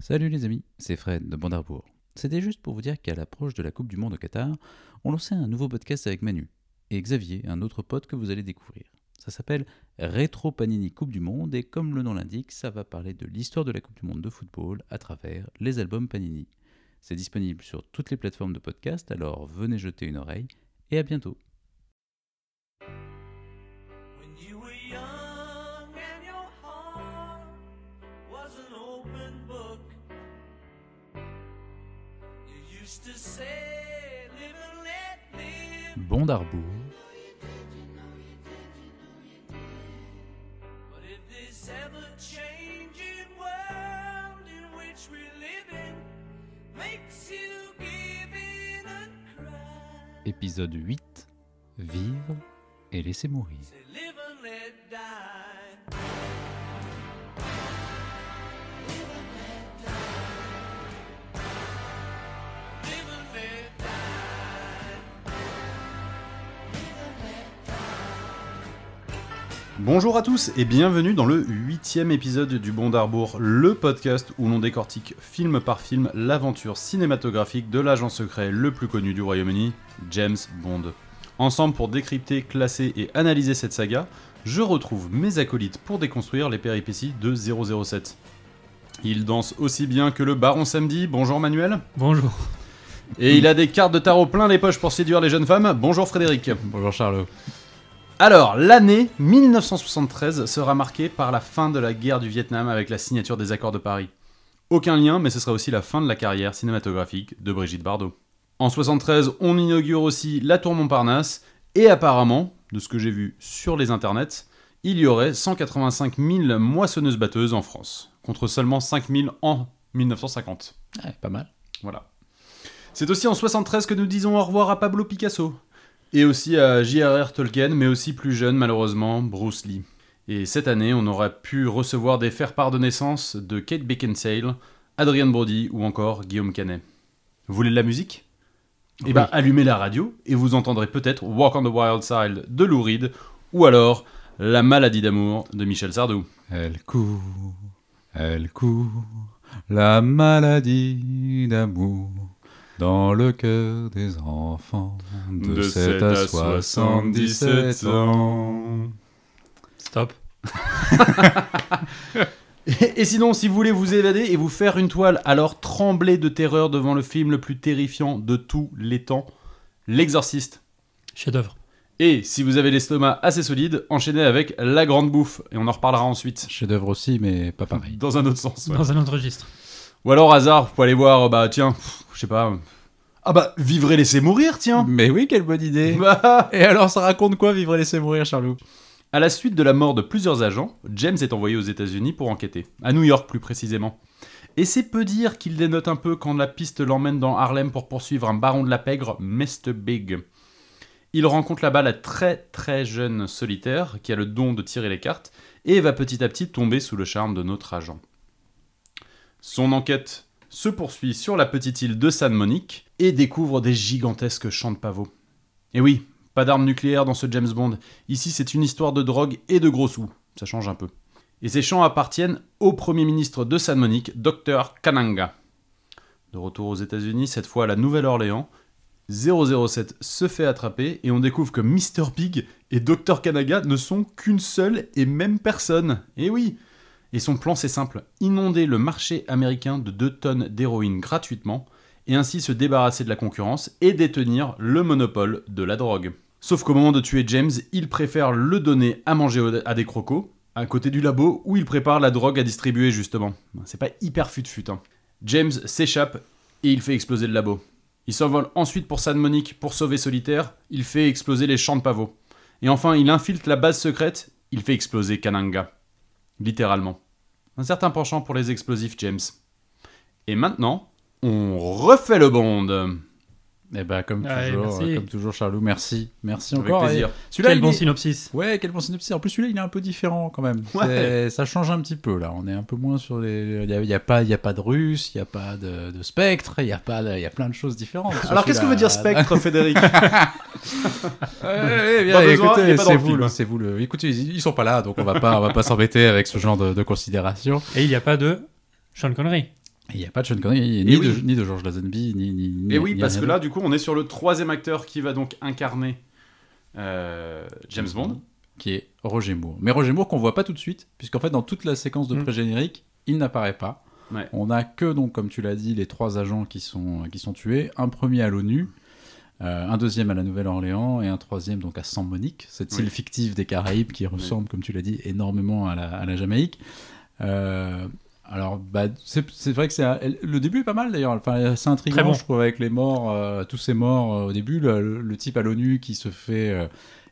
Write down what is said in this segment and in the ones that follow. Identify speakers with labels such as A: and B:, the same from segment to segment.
A: Salut les amis, c'est Fred de Bandarbourg. C'était juste pour vous dire qu'à l'approche de la Coupe du Monde au Qatar, on lançait un nouveau podcast avec Manu et Xavier, un autre pote que vous allez découvrir. Ça s'appelle Rétro Panini Coupe du Monde et comme le nom l'indique, ça va parler de l'histoire de la Coupe du Monde de football à travers les albums Panini. C'est disponible sur toutes les plateformes de podcast, alors venez jeter une oreille et à bientôt.
B: When you were young and your heart was an open book, you used to say, Live and let live.
A: Bandarbourg,
B: But if this ever changing world in which we live in makes you give in and cry,
A: épisode 8 Vivre et laisser mourir.
B: say, Live and let die. Live and let die.
C: Bonjour à tous et bienvenue dans le huitième épisode du Bond d'Arbour, le podcast où l'on décortique film par film l'aventure cinématographique de l'agent secret le plus connu du Royaume-Uni, James Bond. Ensemble pour décrypter, classer et analyser cette saga, je retrouve mes acolytes pour déconstruire les péripéties de 007. Il danse aussi bien que le Baron Samedi, bonjour Manuel.
D: Bonjour.
C: Et il a des cartes de tarot plein les poches pour séduire les jeunes femmes, bonjour Frédéric.
D: Bonjour Charlot.
C: Alors, l'année 1973 sera marquée par la fin de la guerre du Vietnam avec la signature des accords de Paris. Aucun lien, mais ce sera aussi la fin de la carrière cinématographique de Brigitte Bardot. En 73, on inaugure aussi la Tour Montparnasse, et apparemment, de ce que j'ai vu sur les internets, il y aurait 185 000 moissonneuses-batteuses en France, contre seulement 5 000 en 1950.
A: Ouais, Ah, pas mal.
C: Voilà. C'est aussi en 73 que nous disons au revoir à Pablo Picasso. Et aussi à J.R.R. Tolkien, mais aussi plus jeune, malheureusement, Bruce Lee. Et cette année, on aura pu recevoir des faire-part de naissance de Kate Beckinsale, Adrian Brody ou encore Guillaume Canet. Vous voulez de la musique Eh ben, allumez la radio et vous entendrez peut-être Walk on the Wild Side de Lou Reed ou alors La maladie d'amour de Michel Sardou.
A: Elle court, elle court, la maladie d'amour dans le cœur des enfants de, 7 à 77 ans.
D: Stop.
C: Et sinon, si vous voulez vous évader et vous faire une toile, alors tremblez de terreur devant le film le plus terrifiant de tous les temps, L'Exorciste.
D: Chef d'œuvre.
C: Et si vous avez l'estomac assez solide, enchaînez avec La Grande Bouffe, et on en reparlera ensuite.
A: Chef d'œuvre aussi, mais pas pareil.
C: Dans un autre sens. ouais.
D: Dans un autre registre.
C: Ou alors, hasard, vous pouvez aller voir, euh, bah tiens, pff, je sais pas. euh, Ah bah, vivre et laisser mourir, tiens
A: Mais oui, quelle bonne idée
C: Bah.
A: Et alors, ça raconte quoi, vivre et laisser mourir, Charlot
C: À la suite de la mort de plusieurs agents, James est envoyé aux États-Unis pour enquêter, à New York plus précisément. Et c'est peu dire qu'il dénote un peu quand la piste l'emmène dans Harlem pour poursuivre un baron de la pègre, Mr. Big. Il rencontre là-bas la très très jeune solitaire qui a le don de tirer les cartes et va petit à petit tomber sous le charme de notre agent. Son enquête se poursuit sur la petite île de San Monique et découvre des gigantesques champs de pavots. Et oui, pas d'armes nucléaires dans ce James Bond. Ici, c'est une histoire de drogue et de gros sous. Ça change un peu. Et ces champs appartiennent au premier ministre de San Monique, Dr. Kananga. De retour aux États-Unis, cette fois à la Nouvelle-Orléans, 007 se fait attraper et on découvre que Mr. Big et Dr. Kanaga ne sont qu'une seule et même personne. Et oui Et son plan, c'est simple inonder le marché américain de 2 tonnes d'héroïne gratuitement et ainsi se débarrasser de la concurrence et détenir le monopole de la drogue. Sauf qu'au moment de tuer James, il préfère le donner à manger au- à des crocos, à côté du labo où il prépare la drogue à distribuer justement. C'est pas hyper fut-fut. hein. James s'échappe et il fait exploser le labo. Il s'envole ensuite pour San Monique pour sauver Solitaire, il fait exploser les champs de pavots. Et enfin, il infiltre la base secrète, il fait exploser Kananga. Littéralement. Un certain penchant pour les explosifs, James. Et maintenant, on refait le bond.
A: Eh ben, comme
D: Ouais,
A: toujours,
D: merci.
A: euh, comme toujours, Charlot, merci. Merci
C: Avec
A: encore.
C: plaisir.
A: Et Celui-là,
D: Quel
A: il
D: bon
A: est-
D: synopsis.
A: Ouais, quel bon synopsis. En plus, celui-là, il est un peu différent quand même.
C: Ouais.
A: C'est- Ça change un petit peu là. On est un peu moins sur les. Il n'y a, il y a pas, il y a pas de russe, il n'y a pas de, de spectre, il y a pas, de- il y a plein de choses différentes. sur
C: Alors qu'est-ce que
A: celui-là.
C: veut dire spectre, Frédéric
A: Ouais, ouais, bien,
C: Pas besoin, il est
A: écoutez,
C: pas hein. dans
A: c'est
C: le
A: vous,
C: film.
A: le- c'est vous le. Écoutez, ils, ils sont pas là, donc on va pas, on va pas s'embêter avec ce genre de, de considération.
D: Et il n'y a pas de Sean Connery.
A: Il n'y a pas de Sean Connery, ni,
C: Et oui.
A: de, ni de George Lazenby, ni. ni, ni
C: Et oui,
A: ni
C: parce
A: rien
C: que là, du coup, on est sur le troisième acteur qui va donc incarner euh, James Bond.
A: qui est Roger Moore. Mais Roger Moore qu'on voit pas tout de suite, puisqu'en fait dans toute la séquence de
D: Mm.
A: pré-générique, il n'apparaît pas.
C: Ouais.
A: On a que donc, comme tu l'as dit, les trois agents qui sont, qui sont tués, un premier à l'ONU, euh, un deuxième à la Nouvelle-Orléans et un troisième donc à San Monique, cette
C: Oui.
A: île fictive des Caraïbes qui ressemble, comme tu l'as dit, énormément à la, à la Jamaïque. Euh, alors, bah, c'est c'est vrai que c'est un- le début est pas mal d'ailleurs. Enfin, c'est intriguant,
D: Très bon.
A: je trouve, avec les morts, euh, tous ces morts euh, au début. Le, le- le type à l'ONU qui se fait euh,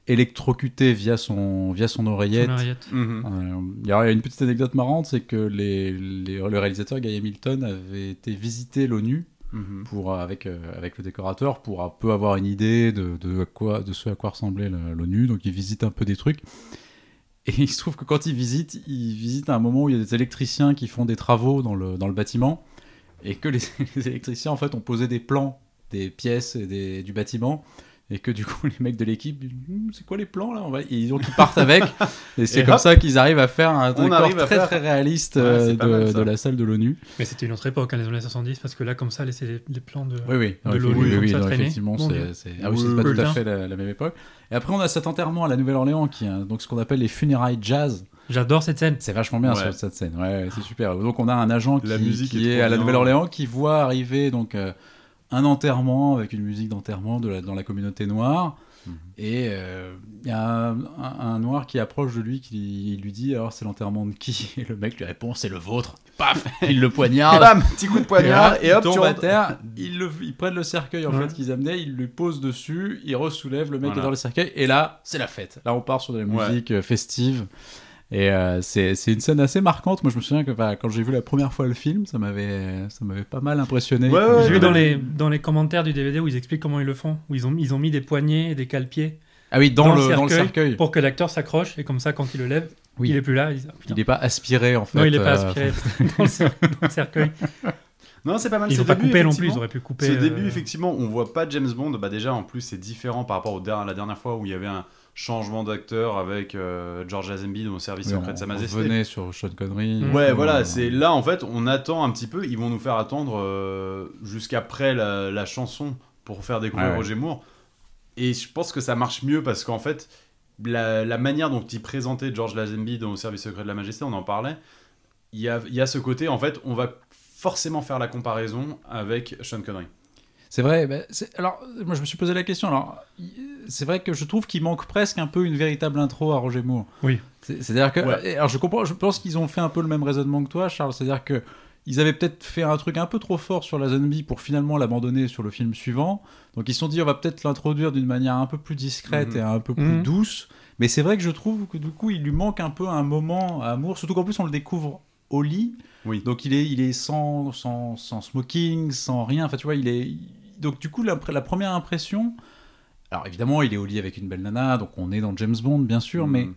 A: électrocuté via son, via son oreillette.
D: Mariette.
C: Mhm.
A: Euh, Il y a une petite anecdote marrante, c'est que les, les- le réalisateur Guy Hamilton avait été visiter l'ONU
C: Mhm.
A: pour euh, avec euh, avec le décorateur pour un peu avoir une idée de, de à quoi de ce à quoi ressemblait la- l'ONU. Donc il visite un peu des trucs. Et il se trouve que quand il visite, il visite à un moment où il y a des électriciens qui font des travaux dans le, dans le bâtiment et que les, les électriciens en fait ont posé des plans des pièces et des, du bâtiment et que du coup les mecs de l'équipe disent, Hum, c'est quoi les plans là On va... et donc ils partent avec et c'est
C: Et
A: comme
C: hop,
A: ça qu'ils arrivent à faire un
C: on
A: décor
C: arrive à
A: très
C: faire-
A: très réaliste
C: Ouais,
A: euh,
C: c'est pas mal,
A: de,
C: ça.
A: de la salle de l'ONU.
D: Mais c'était une autre époque, hein, les années 70, parce que là, comme ça, laisser les, les plans de.
A: Oui, oui,
D: de
A: non,
D: l'eau,
A: oui,
D: oui,
A: oui,
D: comme
A: oui,
D: ça
A: non,
D: traînait.
A: effectivement,
D: Mon
A: c'est-
D: Dieu.
A: c'est ah oui, c'est
C: Oui,
A: pas
D: oui,
A: tout à
D: oui.
A: fait la, la même époque. Et après, on a cet enterrement à la Nouvelle-Orléans, qui est un- donc ce qu'on appelle les funérailles jazz.
D: J'adore cette scène.
A: C'est vachement bien
C: Ouais.
A: cette- cette scène, ouais, ouais, c'est super. Donc on a un agent qui,
C: La musique
A: qui
C: est
A: est,
C: trop
A: à la
C: bien.
A: Nouvelle-Orléans qui voit arriver donc euh, un enterrement avec une musique d'enterrement de la- dans la communauté noire.
C: Mhm.
A: Et euh, il y a un, un- un noir qui approche de lui, qui lui dit alors c'est l'enterrement de qui Et le mec lui répond c'est le vôtre. Paf Il le poignarde.
C: Bam, petit coup de
A: Et,
C: poignard
A: là,
C: et hop,
A: il
C: tu
A: tombe à
C: rentres.
A: terre, ils, le- ils prennent le cercueil en
D: Ouais.
A: fait qu'ils amenaient, ils le posent dessus, ils ressoulèvent le mec qui est
C: Voilà.
A: dans le cercueil, et là, c'est la fête. Là, on part sur de la
C: Ouais.
A: musique euh, festive. Et euh, c'est c'est une scène assez marquante. Moi, je me souviens que bah, quand j'ai vu la première fois le film, ça m'avait ça m'avait pas mal impressionné.
C: Ouais, ouais,
D: J'ai
C: ouais.
D: vu dans les, dans les commentaires du DVD où ils expliquent comment ils le font, où ils ont, ils ont mis des poignées et des cale-pieds
A: Ah oui, dans, le, dans le cercueil.
D: pour que l'acteur s'accroche et comme ça, quand il le lève,
A: Oui.
D: il est plus là. Il, dit, Ah, putain.
A: Il n'est pas aspiré en fait.
D: non, il est pas
A: euh,
D: aspiré dans, le cer- dans le cercueil.
C: Non, c'est pas mal.
D: Ils
C: Ah, ce
D: n'ont pas
C: début,
D: coupé non plus,
C: effectivement.
D: ils auraient pu couper.
C: Ce
D: euh,
C: début, effectivement, on voit pas James Bond. Bah déjà, en plus, c'est différent par rapport au der- à la dernière fois où il y avait un changement d'acteur avec euh, George Lazenby dans le service
A: oui,
C: secret de sa
A: on, on
C: majesté.
A: venait sur Sean Connery. Euh,
D: Mm.
C: Ouais,
A: On-
C: voilà, c'est là en fait, on attend un petit peu. Ils vont nous faire attendre euh, jusqu'après la, la chanson pour faire découvrir
A: Ouais, ouais.
C: Roger Moore. Et je pense que ça marche mieux parce qu'en fait, la, la manière dont ils présentaient George Lazenby dans le service secret de la Majesté, on en parlait. Il y a, il y a ce côté, en fait, on va forcément faire la comparaison avec Sean Connery.
A: C'est vrai. bah, c'est- alors, euh, moi, je me suis posé la question. Alors, y- c'est vrai que je trouve qu'il manque presque un peu une véritable intro à Roger Moore.
D: Oui.
A: C'est- C'est-à-dire que,
C: Ouais.
A: alors, je comprends. Je pense qu'ils ont fait un peu le même raisonnement que toi, Charles. C'est-à-dire que ils avaient peut-être fait un truc un peu trop fort sur la zombie pour finalement l'abandonner sur le film suivant. Donc, ils se sont dit, on va peut-être l'introduire d'une manière un peu plus discrète
C: Mhm.
A: et un peu plus
D: Mhm.
A: douce. Mais c'est vrai que je trouve que du coup, il lui manque un peu un moment à amour. Surtout qu'en plus, on le découvre au lit.
C: Oui.
A: Donc il est, il est sans, sans, sans smoking, sans rien. Enfin, tu vois, il est. il- Donc du coup, la, la première impression. Alors évidemment, il est au lit avec une belle nana, donc on est dans James Bond, bien
C: Mm.
A: sûr, mais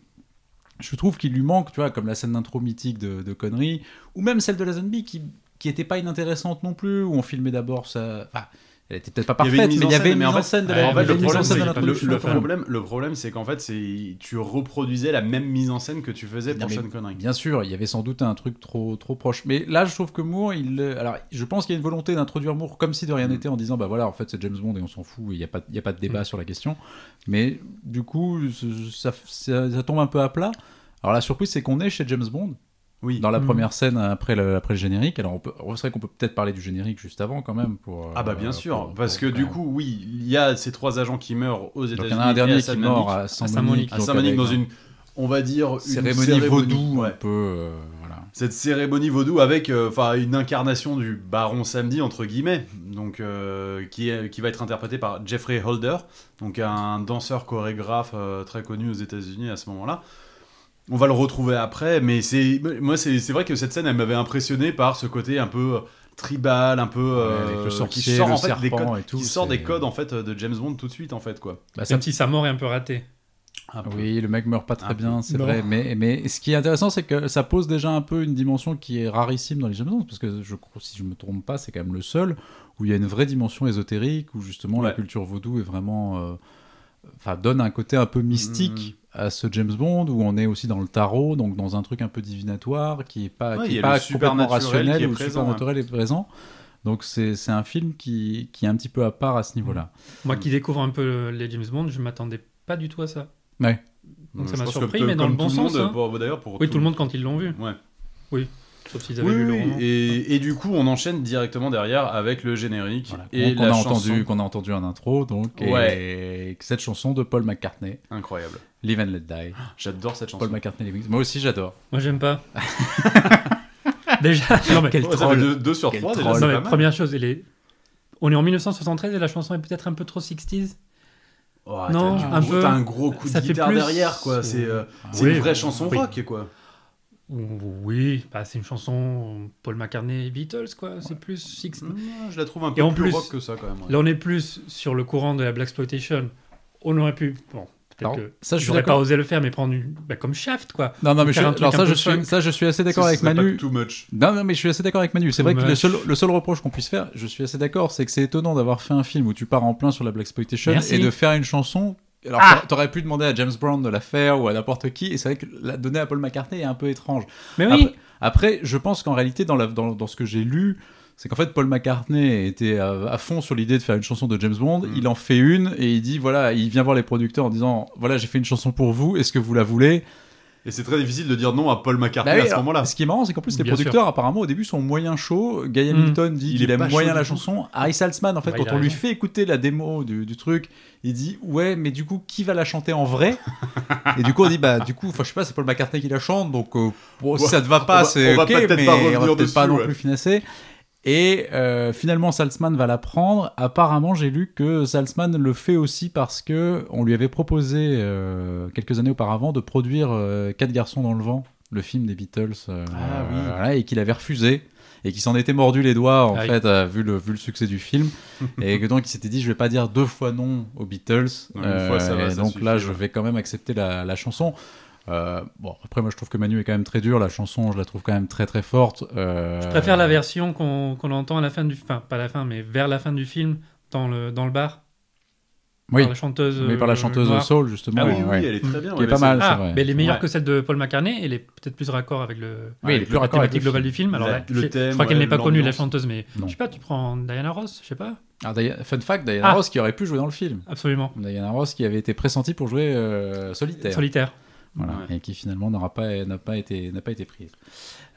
A: je trouve qu'il lui manque, tu vois, comme la scène d'intro mythique de, de Connery, ou même celle de la Zombie qui qui était pas inintéressante non plus, où on filmait d'abord ça. Enfin, elle était peut-être pas
C: Il y avait
A: parfaite, mais
C: une
A: il
C: mise
A: y
C: en
A: avait
C: scène,
A: une
C: mais en
A: mise en
C: fait-
A: scène de
D: ouais,
A: la
C: En fait,
D: mais
A: il y avait
C: le
A: une mise en scène de l'introduction,
C: problème, c'est que le-
D: c'est qu'il y a pas
C: le
A: quand même.
C: problème, le problème, c'est qu'en fait, c'est tu reproduisais la même mise en scène que tu faisais
A: Non,
C: pour
A: mais-
C: Sean Connery.
A: Bien sûr, il y avait sans doute un truc trop, trop proche. Mais là, je trouve que Moore, il, euh, alors, je pense qu'il y a une volonté d'introduire Moore comme si de rien
C: Mm.
A: n'était en disant, bah voilà, en fait, c'est James Bond et on s'en fout, il n'y a, pas- il y a pas de débat
D: Mm.
A: sur la question. Mais du coup, ce- ça, ça- ça tombe un peu à plat. Alors la surprise, c'est qu'on est chez James Bond,
C: Oui.
A: dans la
D: Mm.
A: première scène après le, après le générique. Alors, on peut, c'est vrai qu'on peut peut-être parler du générique juste avant quand même. Pour, euh,
C: Ah bah bien sûr,
A: pour-
C: parce que
A: pour-
C: du
A: pour-
C: coup, oui, il y a ces trois agents qui meurent aux
A: Donc,
C: États-Unis.
A: il y en a un dernier
C: et à
A: qui
C: Saint-Monique.
A: mort à Saint-Monique.
C: à
A: donc,
C: Saint-Monique
A: avec
C: dans une, on va dire, une
A: cérémonie, vaudou un
C: ouais.
A: peu. euh, voilà.
C: Cette cérémonie vaudou avec, euh, enfin, une incarnation du Baron Samedi entre guillemets, donc euh, qui est- qui va être interprété par Jeffrey Holder, donc un danseur chorégraphe euh, très connu aux États-Unis à ce moment-là. On va le retrouver après, mais c'est moi c'est c'est vrai que cette scène elle m'avait impressionné par ce côté un peu euh, tribal, un peu euh,
A: avec le sorcier,
C: qui sort
A: le
C: en fait des
A: serpent
C: codes,
A: et tout,
C: qui sort
A: c'est-
C: des codes en fait de James Bond tout de suite en fait quoi.
A: Bah, ça
D: Même si sa mort est un peu ratée.
C: Un peu.
A: Oui, le mec meurt pas très
C: Un
A: bien, c'est
D: Non.
A: vrai. Mais, mais ce qui est intéressant, c'est que ça pose déjà un peu une dimension qui est rarissime dans les James Bond, parce que je, crois- si je me trompe pas, c'est quand même le seul où il y a une vraie dimension ésotérique, où justement la
C: Ouais.
A: culture vaudou est vraiment euh, enfin, donne un côté un peu mystique
E: Mm.
A: à ce James Bond où on est aussi dans le tarot, donc dans un truc un peu divinatoire qui est pas,
E: Ouais,
A: qui
E: il y
A: est
E: a
A: pas
E: le
A: complètement
E: supernaturel
A: rationnel
E: qui est
A: où le
E: présent, hein.
A: supernaturel est présent. Donc c'est c'est un film qui, qui est un petit peu à part à ce niveau-là.
D: Moi qui découvre un peu euh, les James Bond, je m'attendais pas du tout à ça.
A: Ouais.
D: Donc
E: Je
D: ça m'a
E: pense que
D: surpris,
E: peu-
D: mais dans
E: comme
D: le bon
E: tout
D: sens.
E: monde,
D: hein.
E: pour- D'ailleurs, pour
D: Oui, tout le monde quand ils l'ont vu,
E: Ouais.
D: sauf s'ils avaient
E: Oui,
D: lu le
E: oui,
D: roman.
E: Et, et du coup, on enchaîne directement derrière avec le générique
A: Voilà.
E: et
A: qu'on a
E: la
A: entendu
E: chanson.
A: qu'on a entendu en intro donc et- et cette chanson de Paul McCartney,
E: Incroyable.
A: Live and Let Die.
C: Ah,
E: J'adore cette chanson.
A: Paul McCartney les Wings. Moi aussi j'adore.
D: Moi j'aime pas. Déjà, non, mais,
A: Quel
E: Ouais, Oh, ça fait
A: troll.
E: deux, deux sur
A: Quel
E: trois déjà. c'est
A: troll.
D: non,
E: pas
D: mais
E: mal.
D: première chose, elle est... on est en 1973 et la chanson est peut-être un peu trop 60s.
E: Oh,
D: Non,
E: t'as
D: un
E: gros-
D: peu-
E: T'as un gros coup
D: ça
E: de
D: fait
E: guitare
D: plus-
E: derrière, quoi. C'est euh, c'est
D: Oui,
E: une vraie
D: oui.
E: chanson rock, quoi.
D: Oui, bah, c'est une chanson Paul McCartney et Beatles, quoi. C'est plus 60s.
E: Mmh, Je la trouve un peu
D: en
E: plus,
D: plus,
E: rock que ça, quand même. ouais.
D: Là, on est plus sur le courant de la Black Exploitation. On aurait pu. Bon,
A: Alors,
D: peut-être que.
A: ça, je suis
D: J'aurais pas
A: d'accord.
D: osé le faire, mais prendre une. bah, comme Shaft, quoi.
A: Non non mais je,
D: Faire un truc
A: alors
D: un
A: ça
D: peu
A: je suis
D: funk.
A: ça je suis assez d'accord
E: Ça,
A: avec
E: c'est pas
A: Manu.
E: Too much.
A: Non, non, mais je suis assez d'accord avec Manu. C'est vrai que le
D: Dommage.
A: seul, le seul reproche qu'on puisse faire, je suis assez d'accord, c'est que c'est étonnant d'avoir fait un film où tu pars en plein sur la Black Exploitation
D: Merci.
A: et de faire une chanson. Alors, t'aurais pu demander à James Brown de la faire ou à n'importe qui, et c'est vrai que la donner à Paul McCartney est un peu étrange.
D: Mais
A: Après, après, je pense qu'en réalité, dans, la- dans- dans ce que j'ai lu, c'est qu'en fait, Paul McCartney était à, à fond sur l'idée de faire une chanson de James Bond.
E: Mm.
A: Il en fait une et il dit voilà, il vient voir les producteurs en disant voilà, j'ai fait une chanson pour vous, est-ce que vous la voulez
E: Et c'est très difficile de dire non à Paul McCartney
A: Bah oui,
E: à ce
A: alors,
E: moment-là.
A: Ce qui est marrant, c'est qu'en plus, les
D: Bien
A: producteurs, apparemment, au début, sont moyen chauds. Guy
D: Mm.
A: Hamilton dit
E: Hmm. Il
A: qu'il
E: est
A: aime
E: pas
A: moyen
E: chaud
A: la
E: du tout.
A: chanson. Harry Saltzman, en fait,
D: Bah, il
A: quand
D: a
A: on lui
D: raison.
A: fait écouter la démo du, du truc, il dit Ouais, mais du coup, qui va la chanter en vrai Et du coup, on dit Bah, du coup, enfin, je sais pas, c'est Paul McCartney qui la chante, donc euh, bon, si
E: Ouais,
A: ça te va
E: on
A: pas,
E: va-
A: c'est
E: on va
A: ok,
E: peut-être pas
A: mais on va
E: revenir
A: peut-être
E: dessus,
A: pas non
E: ouais.
A: plus financer. Et euh, finalement, Saltzman va la prendre. Apparemment, j'ai lu que Saltzman le fait aussi parce que on lui avait proposé euh, quelques années auparavant de produire euh, Quatre garçons dans le vent, le film des Beatles, euh,
E: Ah oui.
A: voilà, et qu'il avait refusé et qu'il s'en était mordu les doigts en
E: Ah
D: Aïe.
A: fait euh, vu le vu le succès du film et que donc il s'était dit je vais pas dire deux fois non aux Beatles.
E: Non, une fois, ça va,
A: et
E: ça
A: donc
E: suffit,
A: là,
E: ouais.
A: je vais quand même accepter la, la chanson. Euh, bon, après, moi, je trouve que Manu est quand même très dur. La chanson, je la trouve quand même très très forte. Euh,
D: Je préfère la version qu'on qu'on entend à la fin du. Enfin, pas à la fin, mais vers la fin du film, dans le, dans le bar.
A: Oui,
D: Par la chanteuse.
A: mais par la
D: euh,
A: chanteuse
D: noire.
A: Soul, justement.
E: Ah oui, oui,
A: ouais.
E: elle est très bien.
A: Qui est
E: ouais,
A: pas
E: la-
A: mal. c'est
D: Ah,
A: vrai.
D: mais elle est meilleure
E: Ouais.
D: que celle de Paul McCartney. Elle est peut-être plus raccord avec le.
A: Oui, il Ah, est
E: Avec
A: plus
E: le
A: raccord avec le
D: thématique globale du film. Alors
E: La-
D: là,
E: le
D: je sais-
E: thème,
D: je crois qu'elle
E: ouais,
D: n'est pas connue, la
E: l'ambiance.
D: chanteuse, mais
A: Non.
D: je sais pas, tu prends Diana Ross, je sais pas.
A: Ah, Dia- Fun fact, Diana
D: Ah.
A: Ross qui aurait pu jouer dans le film.
D: Absolument.
A: Diana Ross qui avait été pressentie pour jouer euh, Solitaire.
D: Solitaire.
A: Voilà,
E: Ouais.
A: et qui finalement n'aura pas, n'a pas, été, n'a pas été prise.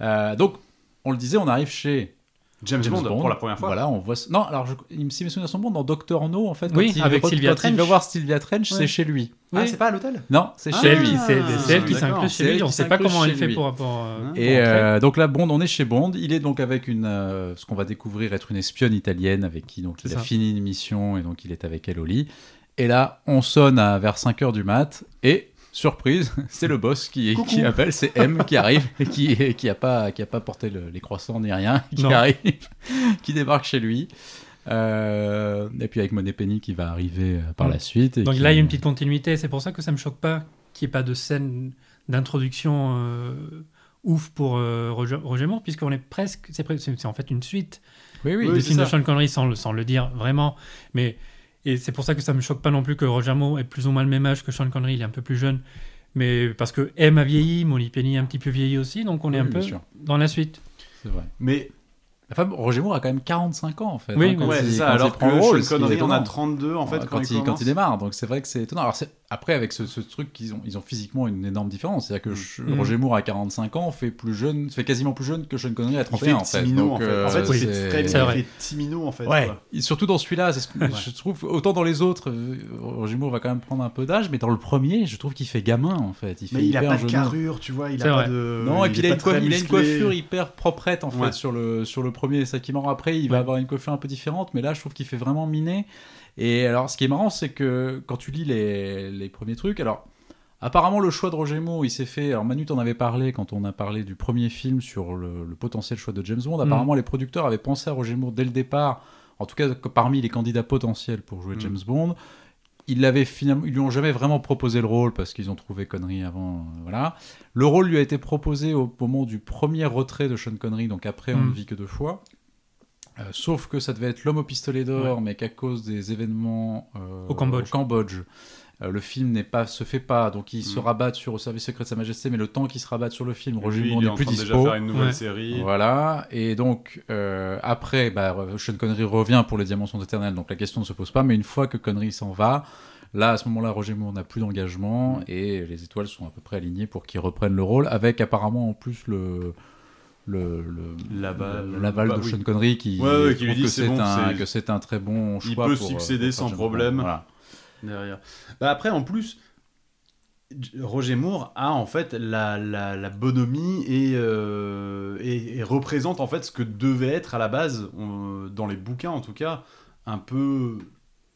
A: Euh, donc, on le disait, on arrive chez
E: James
A: James
E: Bond
A: Bond.
E: pour la première fois.
A: Voilà, on voit. ce- Non, alors, je... il me si mes souvenirs sont bons, dans Doctor No, en fait, quand
D: Oui,
A: il
D: avec
A: re-
D: Sylvia
A: quand il va
D: Trench.
A: voir Sylvia Trench,
D: Ouais.
A: c'est chez lui.
E: Ah, c'est pas à l'hôtel
A: Non, c'est
E: Ah,
A: chez
D: C'est
A: lui.
D: elle, c'est- c'est elle qui
E: d'accord.
D: s'inclut
A: C'est
D: chez
A: elle
D: lui. On
A: qui
D: sait pas
A: s'inclut
D: comment elle
A: chez
D: fait
A: lui.
D: pour. pour, euh,
A: Et
D: pour entrer.
A: euh, donc là, Bond, on est chez Bond. Il est donc avec une, euh, ce qu'on va découvrir être une espionne italienne avec qui donc
D: C'est
A: il a
D: ça.
A: fini une mission et donc il est avec elle au lit. Et là, on sonne à vers 5 heures du mat et surprise, c'est le boss qui,
E: Coucou.
A: qui appelle, c'est M qui arrive et qui qui a pas qui a pas porté le- les croissants ni rien, qui
D: Non.
A: arrive, qui débarque chez lui. Euh, et puis avec Monet Penny qui va arriver euh, par la suite. et
D: Mm. Donc
A: qui-
D: là, il y a une petite continuité. C'est pour ça que ça me choque pas qu'il n'y ait pas de scène d'introduction euh, ouf pour euh, Roger, Roger Moore, puisqu'on est presque. C'est pre- c'est c'est en fait une suite
A: Oui oui.
D: du
E: c'est
D: film de
E: ça.
D: Sean Connery, sans le, sans le dire vraiment. Mais et c'est pour ça que ça me choque pas non plus que Roger Moore ait plus ou moins le même âge que Sean Connery. Il est un peu plus jeune. Mais parce que M a vieilli, Molly Penny a un petit peu vieilli aussi, donc on est
A: Oui,
D: un
A: bien
D: peu
A: sûr.
D: dans la suite.
A: C'est vrai.
E: Mais
A: La femme Roger Moore a quand même 45 ans en fait. hein,
D: Oui,
A: quand
E: ouais,
A: il-
E: c'est ça.
A: quand il
E: Alors que
A: prend le rôle,
E: Sean
A: ce qui est
E: Connery en a
A: étonnant.
E: 32 en fait
A: Ouais,
E: quand, il,
A: il,
E: commence.
A: démarre. Donc c'est vrai que c'est étonnant. Alors, c'est- après, avec ce, ce truc, qu'ils ont, ils ont physiquement une énorme différence. C'est-à-dire que je-
D: Mm.
A: Roger Moore à 45 ans fait plus jeune, fait quasiment plus jeune que Sean Connery à
E: Il fait
A: 31 en fait.
E: Timino,
A: Donc,
E: en fait.
A: euh,
E: En fait,
D: oui,
A: c'est-
E: c'est très
D: c'est
E: bien.
D: vrai.
E: Il fait Timino en fait.
A: Ouais.
E: quoi.
A: Et surtout dans celui-là, c'est ce que je trouve autant dans les autres, euh, Roger Moore va quand même prendre un peu d'âge, mais dans le premier, je trouve qu'il fait gamin en fait. Il
E: Mais
A: fait
E: il a
A: hyper
E: pas de
A: jeune.
E: carrure, tu vois. euh, Il a
D: C'est
E: pas
D: vrai.
E: de.
A: Non, et puis il,
E: est
A: a
E: pas
A: une, coif-
E: très
A: il a une
E: musclé.
A: coiffure hyper proprette en fait
E: Ouais.
A: sur le sur le premier, c'est ça qui est marrant. Après, il va
D: Ouais.
A: avoir une coiffure un peu différente, mais là, je trouve qu'il fait vraiment miné. Et alors, ce qui est marrant, c'est que quand tu lis les, les premiers trucs, alors apparemment le choix de Roger Moore, il s'est fait. Alors Manu, t'en avait parlé quand on a parlé du premier film sur le, le potentiel choix de James Bond.
E: Mm.
A: Apparemment, les producteurs avaient pensé à Roger Moore dès le départ. En tout cas, que parmi les candidats potentiels pour jouer
E: Mm.
A: James Bond, ils l'avaient finalement, ils lui ont jamais vraiment proposé le rôle parce qu'ils ont trouvé Connery avant, euh, voilà. Le rôle lui a été proposé au moment du premier retrait de Sean Connery, donc après on
D: Mm.
A: ne vit que deux fois. Euh, sauf que ça devait être l'homme au pistolet d'or, mais qu'à cause des événements euh,
D: Au Cambodge.
A: Euh, le film n'est pas, se fait pas, donc ils se
C: Mm.
A: rabattent sur Au service secret de Sa Majesté, mais le temps qu'ils se rabattent sur le film, Roger
C: Lui,
A: Moore
C: il est
A: n'est
C: en
A: plus
C: train de
A: dispo.
C: déjà faire une nouvelle
D: Ouais.
C: série.
A: Voilà, et donc euh, après, bah, Sean Connery revient pour Les Diamants sont éternels, donc la question ne se pose pas, mais une fois que Connery s'en va, là à ce moment-là, Roger Moore n'a plus d'engagement
C: Mm.
A: et les étoiles sont à peu près alignées pour qu'il reprenne le rôle, avec apparemment en plus le. Le, le-
C: L'aval.
A: le- l'aval
C: Bah
A: de
C: oui.
A: Sean Connery qui,
C: Ouais, ouais, qui
A: trouve
C: lui dit
A: que
C: c'est
A: c'est
C: bon,
A: un,
C: c'est-
A: que c'est un très bon
C: Il
A: choix.
C: peut
A: pour, euh,
C: succéder
A: pour
C: sans
A: Roger Moore.
C: problème.
A: Voilà.
C: derrière. Bah après, en plus, J- Roger Moore a en fait la, la, la bonhomie et, euh, et, et représente en fait ce que devait être à la base, on- dans les bouquins en tout cas, un peu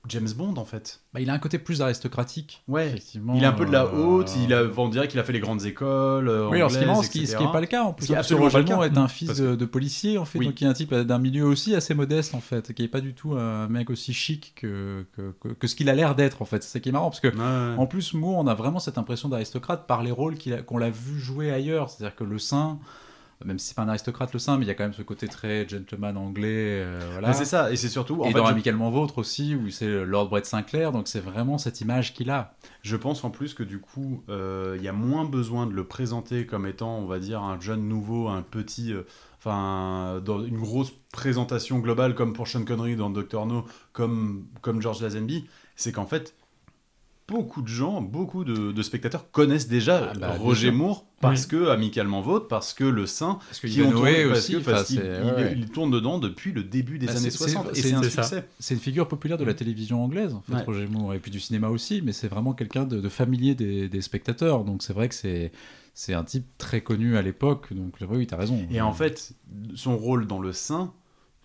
C: James Bond en fait.
A: Bah, il a un côté plus aristocratique.
C: Ouais.
A: Effectivement,
C: Il est un peu de la
A: euh,
C: haute, il a, on dirait qu'il a fait les grandes écoles. euh,
A: Oui, alors ce qui est marrant,
C: anglaises,
A: ce qui, ce
C: etc..
A: qui est pas le cas en plus.
C: Ce qui est
A: parce que
C: absolument pas le
A: Roger Moore
C: cas.
A: est un fils
C: Parce
A: de, de policier en fait,
C: Oui.
A: donc il est un type d'un milieu aussi assez modeste en fait, qui est pas du tout un mec aussi chic que, que, que- que ce qu'il a l'air d'être en fait. C'est ça qui est marrant parce que.
C: Ouais, ouais.
A: En plus, Moore, on a vraiment cette impression d'aristocrate par les rôles qu'il a- qu'on l'a vu jouer ailleurs. C'est-à-dire que le saint, même si c'est pas un aristocrate le saint, mais il y a quand même ce côté très gentleman anglais. euh, voilà.
C: Mais Bah, c'est ça, et c'est surtout. En
A: Et
C: fait,
A: dans
C: je-
A: Amicalement Vôtre aussi, où c'est Lord Brett Sinclair, donc c'est vraiment cette image qu'il a.
C: Je pense en plus que du coup, euh, il y a moins besoin de le présenter comme étant, on va dire, un jeune nouveau, un petit. euh, Enfin, dans une grosse présentation globale comme pour Sean Connery dans Doctor No, comme, comme George Lazenby, c'est qu'en fait, beaucoup de gens, beaucoup de, de spectateurs connaissent déjà
A: Ah bah,
C: Roger
A: bien
C: Moore parce que Amicalement Vôtre, parce que Le Saint,
A: Parce que
C: qui ont tourné,
A: Ivanhoe
C: parce
A: aussi,
C: que- parce
A: enfin,
C: qu'il
A: c'est-
C: il-
A: ouais.
C: il tourne dedans depuis le début des
A: Bah,
C: années
A: c'est- c'est-
C: 60, et
A: c'est-
C: c'est un
D: c'est ça.
C: succès.
A: C'est une figure populaire de la télévision anglaise, en fait,
C: Mm. Ouais.
A: Roger Moore, et puis du cinéma aussi, mais c'est vraiment quelqu'un de, de familier des, des spectateurs. Donc c'est vrai que c'est c'est un type très connu à l'époque. Donc oui, t'as raison.
C: Et en fait, son rôle dans le sein,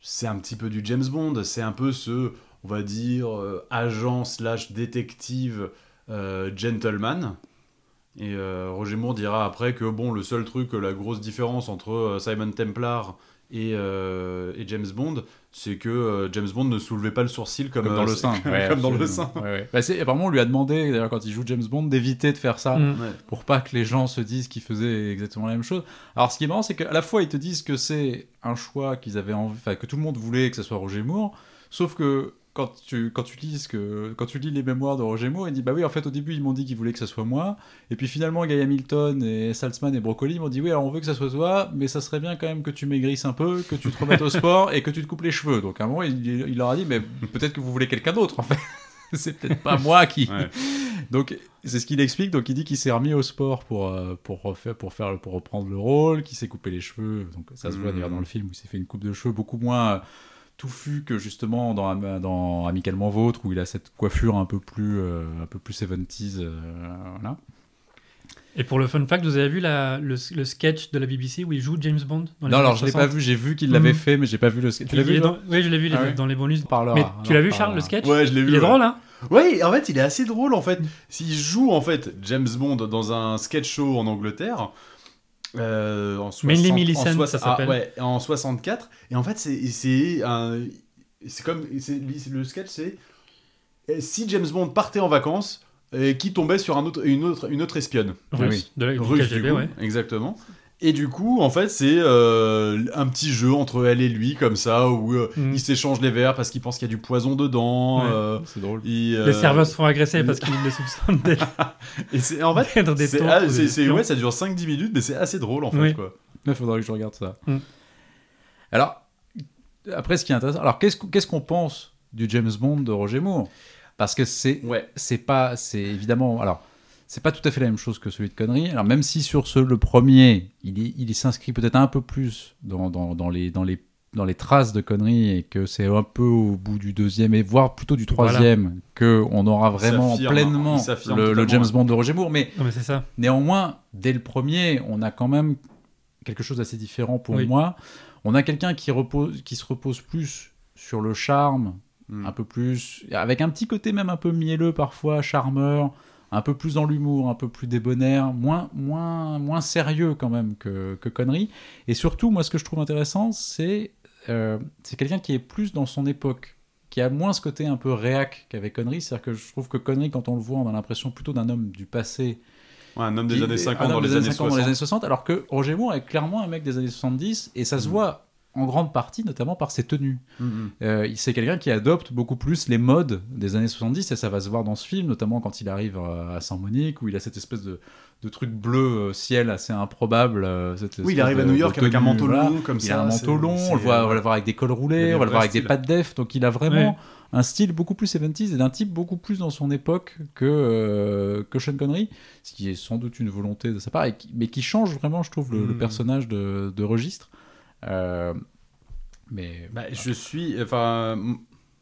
C: c'est un petit peu du James Bond. C'est un peu ce, on va dire, euh, agent slash détective euh, gentleman. Et euh, Roger Moore dira après que, bon, le seul truc, euh, la grosse différence entre euh, Simon Templar et, euh, et James Bond, c'est que euh, James Bond ne soulevait pas le sourcil comme,
A: comme
C: euh,
A: dans le sein,
C: comme dans le sein.
A: Bah, apparemment, on lui a demandé, d'ailleurs, quand il joue James Bond, d'éviter de faire ça.
D: Mm.
C: Ouais.
A: pour pas que les gens se disent qu'ils faisaient exactement la même chose. Alors ce qui est marrant, c'est qu'à la fois ils te disent que c'est un choix qu'ils avaient envie, enfin que tout le monde voulait que ce soit Roger Moore, sauf que quand tu, quand tu lis ce que quand tu lis les mémoires de Roger Moore, il dit bah oui en fait au début ils m'ont dit qu'ils voulaient que ce soit moi, et puis finalement Guy Hamilton et Salzman et Broccoli m'ont dit oui alors on veut que ça soit toi, mais ça serait bien quand même que tu maigrisses un peu, que tu te remettes au sport et que tu te coupes les cheveux. Donc à un moment il, il leur a dit mais peut-être que vous voulez quelqu'un d'autre en fait. C'est peut-être pas moi qui.
C: Ouais.
A: Donc c'est ce qu'il explique. Donc il dit qu'il s'est remis au sport pour euh, pour refaire pour faire pour reprendre le rôle, qu'il s'est coupé les cheveux. Donc ça se voit
C: Mhm.
A: d'ailleurs dans le film où il s'est fait une coupe de cheveux beaucoup moins euh, touffue que justement dans Am- dans amicalement vôtre où il a cette coiffure un peu plus euh, un peu plus 70s euh, voilà.
D: Et pour le fun fact, vous avez vu la- le, le sketch de la BBC où il joue James Bond dans les
A: Non
D: années
A: alors je l'ai
D: 60?
A: pas vu, j'ai vu qu'il l'avait
D: Mhm.
A: fait mais j'ai pas vu le sketch. Tu l'as
D: Il est
A: vu
D: dans- Oui, je l'ai vu il est
A: Ah ouais.
D: dans les bonus.
A: Par là.
D: Mais tu l'as vu, Charles, le sketch
C: Ouais, je l'ai vu.
D: Il est
C: ouais.
D: drôle, hein
C: Oui, en fait, il est assez drôle en fait. S'il joue en fait James Bond dans un sketch show en Angleterre, euh, en, 60,
D: Mainly Millicent,
C: en, soix-
D: ça
C: ah,
D: s'appelle.
C: ouais, en 64, et en fait, c'est c'est un- c'est comme c'est- le sketch, c'est euh, si James Bond partait en vacances et qui tombait sur un autre, une autre, une autre espionne
A: Ah
D: Russe,
A: oui.
D: de la- du
C: russe
D: KGB,
C: du coup,
D: ouais.
C: exactement. Et du coup, en fait, c'est euh, un petit jeu entre elle et lui comme ça, où euh,
D: Mm.
C: ils s'échangent les verres parce qu'ils pensent qu'il y a du poison dedans.
D: Ouais.
C: euh,
A: C'est drôle.
C: ils,
D: Les
C: euh,
D: serveurs se font agresser
C: le-
D: parce qu'ils les soupçonnent d'être
C: Et c'est en fait,
D: dans des
C: c'est-
D: tentes
C: ah,
D: ou des
C: c'est- c'est-
D: espions.
C: ouais, ça dure 5-10 minutes, mais c'est assez drôle en fait.
D: Oui.
C: Quoi.
A: Il faudrait que je regarde ça.
D: Mm.
A: Alors, après, ce qui est intéressant, alors qu'est-ce qu'on qu'est-ce qu'on pense du James Bond de Roger Moore Parce que c'est
C: Ouais.
A: c'est pas, c'est évidemment, alors c'est pas tout à fait la même chose que celui de Connery. Alors même si sur ce le premier, il est- il s'inscrit peut-être un peu plus dans, dans, dans les dans les dans les traces de Connery et que c'est un peu au bout du deuxième et voire plutôt du
D: Voilà.
A: troisième que on aura vraiment
C: s'affirme, il
A: pleinement
C: s'affirme
A: le- le
C: totalement.
A: James Bond de Roger Moore, mais
D: Non, mais c'est ça.
A: Néanmoins, dès le premier, on a quand même quelque chose d'assez différent pour
D: Oui.
A: moi. On a quelqu'un qui, repose, qui se repose plus sur le charme,
C: Mm.
A: un peu plus, avec un petit côté même un peu mielleux parfois, charmeur, un peu plus dans l'humour, un peu plus débonnaire, moins, moins, moins sérieux quand même que, que Connery. Et surtout, moi, ce que je trouve intéressant, c'est euh, c'est quelqu'un qui est plus dans son époque, qui a moins ce côté un peu réac qu'avec Connery. C'est-à-dire que je trouve que Connery, quand on le voit, on a l'impression plutôt d'un homme du passé
C: Ouais, un homme des
A: qui-
C: années
A: un
C: 50
A: homme
C: dans
A: des
C: les années
A: 50
C: 60.
A: dans les années 60, alors que Roger Moore est clairement un mec des années 70 et ça se
C: Mm.
A: voit en grande partie notamment par ses tenues. Euh, il- c'est quelqu'un qui adopte beaucoup plus les modes des années 70 et ça va se voir dans ce film, notamment quand il arrive euh, à Saint-Monique où il a cette espèce de, de truc bleu euh, ciel assez improbable. euh, cette
F: Oui,
A: espèce
F: il arrive à
A: de-
F: New
A: de
F: York avec un
A: tenue,
F: manteau
A: voilà.
F: long comme
A: Il
F: ça.
A: a un
F: c'est-
A: manteau long, on le,
F: c'est- euh,
A: voit, on va le voir avec des cols
F: il y
A: roulés,
F: a
A: on va
F: des
A: le voir
F: vrais
A: avec des
F: styles.
A: pattes def, donc il a vraiment
D: Ouais.
A: un style beaucoup plus 70s et d'un type beaucoup plus dans son époque que, euh, que Sean Connery, ce qui est sans doute une volonté de sa part, et qui- mais qui change vraiment, je trouve, le, le
F: Mm.
A: personnage de, de registre. Euh, mais
C: Bah, je suis. Enfin, m-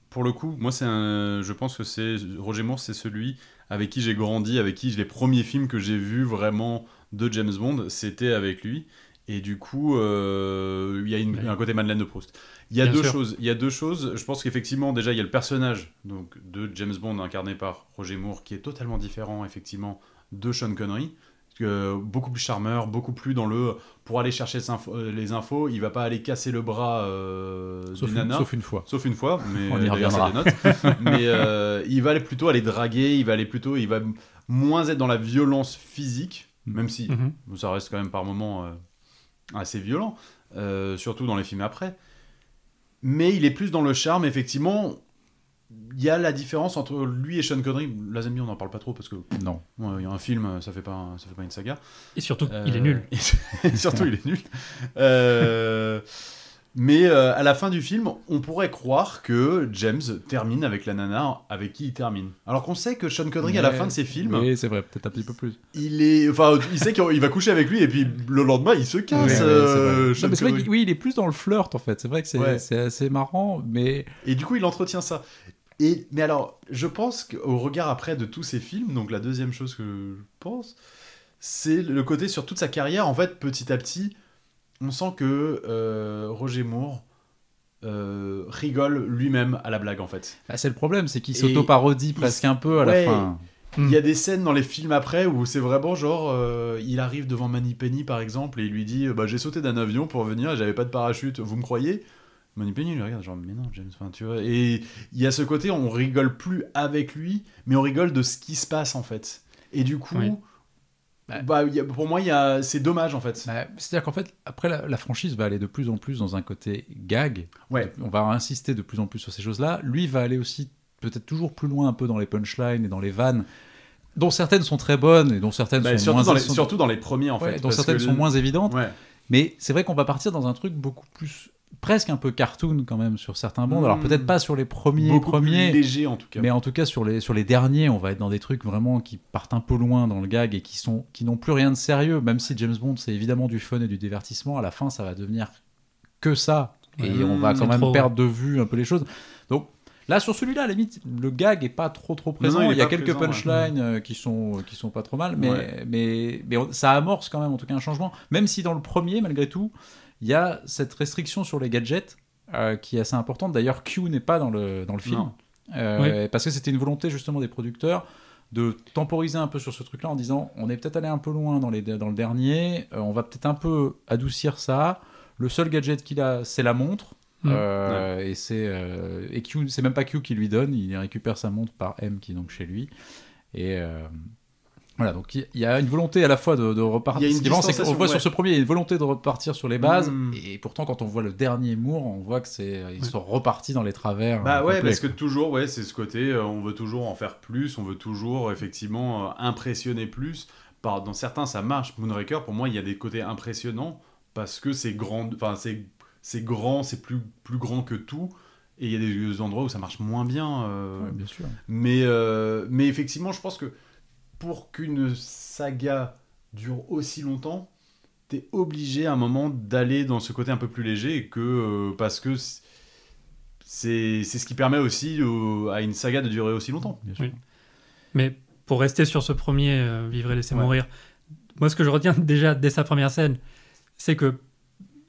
C: pour le coup, moi, c'est un. Je pense que c'est. Roger Moore, c'est celui avec qui j'ai grandi, avec qui les premiers films que j'ai vus vraiment de James Bond, c'était avec lui. Et du coup, euh, il y a une-
D: Ouais.
C: un côté Madeleine de Proust. Il y a
D: Bien
C: deux
D: sûr.
C: choses. Il y a deux choses. Je pense qu'effectivement, déjà, il y a le personnage donc de James Bond incarné par Roger Moore, qui est totalement différent, effectivement, de Sean Connery. Euh, beaucoup plus charmeur, beaucoup plus dans le pour aller chercher les infos, euh, les infos, il va pas aller casser le bras euh,
A: sauf,
C: d'une
A: une,
C: nana.
A: sauf une fois.
C: Sauf une fois, mais
A: On y
C: d'ailleurs,
A: reviendra.
C: ça dénote. mais euh, il va aller plutôt aller draguer, il va aller plutôt, il va moins être dans la violence physique,
A: Mm.
C: même si
D: Mhm.
C: ça reste quand même par moments euh, assez violent, euh, surtout dans les films après. Mais il est plus dans le charme, effectivement. Il y a la différence entre lui et Sean Connery. Lazenby, on n'en parle pas trop parce que
A: Non.
C: ouais, il y a un film, euh, ça fait pas, un- ça fait pas une saga.
D: Et surtout,
C: Euh,
D: il est nul.
C: et surtout, il est nul. Euh, mais euh, à la fin du film, on pourrait croire que James termine avec la nana avec qui il termine. Alors qu'on sait que Sean Connery, à la
A: Mais-
C: fin de ses films,
A: Oui, c'est vrai, peut-être un petit peu plus.
C: il est, enfin, il sait qu'il va coucher avec lui et puis le lendemain, il se
A: Oui,
C: casse.
A: oui, c'est
C: euh,
A: vrai.
C: Sean
A: Non, mais c'est vrai
C: Connery.
A: qu'il- oui, il est plus dans le flirt en fait. C'est vrai que c'est
C: Ouais.
A: c'est assez marrant, mais
C: Et du coup, il entretient ça. Et, mais alors, je pense qu'au regard après de tous ces films, donc la deuxième chose que je pense, c'est le côté sur toute sa carrière, en fait, petit à petit, on sent que euh, Roger Moore euh, rigole lui-même à la blague, en fait.
A: bah, c'est le problème, c'est qu'il
C: Et
A: s'auto-parodie presque un peu à
C: Ouais.
A: la fin.
C: Il y a des scènes dans les films après où c'est vraiment genre, euh, il arrive devant Manny Penny, par exemple, et il lui dit bah, J'ai sauté d'un avion pour venir et j'avais pas de parachute, vous me croyez Money Penny lui regarde genre mais non James enfin, tu vois et il y a ce côté on rigole plus avec lui mais on rigole de ce qui se passe en fait et du coup
D: Oui.
C: bah, il y a- pour moi il y a c'est dommage en fait
A: Bah, C'est-à-dire qu'en fait, après la, la franchise va aller de plus en plus dans un côté gag.
C: Ouais.
A: On va insister de plus en plus sur ces choses-là. Lui va aller aussi peut-être toujours plus loin un peu dans les punchlines et dans les vannes, dont certaines sont très bonnes et dont certaines
C: Bah,
A: sont
C: surtout,
A: moins
C: dans les,
A: sont-
C: surtout dans les premiers en
A: ouais,
C: fait
A: dont
C: parce
A: certaines
C: que-
A: sont moins évidentes.
C: ouais.
A: Mais c'est vrai qu'on va partir dans un truc beaucoup plus presque un peu cartoon quand même sur certains bandes. Alors
C: Mmh.
A: peut-être pas sur les premiers
C: beaucoup
A: premiers,
C: plus léger en tout cas
A: mais en tout cas, sur les, sur les derniers, on va être dans des trucs vraiment qui partent un peu loin dans le gag et qui sont qui n'ont plus rien de sérieux. Même si James Bond, c'est évidemment du fun et du divertissement, à la fin, ça va devenir que ça. Et
D: Mmh,
A: on va
D: c'est
A: quand même
D: trop.
A: perdre de vue un peu les choses. Donc là, sur celui-là, à la limite, le gag est pas trop trop présent.
C: non, il est
A: il y a
C: pas
A: quelques
C: présent, ouais.
A: punchlines euh, qui sont qui sont pas trop mal, mais
C: Ouais.
A: mais mais on- ça amorce quand même en tout cas un changement. Même si dans le premier, malgré tout, il y a cette restriction sur les gadgets euh, qui est assez importante. D'ailleurs, Q n'est pas dans le dans le film.
C: Non.
A: Euh, Parce que c'était une volonté justement des producteurs de temporiser un peu sur ce truc-là en disant on est peut-être allé un peu loin dans, les, dans le dernier, euh, on va peut-être un peu adoucir ça. Le seul gadget qu'il a, c'est la montre.
D: Mm.
A: Euh, Et c'est euh, et Q, c'est même pas Q qui lui donne, il récupère sa montre par M qui est donc chez lui. Et euh, voilà, donc il il y a une volonté à la fois de, de
C: Il
A: repartir.
C: y a une
A: Ce qui est marrant, c'est qu'on
C: distanciation,
A: voit
C: ouais.
A: sur ce premier, il y a une volonté de repartir sur les bases.
C: Mm.
A: Et pourtant, quand on voit le dernier Moore, on voit que c'est euh, ils sont repartis dans les travers.
C: Bah
A: euh,
C: ouais,
A: complets,
C: parce que toujours, ouais, c'est ce côté, euh, on veut toujours en faire plus, on veut toujours effectivement euh, impressionner plus. Par, dans certains, ça marche. Moonraker, pour moi, il y a des côtés impressionnants parce que c'est grand, enfin c'est c'est grand, c'est plus plus grand que tout. Et il y a des endroits où ça marche moins bien. euh,
A: Ouais, bien sûr.
C: mais, euh, mais effectivement, je pense que pour qu'une saga dure aussi longtemps, t'es obligé à un moment d'aller dans ce côté un peu plus léger et que euh, parce que c- c'est c'est ce qui permet aussi au- à une saga de durer aussi longtemps.
A: Bien sûr.
D: Oui. Mais pour rester sur ce premier euh, Vivre et laisser
C: Ouais.
D: mourir, moi ce que je retiens déjà dès sa première scène, c'est que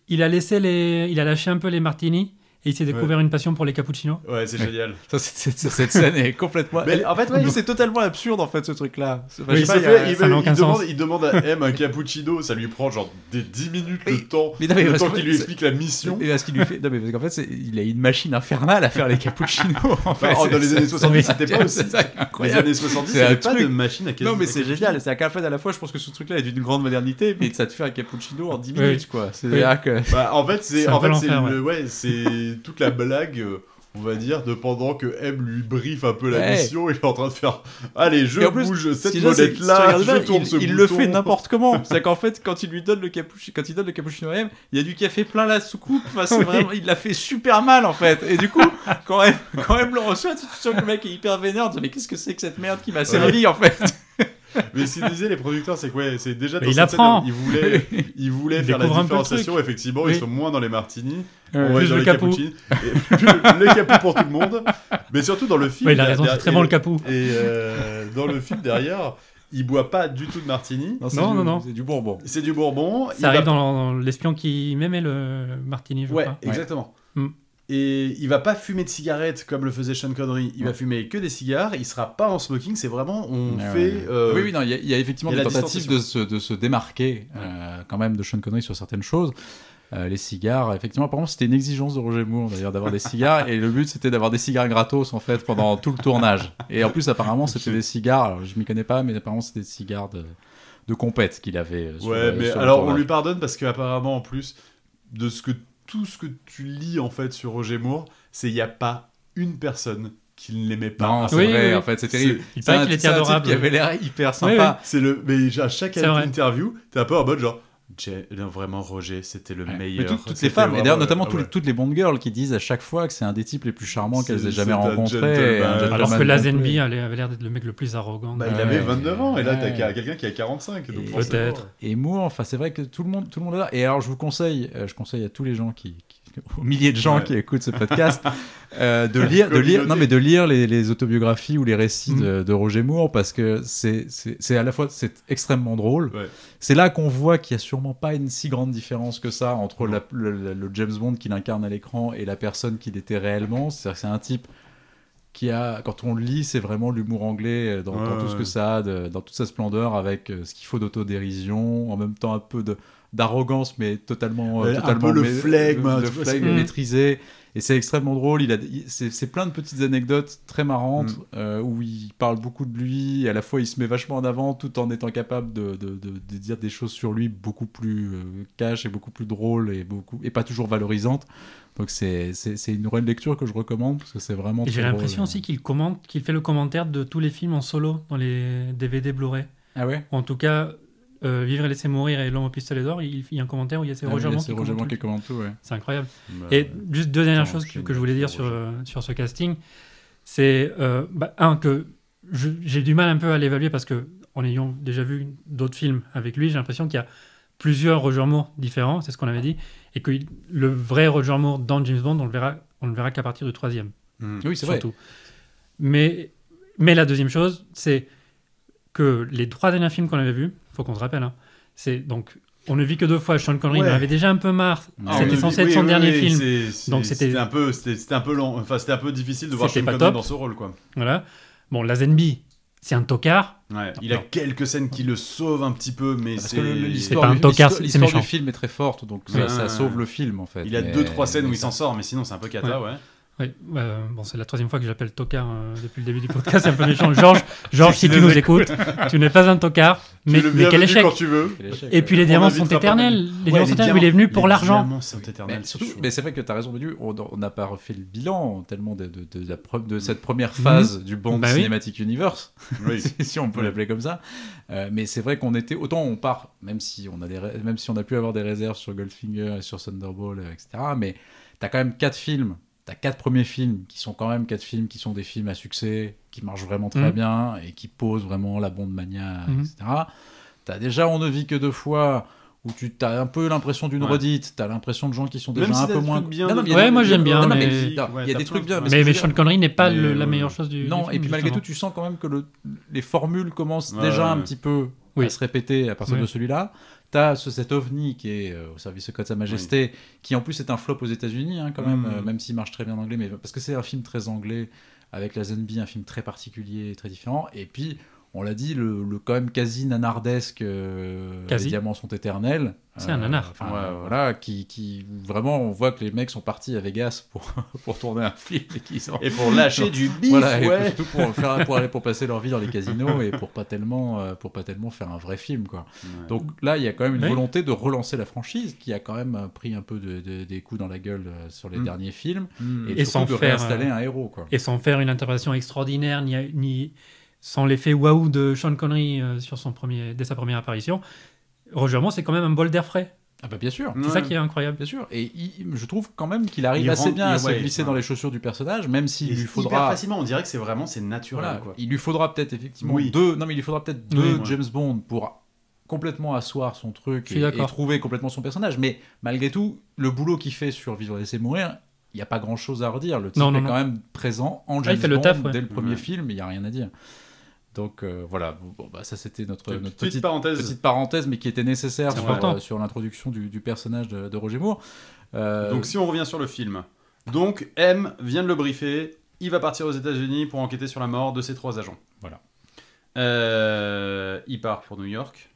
D: il a laissé les, il a lâché un peu les martinis et il s'est découvert une passion pour les cappuccinos.
C: Ouais, c'est
A: Ouais.
C: génial.
A: Ça, c'est- c'est- cette scène est complètement.
C: Mais en fait, ouais,
A: Donc-
C: c'est totalement absurde en fait ce truc-là. C'est- enfin,
D: Oui,
C: je sais
D: c'est
C: pas,
D: fait,
C: il, y a-
D: ça n'a
C: il
D: aucun
C: demande,
D: sens.
C: il demande à M un cappuccino, ça lui prend genre des 10 minutes
A: Mais-
C: le temps,
A: mais non, mais
C: le
A: parce
C: temps
A: que-
C: qu'il lui
A: c'est-
C: explique la mission.
A: Et parce qu'il lui fait. Non, mais parce qu'en fait, c'est- il a une machine infernale à faire les cappuccinos. en fait.
C: oh, dans les
A: C'est-
C: années
A: c'est-
C: 70,
A: c'est-
C: c'était pas aussi-
A: c'est ça qui est
C: Les
A: incroyable.
C: années 70,
A: C'est un
C: c'est pas
A: truc.
C: de machine à
A: Non, mais
C: à
A: c'est
C: cappuccino.
A: génial,
C: C'est à la à la fois, je pense que ce truc-là est d'une grande modernité, mais ça te fait un cappuccino en 10
D: Oui. minutes,
C: quoi.
A: C'est-à-dire que-
C: Bah, en fait,
D: C'est
C: c'est
D: un
C: en
D: peu
C: fait, c'est
D: l'enfer,
C: le- ouais, c'est toute la blague, euh, on va dire, de pendant que M lui briefe un peu la
A: Ouais.
C: mission, il est en train de faire Allez, je
A: Et en plus,
C: bouge
A: ce qui
C: cette
A: est bien, c'est que si tu
C: molette-là,
A: regardes
C: je
A: bien,
C: tourne
A: il,
C: ce
A: il le
C: bouton.
A: fait n'importe comment. C'est-à-dire qu'en fait, quand il lui donne le cappuccino, quand il donne le cappuccino à M, il y a du café plein la soucoupe. Enfin, c'est
D: Oui.
A: vraiment, il l'a fait super mal en fait. Et du coup, quand M, quand M le reçoit, tu te sens que le mec est hyper vénère. Tu te dis, mais qu'est-ce que c'est que cette merde qui m'a servi en fait
C: Mais ce qu'ils disaient les producteurs, c'est que ouais, c'est déjà
D: Mais
C: dans
D: il
C: cette
D: apprend.
C: scène, ils voulaient, ils voulaient
D: Il
C: faire la
D: découvre un peu le
C: différenciation. Effectivement,
D: Oui.
C: ils sont moins dans les martinis,
D: Euh,
C: on va
D: plus
C: être dans
D: le
C: les
D: capou.
C: cappuccinos, et plus le le capou pour tout le monde. Mais surtout dans le film,
D: Ouais, il a raison, c'est
C: derrière-
D: très bon
C: et-
D: le capou.
C: Et euh, dans le film derrière, il boit pas du tout de martini.
D: c'est Non, du- non, non.
A: C'est du bourbon.
C: C'est du bourbon. il
D: Ça arrive
C: va-
D: dans l'espion qui m'aimait le Martini, je
C: Ouais,
D: crois.
C: exactement.
D: Mm.
C: Et il va pas fumer de cigarettes comme le faisait Sean Connery. Il va fumer que des cigares. Il sera pas en smoking. C'est vraiment on
A: Ah Ouais,
C: fait.
A: ouais.
C: euh,
A: oui, oui, non, il y, a- il y a effectivement
C: il y a
A: des
C: la
A: tentatives de se, de se démarquer euh, quand même de Sean Connery sur certaines choses. Euh, les cigares, effectivement, apparemment, c'était une exigence de Roger Moore d'ailleurs d'avoir des cigares, et le but c'était d'avoir des cigares gratos en fait pendant tout le tournage. Et en plus, apparemment, c'était des cigares, alors, je m'y connais pas, mais apparemment, c'était des cigares de, de compète qu'il avait. euh, sur
C: Ouais,
A: le-
C: mais
A: sur le
C: alors on
A: tournage.
C: lui pardonne parce qu'apparemment, en plus de ce que tout ce que tu lis en fait sur Roger Moore, c'est il n'y a pas une personne qui ne l'aimait pas.
A: Non,
C: Ah,
A: c'est
D: Oui,
A: vrai,
D: oui, oui.
A: en fait, c'est
C: C'est-
A: terrible.
D: Il
A: C'est
D: paraît
A: un-
D: qu'il était
A: c'est un type
D: adorable.
A: qui avait l'air hyper
D: Oui,
A: sympa.
C: C'est le. Mais à chaque
D: C'est vrai.
C: interview, t'es un peu en mode genre. Jay- non, vraiment, Roger, c'était le
A: Ouais.
C: meilleur.
A: Mais toutes- toutes
C: C'était
A: les femmes, et d'ailleurs
C: vraiment-
A: notamment
C: ah
A: tous les-
C: ouais.
A: toutes les Bond girls qui disent à chaque fois que c'est un des types les plus charmants qu'elles
C: C'est-
A: aient jamais
C: c'est un
A: rencontré. et un
C: gentleman.
A: gentleman
D: Euh, Alors que la
A: complet.
D: Zenby elle avait l'air d'être le mec le plus arrogant.
C: Bah,
D: de-
C: il avait
A: Ouais.
C: 29 ans, et là, t'as
A: Ouais.
C: qu'à- quelqu'un qui a 45. donc
A: Et-
C: forcément.
D: Peut-être.
A: Et Moore, enfin c'est vrai que tout le monde, tout le monde adore. Et alors je vous conseille, euh, je conseille à tous les gens qui, qui- aux milliers de gens
C: Ouais.
A: qui écoutent ce podcast, euh, de lire, de lire, non mais de lire les, les autobiographies ou les récits
C: Mm.
A: de, de Roger Moore parce que c'est c'est c'est à la fois c'est extrêmement drôle.
C: Ouais.
A: C'est là qu'on voit qu'il y a sûrement pas une si grande différence que ça entre la- le, le- le James Bond qu'il incarne à l'écran et la personne qu'il était réellement. C'est-à-dire que c'est un type qui a, quand on le lit, c'est vraiment l'humour anglais euh, dans, dans
C: Ouais,
A: tout ce que
C: ouais.
A: ça a, de- dans toute sa splendeur, avec euh, ce qu'il faut d'autodérision, en même temps un peu de d'arrogance, mais totalement, euh,
C: Ouais, un
A: totalement
C: peu le
A: mais-
C: flegme,
A: le, le
C: tu vois,
A: flegme
D: c'est-
A: maîtrisé. Et c'est extrêmement drôle. Il a, il- c'est c'est plein de petites anecdotes très marrantes
C: Mm.
A: euh, où il parle beaucoup de lui. Et à la fois, il se met vachement en avant tout en étant capable de, de- de- de dire des choses sur lui beaucoup plus euh, cash et beaucoup plus drôles et beaucoup et pas toujours valorisantes. Donc c'est c'est- c'est une bonne lecture que je recommande parce que c'est vraiment.
D: Et j'ai
A: très drôle.
D: l'impression aussi qu'il commente, qu'il fait le commentaire de tous les films en solo dans les DVD Blu-ray.
A: Ah ouais.
D: En tout cas, euh, Vivre et laisser mourir et L'homme au pistolet d'or, il, il y a un commentaire où il y a c'est
A: Ah oui,
D: Roger
A: là,
D: Moore
A: c'est
D: qui
A: Roger
D: commente
A: Moore
D: tout.
A: qui commente tout. Ouais.
D: C'est incroyable.
C: Bah,
D: Et juste deux dernières
C: Attends,
D: choses
C: je
D: que,
C: vais
D: que je voulais
C: me
D: dire
C: faire
D: sur, euh, sur ce casting, c'est euh, bah, un que je- j'ai du mal un peu à l'évaluer parce que en ayant déjà vu d'autres films avec lui, j'ai l'impression qu'il y a plusieurs Roger Moore différents, c'est ce qu'on avait dit, et que il- le vrai Roger Moore dans James Bond, on le verra, on le verra qu'à partir du troisième,
C: Mm.
A: Oui, c'est vrai.
D: surtout. Mais, mais la deuxième chose, c'est que les trois derniers films qu'on avait vus, faut qu'on se rappelle, hein, c'est donc on ne vit que deux fois Sean Connery,
C: Ouais.
D: on en avait déjà un peu marre,
A: Ah,
D: c'était
C: oui,
D: censé
C: oui,
D: être son
C: oui,
D: dernier
C: oui,
D: film.
C: c'est- c'est-
D: Donc, c'était-
C: c'était un peu, c'était c'était un peu lent. Enfin, c'était un peu difficile de voir
D: C'était
C: Sean
D: pas
C: Connery
D: top.
C: dans ce rôle, quoi.
D: Voilà. Bon, la Zenby, c'est un tocard.
C: Ouais, il a
D: Non.
C: quelques scènes qui le sauvent un petit peu, mais
A: Parce
C: c'est.
A: que le- le-
D: pas
A: l'histoire
D: un
A: du,
D: tocard,
A: l'histoire-
D: c'est
A: l'histoire
D: méchant.
A: du film est très forte, donc
C: Ouais.
A: ça, ça sauve le film en fait.
C: Il a
A: Mais-
C: deux trois scènes où
A: mais
C: il s'en sort, mais sinon c'est un peu cata, ouais.
D: Oui, euh, bon, c'est la troisième fois que j'appelle tocard euh, depuis le début du podcast. C'est un peu méchant. Georges, Georges, si tu nous écoutes, tu n'es pas un tocard, mais,
C: Tu le
D: mais quel
C: bienvenu
D: échec.
C: quand tu veux.
A: Quel échec,
D: Et puis les
C: On
D: diamants sont
C: invitera pas
D: éternels.
C: Manu.
D: Les
C: Ouais,
D: diamants sont éternels, il est venu pour
C: Les
D: l'argent.
C: diamants sont éternels,
A: Mais,
C: c'est
A: surtout-
C: chaud.
A: mais c'est vrai que tu as raison, Manu, on on n'a pas refait le bilan tellement de, de- de la pre- de cette première phase du Bond
D: Mhm. Bah oui.
A: Cinematic Universe,
C: Oui.
A: si on peut l'appeler comme ça. Euh, mais c'est vrai qu'on était, autant on part, même si on a, des, ré- même si on a pu avoir des réserves sur Goldfinger et sur Thunderball, euh, etc., mais tu as quand même quatre films, tu as quatre premiers films qui sont quand même quatre films qui sont des films à succès, qui marchent vraiment très
D: Mhm.
A: bien et qui posent vraiment la Bond Mania,
D: Mhm.
A: etc. T'as déjà On ne vit que deux fois, où tu as un peu l'impression d'une
C: Ouais.
A: redite, t'as l'impression de gens qui sont déjà
C: Même si
A: un
C: t'as
A: peu
C: des
A: moins.
C: trucs bien
A: Non, non,
C: de-
A: il y a
D: Ouais,
A: des-
D: moi,
A: des-
D: j'aime bien,
A: non, non, mais
D: mais-
A: il y a
C: Ouais,
A: des
C: t'as
A: trucs
C: plein de
A: bien. ce
C: trucs.
D: Mais,
A: que
D: mais
A: je veux
D: Sean Connery n'est pas
C: Mais,
D: le- la
C: euh,
D: meilleure chose du.
A: dire-
D: du
A: Non,
D: film,
A: et puis malgré tout, tu
D: justement.
A: sens quand même que le, les formules commencent
C: Ouais,
A: déjà un
C: ouais.
A: petit peu
D: Oui.
A: à se répéter à partir
D: Oui.
A: de celui-là. T'as ce, cet ovni qui est euh, au service secret de Sa Majesté, qui en plus est un flop aux États-Unis, hein, quand même,
C: Mhm.
A: euh, même s'il marche très bien en anglais, mais parce que c'est un film très anglais, avec la zone B, un film très particulier, très différent. Et puis, on l'a dit, le, le quand même quasi nanardesque euh,
D: Quasi.
A: Les diamants sont éternels. Euh,
D: C'est un nanar.
A: enfin,
C: Ouais, ouais.
A: Voilà, qui, qui vraiment, on voit que les mecs sont partis à Vegas pour, pour tourner un film et qu'ils ont
C: Et pour lâcher du bif,
A: voilà, et
C: ouais.
A: surtout pour, faire, pour aller pour passer leur vie dans les casinos et pour pas tellement, euh, pour pas tellement faire un vrai film quoi. Donc là, il y a quand même une
D: Oui.
A: volonté de relancer la franchise qui a quand même euh, pris un peu de, de- des coups dans la gueule euh, sur les
C: Mm.
A: derniers films et,
D: Et
A: surtout
D: sans
A: de
D: faire,
A: réinstaller
D: euh,
A: un héros quoi.
D: Et sans faire une interprétation extraordinaire, ni, ni sans l'effet waouh de Sean Connery euh, sur son premier, dès sa première apparition, Roger Moore, c'est quand même un bol d'air frais.
A: Ah bah bien sûr.
D: C'est ça qui est incroyable.
A: Bien sûr, et il- je trouve quand même qu'il arrive
C: Il
A: assez
C: rentre-
A: bien à
C: il-
A: se
C: ouais,
A: glisser
C: ouais.
A: dans les chaussures du personnage, même s'il lui
C: Hyper
A: faudra
C: facilement, on dirait que c'est vraiment c'est naturel
A: Voilà,
C: quoi.
A: il lui faudra peut-être effectivement
C: Oui.
A: deux. Non, mais il lui faudra peut-être
D: Oui,
A: deux
C: ouais.
A: James Bond pour complètement asseoir son truc
D: Je suis
A: et,
D: d'accord.
A: et trouver complètement son personnage. Mais malgré tout, le boulot qu'il fait sur Vivre et laisser mourir, il n'y a pas grand-chose à redire. Le type
D: Non, non,
A: est
D: non.
A: quand même présent en
D: Ah,
A: James
D: il fait le
A: Bond
D: taf, ouais.
A: dès le premier
C: Ouais.
A: film. Il n'y a rien à dire. Donc euh, voilà, bon, bah, ça c'était notre,
C: Petite,
A: notre petite,
C: parenthèse.
A: petite parenthèse, mais qui était nécessaire
D: C'est
A: sur,
D: important.
A: euh, sur l'introduction du, du personnage de, de Roger Moore. Euh,
C: Donc si on revient sur le film, donc M vient de le briefer, il va partir aux États-Unis pour enquêter sur la mort de ses trois agents.
A: Voilà.
C: Euh, il part pour New York.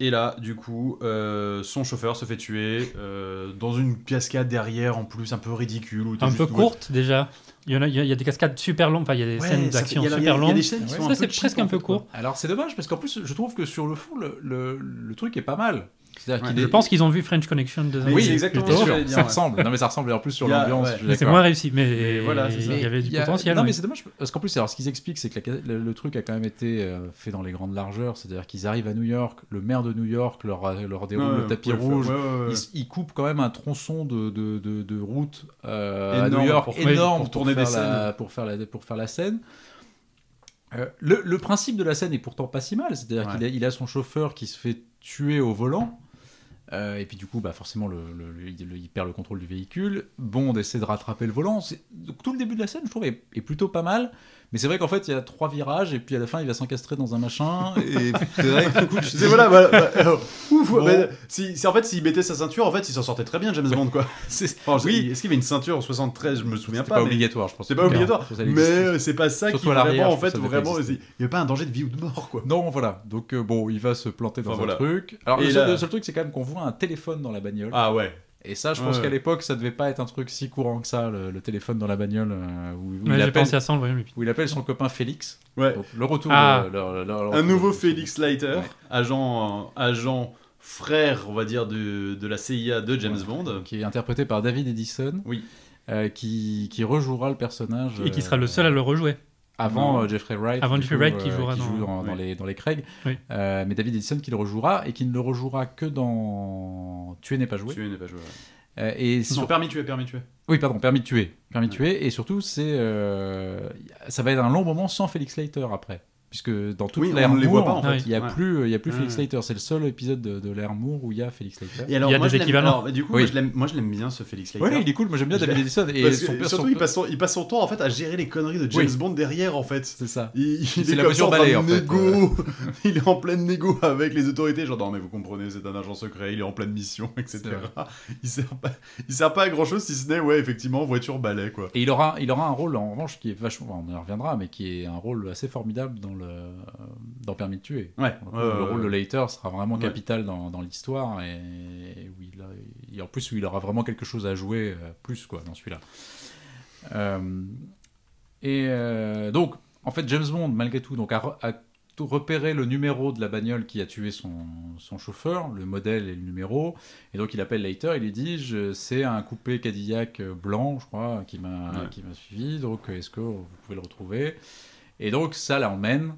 C: Et là, du coup, euh, son chauffeur se fait tuer euh, dans une cascade derrière, en plus un peu ridicule. où t'as
D: Un
C: juste
D: peu
C: une
D: courte déjà. Il y, en a, il y a- il y a des cascades super longues, enfin il y a des
C: voiture- Ouais,
D: scènes
C: ça fait-
D: d'action
C: il y a- il y a-
D: super
C: Il y a
D: longues.
C: des scènes qui
A: Ouais,
C: sont
D: Ça
C: un
D: c'est
C: peu
D: presque
C: cheap,
D: un
C: en
D: peu
C: fait,
D: court.
A: Alors c'est dommage parce qu'en plus je trouve que sur le fond le, le- le truc est pas mal. C'est-à-dire
C: Ouais.
A: qu'il
D: Je
A: est-
D: pense qu'ils ont vu French Connection deux ans
C: Oui,
D: plus
C: c'est exactement
D: tôt.
C: ce que
A: Bien sûr,
C: j'allais dire,
A: ça
C: ouais.
A: ressemble. Non, mais ça ressemble en plus sur
C: Il y a-
A: l'ambiance.
C: ouais.
A: je suis
D: Mais C'est
A: d'accord.
D: moins réussi, mais
C: Mais voilà, c'est ça.
D: il y avait du
A: Il y a-
D: potentiel.
A: Non,
D: ouais.
A: mais c'est dommage. Parce qu'en plus, alors, ce qu'ils expliquent, c'est que la- le, le truc a quand même été euh, fait dans les grandes largeurs. C'est-à-dire qu'ils arrivent à New York, le maire de New York leur, euh, leur déroule
C: Ouais,
A: le tapis
C: ouais,
A: rouge.
C: ouais, ouais, ouais.
A: Ils, ils coupent quand même un tronçon de, de, de- de route euh, à
C: Énorme
A: New York,
C: pour-
A: énorme
C: pour tourner
A: faire
C: des
A: la- pour faire la, pour faire la scène. Euh, le, le principe de la scène est pourtant pas si mal, c'est-à-dire
C: Ouais.
A: qu'il a, il a son chauffeur qui se fait tuer au volant, euh, et puis du coup, bah forcément, le, le- le- il- le- il perd le contrôle du véhicule. Bond essaie de rattraper le volant. C'est- Donc, tout le début de la scène, je trouve, est, est plutôt pas mal. Mais c'est vrai qu'en fait, il y a trois virages, et puis à la fin, il va s'encastrer dans un machin. Et c'est vrai que du coup, tu te
C: C'est
A: dis,
C: voilà, voilà, bah, euh, ouf,
A: Bon.
C: bah, si, si- en fait, s'il mettait sa ceinture, en fait, il s'en sortait très bien, James Bond, quoi.
A: c'est
C: Enfin, je-
A: Oui.
C: Est-ce qu'il avait une ceinture en 73 Je me souviens
A: c'était
C: pas.
A: pas,
C: mais-
A: obligatoire, je pense.
C: C'est pas obligatoire.
A: Je pense que ça
C: Mais
A: existe.
C: euh, c'est pas ça
A: Surtout
C: qui
A: à l'arrière,
C: vraiment,
A: je
C: en
A: pense
C: fait,
A: que ça devait
C: vraiment.
A: exister.
C: Il n'y a pas un danger de vie ou de mort, quoi.
A: Non, voilà. Donc, euh, bon, il va se planter dans
C: Enfin,
A: un
C: voilà.
A: truc. Alors,
C: Et
A: le, seul,
C: là-
A: le seul truc, c'est quand même qu'on voit un téléphone dans la bagnole.
C: Ah ouais.
A: Et ça, je pense
C: Ouais.
A: qu'à l'époque, ça devait pas être un truc si courant que ça, le, le téléphone dans la bagnole, euh, où, où
D: Ouais,
A: il
D: J'ai
A: appelle,
D: pensé à ça en le voyant. lui.
A: où il appelle son copain Félix.
C: Ouais.
A: Donc, le retour.
D: Ah.
A: de- le- le- le- le-
C: Un nouveau
A: le-
C: Félix Leiter,
A: Ouais.
C: agent, euh, agent frère, on va dire, de, de la CIA de James Bond.
A: Qui est interprété par David Edison.
C: Oui.
A: euh, qui, qui rejouera le personnage.
D: Et qui sera
A: euh,
D: le seul à le rejouer.
A: Avant
C: Non.
A: euh, Jeffrey Wright.
D: Avant
A: du
D: Jeffrey
A: coup, euh,
D: Wright qui jouera
A: joue
D: dans-
A: dans, dans
C: oui.
A: les, dans les Craig.
D: Oui.
A: Euh, mais David Edison qui le rejouera et qui ne le rejouera que dans Tuer n'est pas joué.
C: Tu n'es pas joué. ouais.
A: Euh, et sur-
C: Non, permis de tuer, permis de tuer.
A: Oui, pardon, permis de tuer. Permis de tuer et surtout, c'est, euh, ça va être un long moment sans Félix Leiter après. Puisque dans toute
C: Oui, on
A: l'ère
C: ne les voit
A: Moore,
C: pas, en
D: fait.
A: Il n'y a,
C: Ouais.
A: plus, il y a plus
C: Ouais.
A: Félix Leiter. C'est le seul épisode de, de l'ère Moore où il y a Félix Leiter.
C: Et alors,
D: Il y a
C: moi,
D: des
C: je l'aime-
D: équivalents.
C: alors, du coup,
A: Oui.
C: moi, je l'aime- moi, je l'aime bien ce Félix Leiter.
A: Oui, il est cool. Moi, j'aime bien
C: Je
A: David Edison. Et
C: Parce que-
A: son
C: surtout,
A: père- son-
C: Il, passe son, il passe son temps en fait à gérer les conneries de James
A: Oui.
C: Bond derrière en fait.
A: C'est ça.
C: Il, il
A: C'est
C: est
A: la
C: comme
A: voiture
C: ça en train
A: balai,
C: de
A: en fait,
C: négo. il est en pleine négo avec les autorités. Genre non mais vous comprenez, c'est un agent secret, il est en pleine mission, etc.
A: C'est vrai.
C: Il sert pas, il sert pas à grand chose si ce n'est ouais effectivement voiture balai quoi.
A: Et il aura, il aura un rôle en revanche qui est vachement, on y reviendra, mais qui est un rôle assez formidable dans le euh, dans Permis de tuer.
C: Ouais. euh,
A: Le rôle de Leiter sera vraiment
C: Ouais.
A: capital dans, dans l'histoire et, et où il a- et en plus où il aura vraiment quelque chose à jouer euh, plus quoi dans celui-là. Euh, et euh, donc en fait James Bond malgré tout donc a, re- a tout repéré le numéro de la bagnole qui a tué son, son chauffeur, le modèle et le numéro. Et donc il appelle Leiter, il lui dit je- c'est un coupé Cadillac blanc je crois qui m'a
C: Ouais.
A: qui m'a suivi donc est-ce que vous pouvez le retrouver Et donc ça l'emmène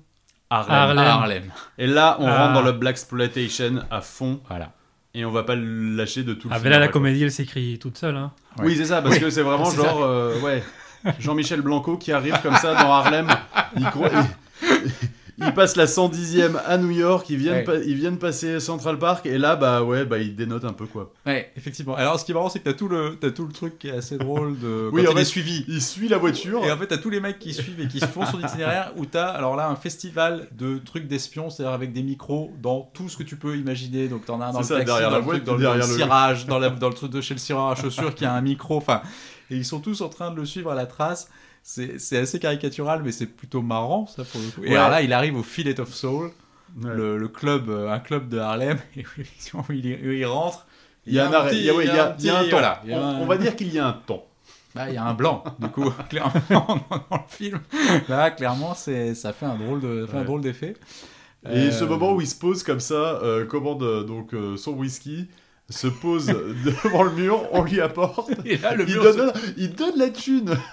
C: Harlem.
A: à Harlem.
C: Et là on
D: Ah.
C: rentre dans le black exploitation à fond
A: Voilà.
C: et on va pas le lâcher de tout. Le
D: Ah, mais
C: film,
D: là, la
C: après, quoi.
D: comédie, elle s'écrit toute seule. hein.
A: Ouais.
C: Oui, c'est ça, parce
A: Oui,
C: que c'est vraiment
A: c'est
C: genre euh, ouais, Jean-Michel Blanco qui arrive comme ça dans Harlem. Il, croit- il- Ils passent la 110e à New York, ils viennent,
A: Ouais.
C: pa- ils viennent passer Central Park, et là, bah ouais, bah ils dénotent un peu quoi.
A: Ouais, effectivement. Alors, ce qui est marrant, c'est que t'as tout le, t'as tout le truc qui est assez drôle de
C: Oui,
A: quand
C: en
A: il
C: fait-
A: est suivi.
C: Il suit la voiture.
A: Et en fait, t'as tous les mecs qui suivent et qui se font son itinéraire où t'as alors là un festival de trucs d'espions, c'est-à-dire avec des micros dans tout ce que tu peux imaginer. Donc t'en as un dans le
C: C'est ça,
A: taxi,
C: derrière
A: dans
C: la
A: le truc,
C: boîte,
A: dans le,
C: derrière
A: dans le
C: le-
A: cirage, dans, la- dans le truc de chez le cireur à chaussures qui a un micro. Enfin, et ils sont tous en train de le suivre à la trace. C'est c'est assez caricatural, mais c'est plutôt marrant ça pour le coup. Et
C: Ouais.
A: alors là, il arrive au Filet of Soul,
C: Ouais.
A: le, le club, euh, un club de Harlem. Et effectivement, il, il rentre.
C: Il y a un arrêt,
A: petit-
C: il y a, ouais, il y a- il y a un
A: petit-
C: temps.
A: voilà, il y a
C: on,
A: un-
C: on va dire qu'il y a un temps.
A: Là, il y a un blanc, du coup, clairement, dans, dans le film. Là, clairement, c'est, ça fait un drôle, de, ça fait un
C: Ouais.
A: drôle d'effet.
C: Et
A: Euh,
C: ce moment où il se pose comme ça, euh, commande euh, donc euh, son whisky, se pose devant le mur, on lui apporte.
A: Euh, Et là, le
C: il,
A: mur se-
C: donne, il donne la thune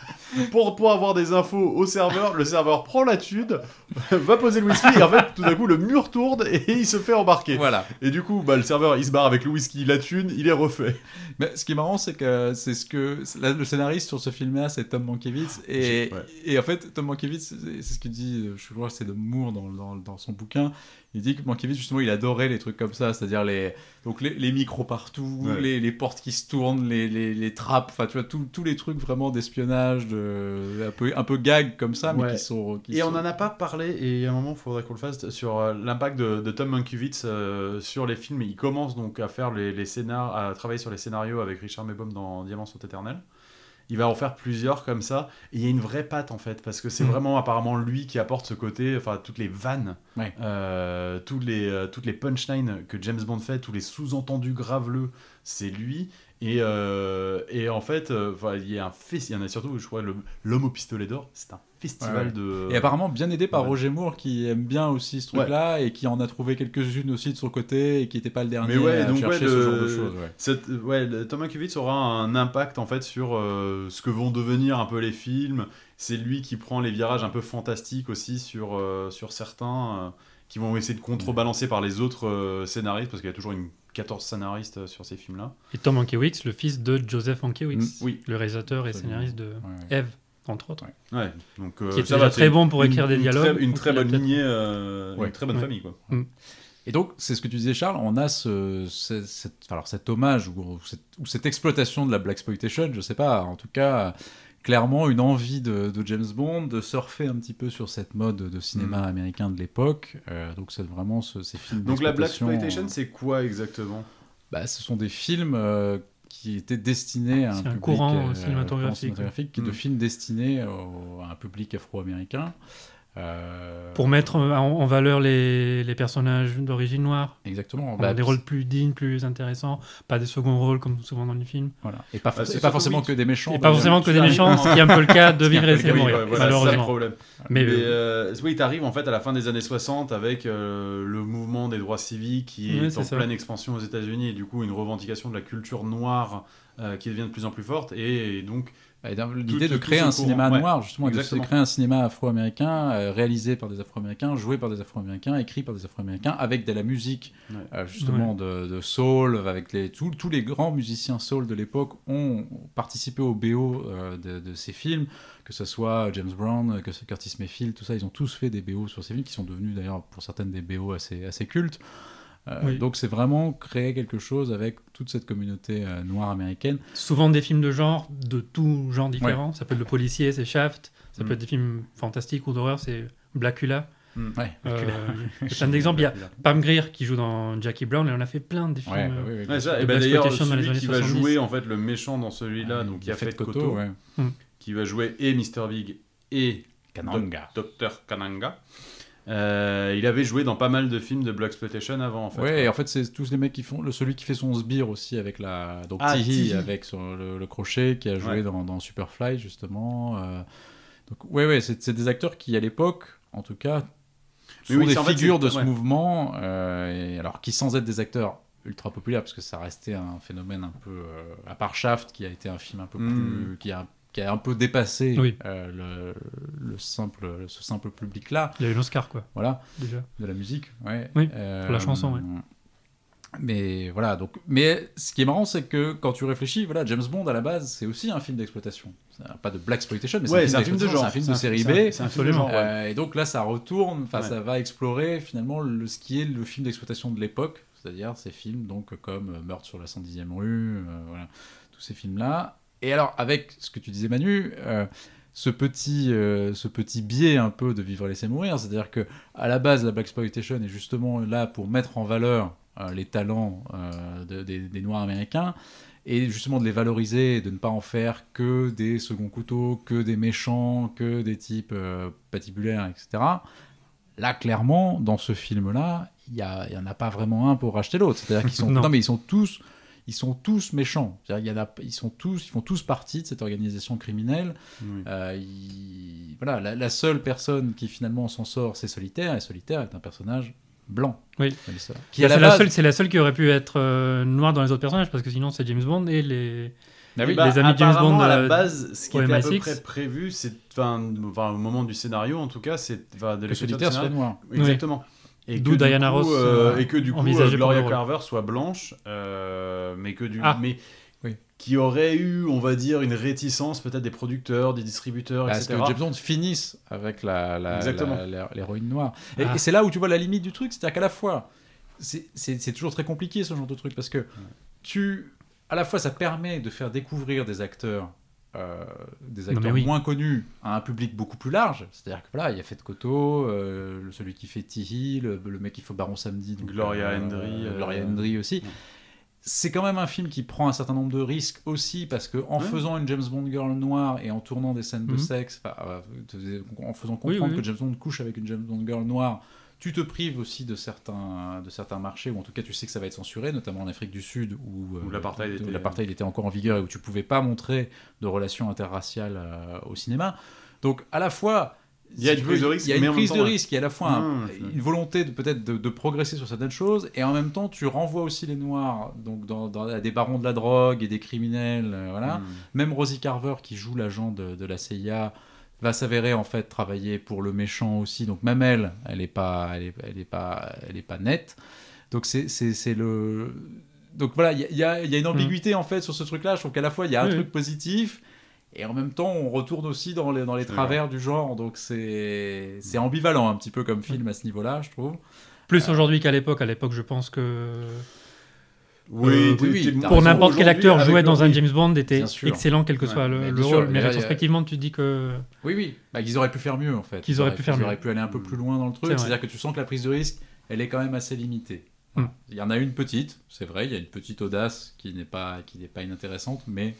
C: pour, pour avoir des infos au serveur. Le serveur prend la thune, va poser le whisky, et en fait, tout d'un coup, le mur tourne et il se fait embarquer.
A: Voilà.
C: Et du coup, bah, le serveur, il se barre avec le whisky, la thune, il est refait.
A: Mais ce qui est marrant, c'est que c'est ce que là, le scénariste sur ce film-là, c'est Tom Mankiewicz. Et,
C: Ouais.
A: et en fait, Tom Mankiewicz, c'est c'est ce qu'il dit, euh, je crois que c'est de Moore dans, dans, dans son bouquin. Il dit que Mankiewicz, justement, il adorait les trucs comme ça, c'est-à-dire les, donc les, les micros partout,
C: Ouais.
A: les, les portes qui se tournent, les, les, les trappes, enfin, tu vois, tous- tous les trucs vraiment d'espionnage, de, un, peu, un peu gag comme ça, mais
C: Ouais.
A: qui sont. qui
C: Et on
A: sont-
C: n'en a pas parlé, et il y a un moment, il faudrait qu'on le fasse, sur euh, l'impact de, de Tom Mankiewicz euh, sur les films. Il commence donc à faire les, les scénars, à travailler sur les scénarios avec Richard Mebom dans Diamants sont éternels. Il va en faire plusieurs comme ça, et il y a une vraie patte en fait, parce que c'est
A: Mhm.
C: vraiment apparemment lui qui apporte ce côté, enfin toutes les vannes,
A: Ouais.
C: euh, toutes, les, euh, toutes les punchlines que James Bond fait, tous les sous-entendus graveleux, c'est lui. Et, euh, et en fait, euh, enfin, il y a un festival, il y en a surtout, je crois, le- l'homme au pistolet d'or, c'est un festival
A: Ouais, ouais.
C: de.
A: Et apparemment bien aidé par
C: Ouais.
A: Roger Moore qui aime bien aussi ce truc-là et qui en a trouvé quelques-unes aussi de son côté et qui n'était pas le dernier
C: Mais ouais,
A: à
C: donc
A: chercher
C: ouais,
A: ce
C: le-
A: genre de choses. ouais.
C: Cette- ouais, le- Thomas Kiewicz aura un impact en fait sur euh, ce que vont devenir un peu les films. C'est lui qui prend les virages un peu fantastiques aussi sur, euh, sur certains euh, qui vont essayer de contrebalancer par les autres euh, scénaristes parce qu'il y a toujours une 14 scénaristes euh, sur ces films-là.
D: Et Tom Mankiewicz, le fils de Joseph Mankiewicz,
C: Mm, oui.
D: le réalisateur et
A: Absolument.
D: scénariste de
A: Ouais, ouais.
D: Eve, entre autres,
C: Ouais, donc euh,
D: qui est
C: ça va,
D: déjà très
C: c'est
D: bon pour
C: une-
D: écrire des
C: une
D: dialogues.
C: très- une
D: donc
C: très
D: il a
C: bonne
D: peut-être-
C: lignée, euh,
A: Ouais.
C: une très bonne
D: Ouais.
C: famille quoi.
A: Et donc, c'est ce que tu disais, Charles, on a ce, ce- cet- alors cet hommage ou cette, ou cette exploitation de la Black Exploitation, je sais pas, en tout cas, clairement une envie de, de James Bond de surfer un petit peu sur cette mode de cinéma américain de l'époque. Euh, donc, c'est vraiment ce- ces films.
C: Mm. Donc la Black
A: d'exploitation,
C: Exploitation, c'est quoi exactement
A: bah, ce sont des films euh, qui étaient destinés à un,
D: C'est un
A: public, euh,
D: courant cinématographique,
A: qui est de
C: Mm.
A: films destinés au- à un public afro-américain. Euh,
D: Pour mettre euh, en, en valeur les, les personnages d'origine noire,
A: exactement
D: en
A: bah,
D: des rôles plus dignes, plus intéressants, pas des seconds rôles comme souvent dans les films.
A: voilà. et pas,
C: Bah,
A: et
C: c'est
A: pas
C: surtout,
A: forcément
C: oui,
A: que des méchants
D: et pas
A: d'ailleurs.
D: forcément que
A: Tu
D: des
A: arrives
D: méchants,
A: vraiment-
D: ce qui est un peu le cas de
A: Ce qui est un
D: vivre
A: peu
D: et
A: le cas,
D: c'est
A: oui,
D: mourir,
C: ouais, voilà, c'est ça le
D: malheureusement.
C: problème.
D: Mais,
C: Mais
D: euh,
C: euh, oui, t'arrives en fait à la fin des années 60 avec euh, le mouvement des droits civiques qui est
D: Ouais, c'est
C: en
D: ça.
C: pleine expansion aux États-Unis et du coup une revendication de la culture noire euh, qui devient de plus en plus forte et, donc
A: Bah, Et dans L'idée
C: tout-
A: de
C: tout
A: créer
C: ce
A: un
C: courant,
A: cinéma
C: ouais.
A: noir, justement, et de
C: Exactement.
A: créer un cinéma afro-américain, euh, réalisé par des afro-américains, joué par des afro-américains, écrit par des afro-américains, avec de la musique,
C: Ouais.
A: euh, justement, de, de soul, avec les, tous- tous les grands musiciens soul de l'époque ont participé au BO euh, de, de ces films, que ce soit James Brown, que ce soit Curtis Mayfield, tout ça, ils ont tous fait des BO sur ces films, qui sont devenus d'ailleurs pour certaines des BO assez, assez cultes. Euh,
D: Oui.
A: Donc c'est vraiment créer quelque chose avec toute cette communauté euh, noire américaine.
D: souvent des films de genre, de tout genre différent. Ça peut être Le Policier, c'est Shaft. Ça
A: Mm.
D: peut être des films fantastiques ou d'horreur, c'est Blacula.
A: Ouais.
D: Euh, je donne un exemple, il y a
C: euh,
D: Pam Grier qui joue dans Jackie Brown et on a fait plein de films.
A: Ouais, bah
D: euh,
A: oui, oui,
C: Ouais, ça,
D: de
C: et ben
D: Black
C: d'ailleurs
D: Exploitation dans les
C: celui qui
D: années
C: va
D: 70.
C: jouer en fait le méchant dans celui-là
A: Ouais,
C: donc il y a
A: Fête
C: Fête Koto
A: ouais.
C: qui va jouer et Mr Big et
A: Kananga.
C: Dr Kananga. Euh, il avait joué dans pas mal de films de Black Exploitation avant en fait.
A: ouais, et en fait, c'est tous les mecs qui font. Le, celui qui fait son sbire aussi avec la. Donc,
C: Ah,
A: Tihi,
C: Tihi.
A: avec son- le, le crochet, qui a joué
C: Ouais.
A: dans, dans Superfly, justement. euh, Donc, ouais, ouais, c'est c'est des acteurs qui, à l'époque, en tout cas, sont
C: Mais oui,
A: des
C: c'est- en fait,
A: figures
C: c'est-
A: de ce
C: ouais.
A: mouvement. euh, et alors, qui, sans être des acteurs ultra populaires, parce que ça restait un phénomène un peu. euh, à part Shaft, qui a été un film un peu
C: Mm.
A: plus. Qui a, qui a un peu dépassé
D: Oui.
A: euh, le, le simple, ce simple public-là.
D: Il a eu l'Oscar, quoi,
A: Voilà.
D: déjà.
A: De la musique, ouais.
D: Oui,
A: Euh,
D: pour la chanson, ouais.
A: Mais voilà, donc. Mais ce qui est marrant, c'est que quand tu réfléchis, voilà, James Bond à la base, c'est aussi un film d'exploitation. C'est un- Pas de black exploitation, mais
C: Ouais,
A: c'est un film de genre, c'est un film de série B.
C: C'est un film de
D: absolument.
C: genre, ouais.
A: Euh, et donc là, ça retourne, enfin,
C: Ouais.
A: ça va explorer finalement le, ce qui est le film d'exploitation de l'époque, c'est-à-dire ces films donc comme euh, Meurtre sur la 110e rue, euh, voilà, tous ces films-là. Et alors, avec ce que tu disais, Manu, euh, ce petit, euh, ce petit biais un peu de vivre et laisser mourir, c'est-à-dire que à la base, la black exploitation est justement là pour mettre en valeur euh, les talents euh, de- des, des Noirs américains et justement de les valoriser, et de ne pas en faire que des seconds couteaux, que des méchants, que des types euh, patibulaires, etc. Là, clairement, dans ce film-là, il n'y en a pas vraiment un pour racheter l'autre. C'est-à-dire qu'ils sont,
D: Non.
A: non, mais ils sont tous, ils sont tous méchants. C'est-à-dire qu'il y en a- ils sont tous, ils font tous partie de cette organisation criminelle.
C: Oui.
A: Euh, il- Voilà, la, la seule personne qui finalement s'en sort, c'est Solitaire, et Solitaire est un personnage blanc.
D: Oui. Bah,
A: Comme ça. Qui
D: C'est
A: à la
D: la,
A: base-
D: seule- c'est la seule qui aurait pu être euh, noire dans les autres personnages parce que sinon c'est James Bond et les.
A: Ah oui,
D: Bah, les amis de James
C: apparemment,
D: Bond,
C: à la
D: euh,
C: base, ce qui
D: au
C: était à peu
D: MI6.
C: près prévu, c'est enfin, enfin, au moment du scénario, en tout cas, c'est enfin, de
A: que
C: l'écriture du
A: Solitaire soit
C: scénario.
A: noir.
C: Exactement. Et
D: D'où
C: que du
D: Diana
C: coup,
D: Ross,
C: euh,
D: euh,
C: et que du coup,
D: envisagée
C: euh,
D: pour
C: Gloria
D: le rôle.
C: Carver soit blanche, euh, mais que du,
D: Ah.
C: mais
A: Oui.
C: qui aurait eu, on va dire, une réticence peut-être des producteurs, des distributeurs,
D: Bah,
A: Parce
C: etc.
A: que James Bond finisse avec la- la-
C: Exactement.
A: la- la- l'héroïne noire. Et,
D: Ah.
A: et c'est là où tu vois la limite du truc, c'est-à-dire qu'à la fois, c'est- c'est c'est toujours très compliqué ce genre de truc, parce que tu. À la fois, ça permet de faire découvrir des acteurs. euh, des
D: Non, mais
A: acteurs
D: oui.
A: moins connus à un public beaucoup plus large, c'est-à-dire que voilà, il y a Fête Koto, euh, celui qui fait Tihi, le, le mec qui fait Baron Samedi, donc,
C: Gloria Hendry, euh,
A: Gloria Hendry aussi.
C: ouais.
A: C'est quand même un film qui prend un certain nombre de risques aussi parce que en
C: Ouais.
A: faisant une James Bond girl noire et en tournant des scènes de
D: Mhm.
A: sexe, enfin, euh, te- en faisant
D: Oui,
A: comprendre
D: oui,
A: que James Bond couche avec une James Bond girl noire, tu te prives aussi de certains, de certains marchés, ou en tout cas tu sais que ça va être censuré, notamment en Afrique du Sud, où, euh,
C: Où l'apartheid
A: où
C: était-
A: l'apartheid était encore en vigueur et où tu pouvais pas montrer de relations interraciales euh, au cinéma. Donc à la fois,
C: Il y a
A: si
C: une
A: tu
C: prise
A: veux,
C: de risque,
A: il y a
C: mais
A: une
C: en
A: prise
C: même
A: de
C: temps,
A: risque, il y a à la fois un-
C: Non, je-
A: une volonté de peut-être de, de progresser sur certaines choses, et en même temps tu renvoies aussi les Noirs donc dans, dans- à des barons de la drogue et des criminels, euh, voilà.
C: Hmm.
A: Même Rosie Carver, qui joue l'agent de, de la CIA, va s'avérer en fait travailler pour le méchant aussi. Donc même elle, elle est pas, elle est, elle est pas, elle est pas nette. Donc c'est, c'est, c'est le. Donc voilà, il y a- il y, a il y a une ambiguïté en fait sur ce truc-là. Je trouve qu'à la fois il y a un
D: Oui,
A: truc positif. Et en même temps, on retourne aussi dans les, dans les
C: C'est
A: travers du genre. Donc c'est c'est ambivalent un petit peu comme film à ce niveau-là, je trouve. Ah.
D: Plus aujourd'hui qu'à l'époque. À l'époque, je pense que.
A: Euh,
C: Oui, t'es-
A: oui, oui,
C: t'es-
A: t'as
D: Pour
A: raison.
D: n'importe quel acteur,
C: Aujourd'hui,
D: jouer
C: avec
D: dans un
C: le-
D: James Bond était
A: Bien sûr.
D: excellent, quel que
A: Ouais,
D: soit le,
A: mais
D: le
A: bien sûr,
D: rôle.
A: mais
D: Mais
A: là, il y a-
D: rétrospectivement, tu dis que.
A: Oui, oui. Bah, qu'ils auraient pu faire mieux, en fait.
D: Qu'ils auraient pu faire mieux. Mm.
A: Ils auraient pu aller un peu plus loin dans le truc.
D: C'est vrai.
A: C'est-à-dire que tu sens que la prise de risque, elle est quand même assez limitée.
D: Mm.
A: Voilà. Il y en a une petite, c'est vrai, il y a une petite audace qui n'est pas, qui n'est pas inintéressante, mais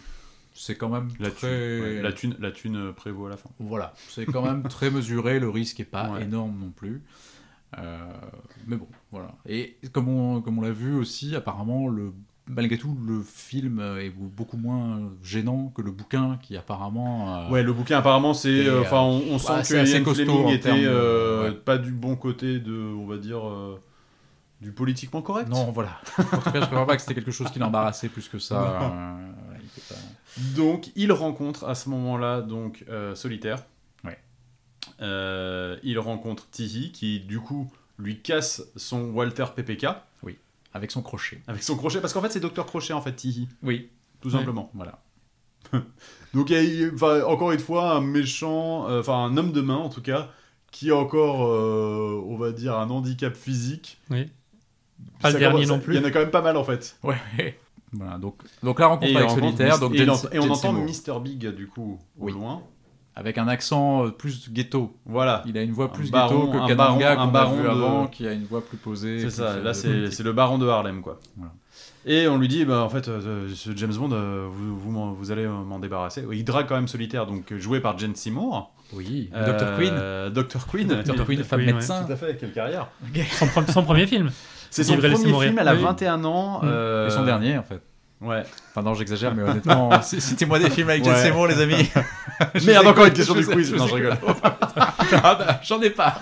A: c'est quand même
C: La thune,
A: très...
C: ouais, la thune, la thune euh, prévaut à la fin.
A: Voilà, c'est quand même très mesuré, le risque n'est pas
C: Ouais.
A: énorme non plus. Euh, mais bon, voilà. Et comme on, comme on l'a vu aussi, apparemment, le, malgré tout, le film est beaucoup moins gênant que le bouquin qui apparemment... euh,
C: Ouais, le bouquin apparemment
A: Et,
C: c'est,
A: euh,
C: enfin, on, on
A: bah,
C: sent
A: c'est
C: que
A: assez
C: Ian
A: costaud en
C: Fleming était
A: termes de-
C: euh,
A: ouais.
C: pas du bon côté de, on va dire, euh, du politiquement correct.
A: Non, voilà. En tout cas, je crois pas que c'était quelque chose qui l'embarrassait plus que ça. Euh, ouais, il était pas-
C: Donc, il rencontre à ce moment-là donc euh, Solitaire.
A: Ouais.
C: Euh, il rencontre Tihi qui du coup lui casse son Walter PPK
A: Avec son crochet.
C: avec son crochet parce qu'en fait c'est Docteur Crochet en fait Tihi
A: Oui.
C: tout
D: Ouais.
C: simplement.
A: Voilà.
C: Donc il y a- enfin, encore une fois un méchant, euh, enfin un homme de main en tout cas qui a encore euh, on va dire un handicap physique.
D: Oui. Pas le
C: commence-
D: dernier non plus.
C: Il y en a quand même pas mal en fait.
A: Ouais. ouais. Voilà, donc, donc la rencontre
C: il
A: avec
C: rencontre
A: Solitaire,
C: Miss-
A: donc
C: et, il
A: Jane-
C: entend- et on
A: Jane
C: entend
A: Seymour.
C: Mister Big du coup au
A: Oui.
C: loin.
A: avec un accent euh, plus ghetto.
C: Voilà.
A: Il a une voix
C: Un
A: plus
C: baron-
A: ghetto
C: un
A: que Kananga
C: baron- un
A: qu'on a
C: baron
A: vu
C: de-
A: avant, qui a une voix plus posée.
C: C'est
A: plus,
C: ça,
A: euh,
C: là c'est
A: politique.
C: c'est le baron de Harlem quoi.
A: Voilà.
C: Et on lui dit, bah, en fait, euh, ce James Bond, euh, vous, vous, m'en- vous allez euh, m'en débarrasser. Il drague quand même solitaire, donc euh, joué par Jane Seymour.
A: Oui, le Dr.
C: Euh,
A: Queen.
C: Dr. Queen.
A: Dr. Queen, femme
D: Queen, ouais.
A: médecin.
C: Tout à fait, quelle carrière.
D: Son, pre- son premier film.
C: C'est son
D: Vivre et laisser
C: premier
D: mourir.
C: film, elle a
D: Oui.
C: 21 ans.
D: Mm.
C: euh,
A: Et son dernier, en fait.
C: Ouais.
A: Enfin, non, j'exagère, mais honnêtement, c- citez-moi des films avec Jane
C: Ouais.
A: Seymour, les amis. Je
C: Merde,
A: vous
C: encore une
A: écoute,
C: question
A: je
C: du
A: vous-
C: quiz.
A: vous
C: Non, je
A: écoute. Ah bah, J'en ai pas.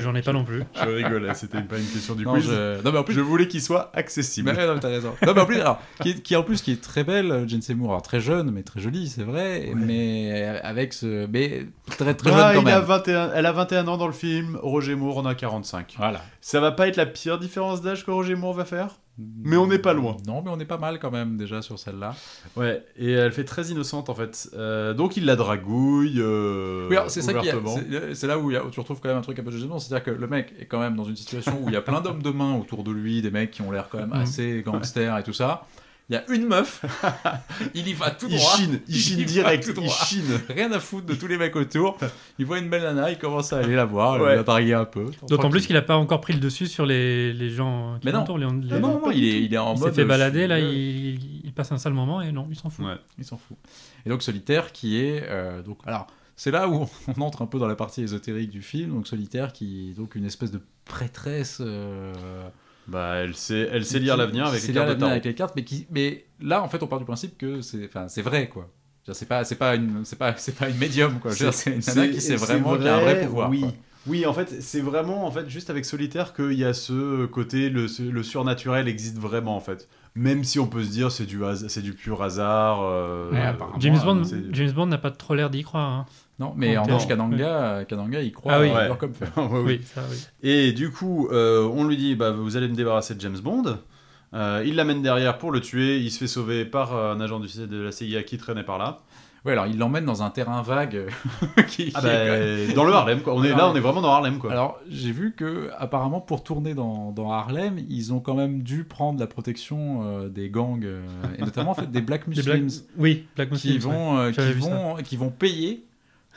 D: J'en ai pas non plus.
C: Je rigolais, c'était pas une question du
A: Non,
C: quiz.
A: je- non, mais en plus,
C: Je euh, voulais qu'il soit accessible.
A: Mais ouais, non, mais t'as raison. Non, mais en plus, alors, qui, est- qui, en plus qui est très belle, euh, Jane Seymour, alors, très jeune, mais très jolie, c'est vrai, mais avec ce, mais
G: très très
C: Ah,
G: jeune quand
C: il a
G: même.
C: 21, elle a 21 ans dans le film, Roger Moore en a 45.
G: Voilà.
C: Ça va pas être la pire différence d'âge que Roger Moore va faire Mais on n'est pas loin. Euh,
A: Non, mais on est pas mal quand même déjà sur celle-là.
C: Ouais, et elle fait très innocente en fait. Euh, donc il la dragouille. euh,
A: Oui, alors, c'est ça qui est-
C: ouvertement.
A: c'est- c'est là où il y a- où tu retrouves quand même un truc un peu gênant, c'est-à-dire que le mec est quand même dans une situation où il y a plein d'hommes de main autour de lui, des mecs qui ont l'air quand même
D: Mhm.
A: assez gangsters et tout ça. Il y a une meuf, il y va tout
C: Il
A: droit.
C: chine, il chine
A: va
C: direct,
A: tout droit.
C: il chine.
A: Rien à foutre de tous les mecs autour. Il voit une belle nana, il commence à aller la voir,
C: Ouais.
A: il la draguer un peu.
D: D'autant
A: Tranquille.
D: plus qu'il n'a pas encore pris le dessus sur les, les gens qui
A: Mais non.
D: l'entourent. les- les-
A: Ah non, non, il est, il est en
D: il
A: mode.
D: s'est fait balader, là,
A: euh,
D: il, il passe un sale moment et non, il s'en fout.
C: Ouais.
A: Il s'en fout. Et donc Solitaire qui est euh, donc alors c'est là où on entre un peu dans la partie ésotérique du film. Donc Solitaire qui est donc une espèce de prêtresse. euh,
C: Bah, elle sait, elle sait
A: qui-
C: lire l'avenir avec
A: sait
C: les
A: lire
C: cartes de
A: l'avenir
C: tarot.
A: avec les cartes, mais qui mais là en fait on part du principe que c'est enfin c'est vrai quoi. Je veux dire, C'est pas c'est pas une c'est pas c'est pas une médium quoi. Je veux dire, C'est une nana qui sait vraiment qu'il y a un vrai pouvoir.
C: Oui.
A: quoi.
C: Oui, en fait, c'est vraiment en fait juste avec Solitaire qu'il y a ce côté le, le surnaturel existe vraiment en fait. Même si on peut se dire c'est du has- c'est du pur hasard. euh,
A: Ouais,
C: euh,
A: apparemment,
D: James
A: Ah,
D: Bond
C: c'est-
D: James Bond n'a pas trop l'air d'y croire. hein.
A: Non mais en
D: Quand
A: revanche
D: t'es-
A: Kananga euh, Kananga il croit
D: Ah oui.
A: euh,
C: Ouais.
A: dur comme fer.
C: Ouais, ouais.
D: Oui, ça, oui.
C: Et du coup, euh, on lui dit bah, Vous allez me débarrasser de James Bond. Euh, il l'amène derrière pour le tuer. Il se fait sauver par euh, un agent du, de la CIA qui traînait par là.
A: Ouais alors il l'emmène dans un terrain vague euh, qui,
C: Ah
A: qui est quand même-
C: bah, dans le Harlem, quoi. On est, là, on est vraiment dans Harlem, quoi.
A: euh, Alors, j'ai vu que apparemment pour tourner dans, dans Harlem, ils ont quand même dû prendre la protection euh, des gangs euh, et notamment en fait des Black
D: Des
A: Muslims
D: Black- Oui, Black
A: qui
D: Muslims, ouais.
A: vont euh, qui
D: J'avais vu
A: vont qui vont payer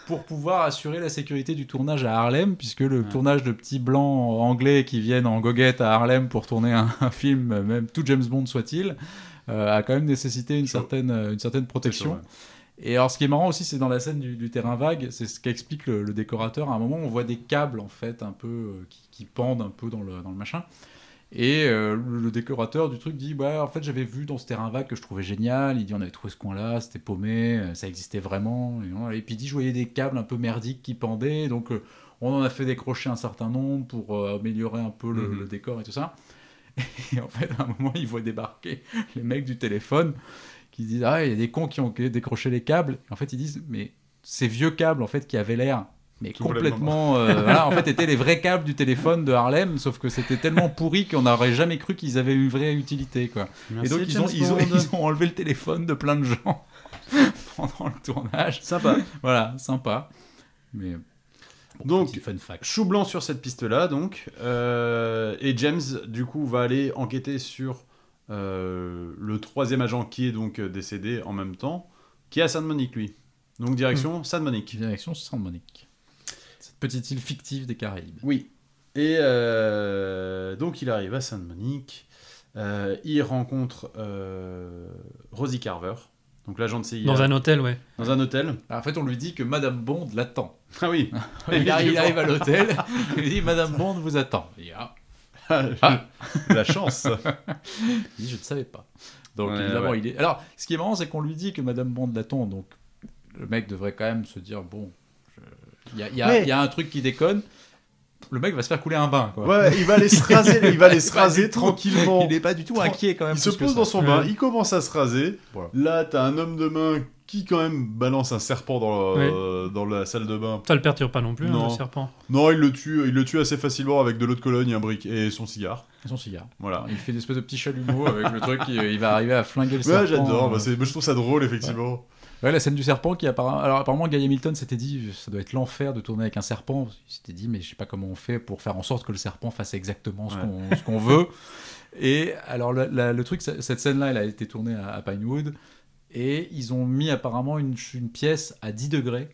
A: pour pouvoir assurer la sécurité du tournage à Harlem puisque le
C: Ouais.
A: tournage de petits blancs anglais qui viennent en goguette à Harlem pour tourner un, un film même tout James Bond soit-il euh, a quand même nécessité une
C: Chaud.
A: certaine euh, une certaine protection.
C: ouais.
A: Et alors, ce qui est marrant aussi, c'est dans la scène du, du terrain vague, c'est ce qu'explique le, le décorateur. À un moment, on voit des câbles, en fait, un peu, euh, qui, qui pendent un peu dans le, dans le machin. Et euh, le, le décorateur du truc dit Bah, en fait, j'avais vu dans ce terrain vague que je trouvais génial. Il dit On avait trouvé ce coin-là, c'était paumé, euh, ça existait vraiment. Et, voilà. Et puis, il dit Je voyais des câbles un peu merdiques qui pendaient. Donc, euh, on en a fait décrocher un certain nombre pour euh, améliorer un peu le,
C: Mhm.
A: le décor et tout ça. Et en fait, à un moment, il voit débarquer les mecs du téléphone qui disent Ah, il y a des cons qui ont décroché les câbles. Et en fait, ils disent Mais ces vieux câbles, en fait, qui avaient l'air. Mais
C: Complètement.
A: complètement, euh, voilà, en fait, étaient les vrais câbles du téléphone de Harlem, sauf que c'était tellement pourri qu'on n'aurait jamais cru qu'ils avaient une vraie utilité, quoi. Et donc, ils ont, ils, ont, ils ont enlevé le téléphone de plein de gens pendant le tournage.
C: Sympa.
A: Voilà, sympa. Mais bon,
C: Donc,
A: petit fun fact.
C: Chou blanc sur cette piste-là, donc. Euh, et James, du coup, va aller enquêter sur euh, le troisième agent qui est donc euh, décédé en même temps, qui est à San Monique, lui. Donc, direction San Monique.
A: Direction San Monique. Cette petite île fictive des Caraïbes.
C: Oui. Et euh, donc il arrive à San Monique. Euh, il rencontre euh, Rosie Carver, donc l'agent de CIA,
D: Dans un hôtel, ouais.
C: dans un hôtel.
A: Alors, Bah, en fait, on lui dit que Madame Bond l'attend.
C: Ah oui.
A: Il, arrive- il arrive à l'hôtel, il lui dit Madame Bond vous attend. Il dit, ah,
C: Ah, La chance.
A: il dit, je ne savais pas. Donc
C: Ouais,
A: évidemment,
C: ouais.
A: il est. Alors, ce qui est marrant, c'est qu'on lui dit que Madame Bond l'attend. Donc, le mec devrait quand même se dire bon, je- il y, a- il y a-
C: Ouais.
A: il y a un truc qui déconne. Le mec va se faire couler un bain. Quoi.
C: Ouais, il va aller se raser, il va aller se raser tranquillement.
A: Il n'est pas du tout
C: Tran-
A: inquiet quand même.
C: Il se
A: plus que
C: pose
A: ça.
C: dans son bain,
D: Ouais.
C: il commence à se raser.
A: Voilà.
C: Là, t'as un homme de main qui quand même balance un serpent dans, le- dans la salle de bain.
D: Ça le perturbe pas non plus, hein,
C: Non.
D: le serpent.
C: Non, il le tue, il le tue assez facilement avec de l'eau de Cologne, et un brick et son cigare.
A: son cigare.
C: Voilà.
A: Il fait des espèces de petits chalumeaux avec le truc, il, il va arriver à flinguer le serpent.
C: Ouais, j'adore. bah,
A: Euh,
C: c'est- moi, je trouve ça drôle effectivement.
A: Ouais, la scène du serpent qui apparemment. Alors, apparemment, Guy Hamilton s'était dit, ça doit être l'enfer de tourner avec un serpent. Il s'était dit, mais je sais pas comment on fait pour faire en sorte que le serpent fasse exactement ce
C: Ouais.
A: qu'on- ce qu'on veut. Et alors, la- la- le truc, c'est- cette scène-là, elle a été tournée à, à Pinewood. Et ils ont mis apparemment une, ch- une pièce à 10 degrés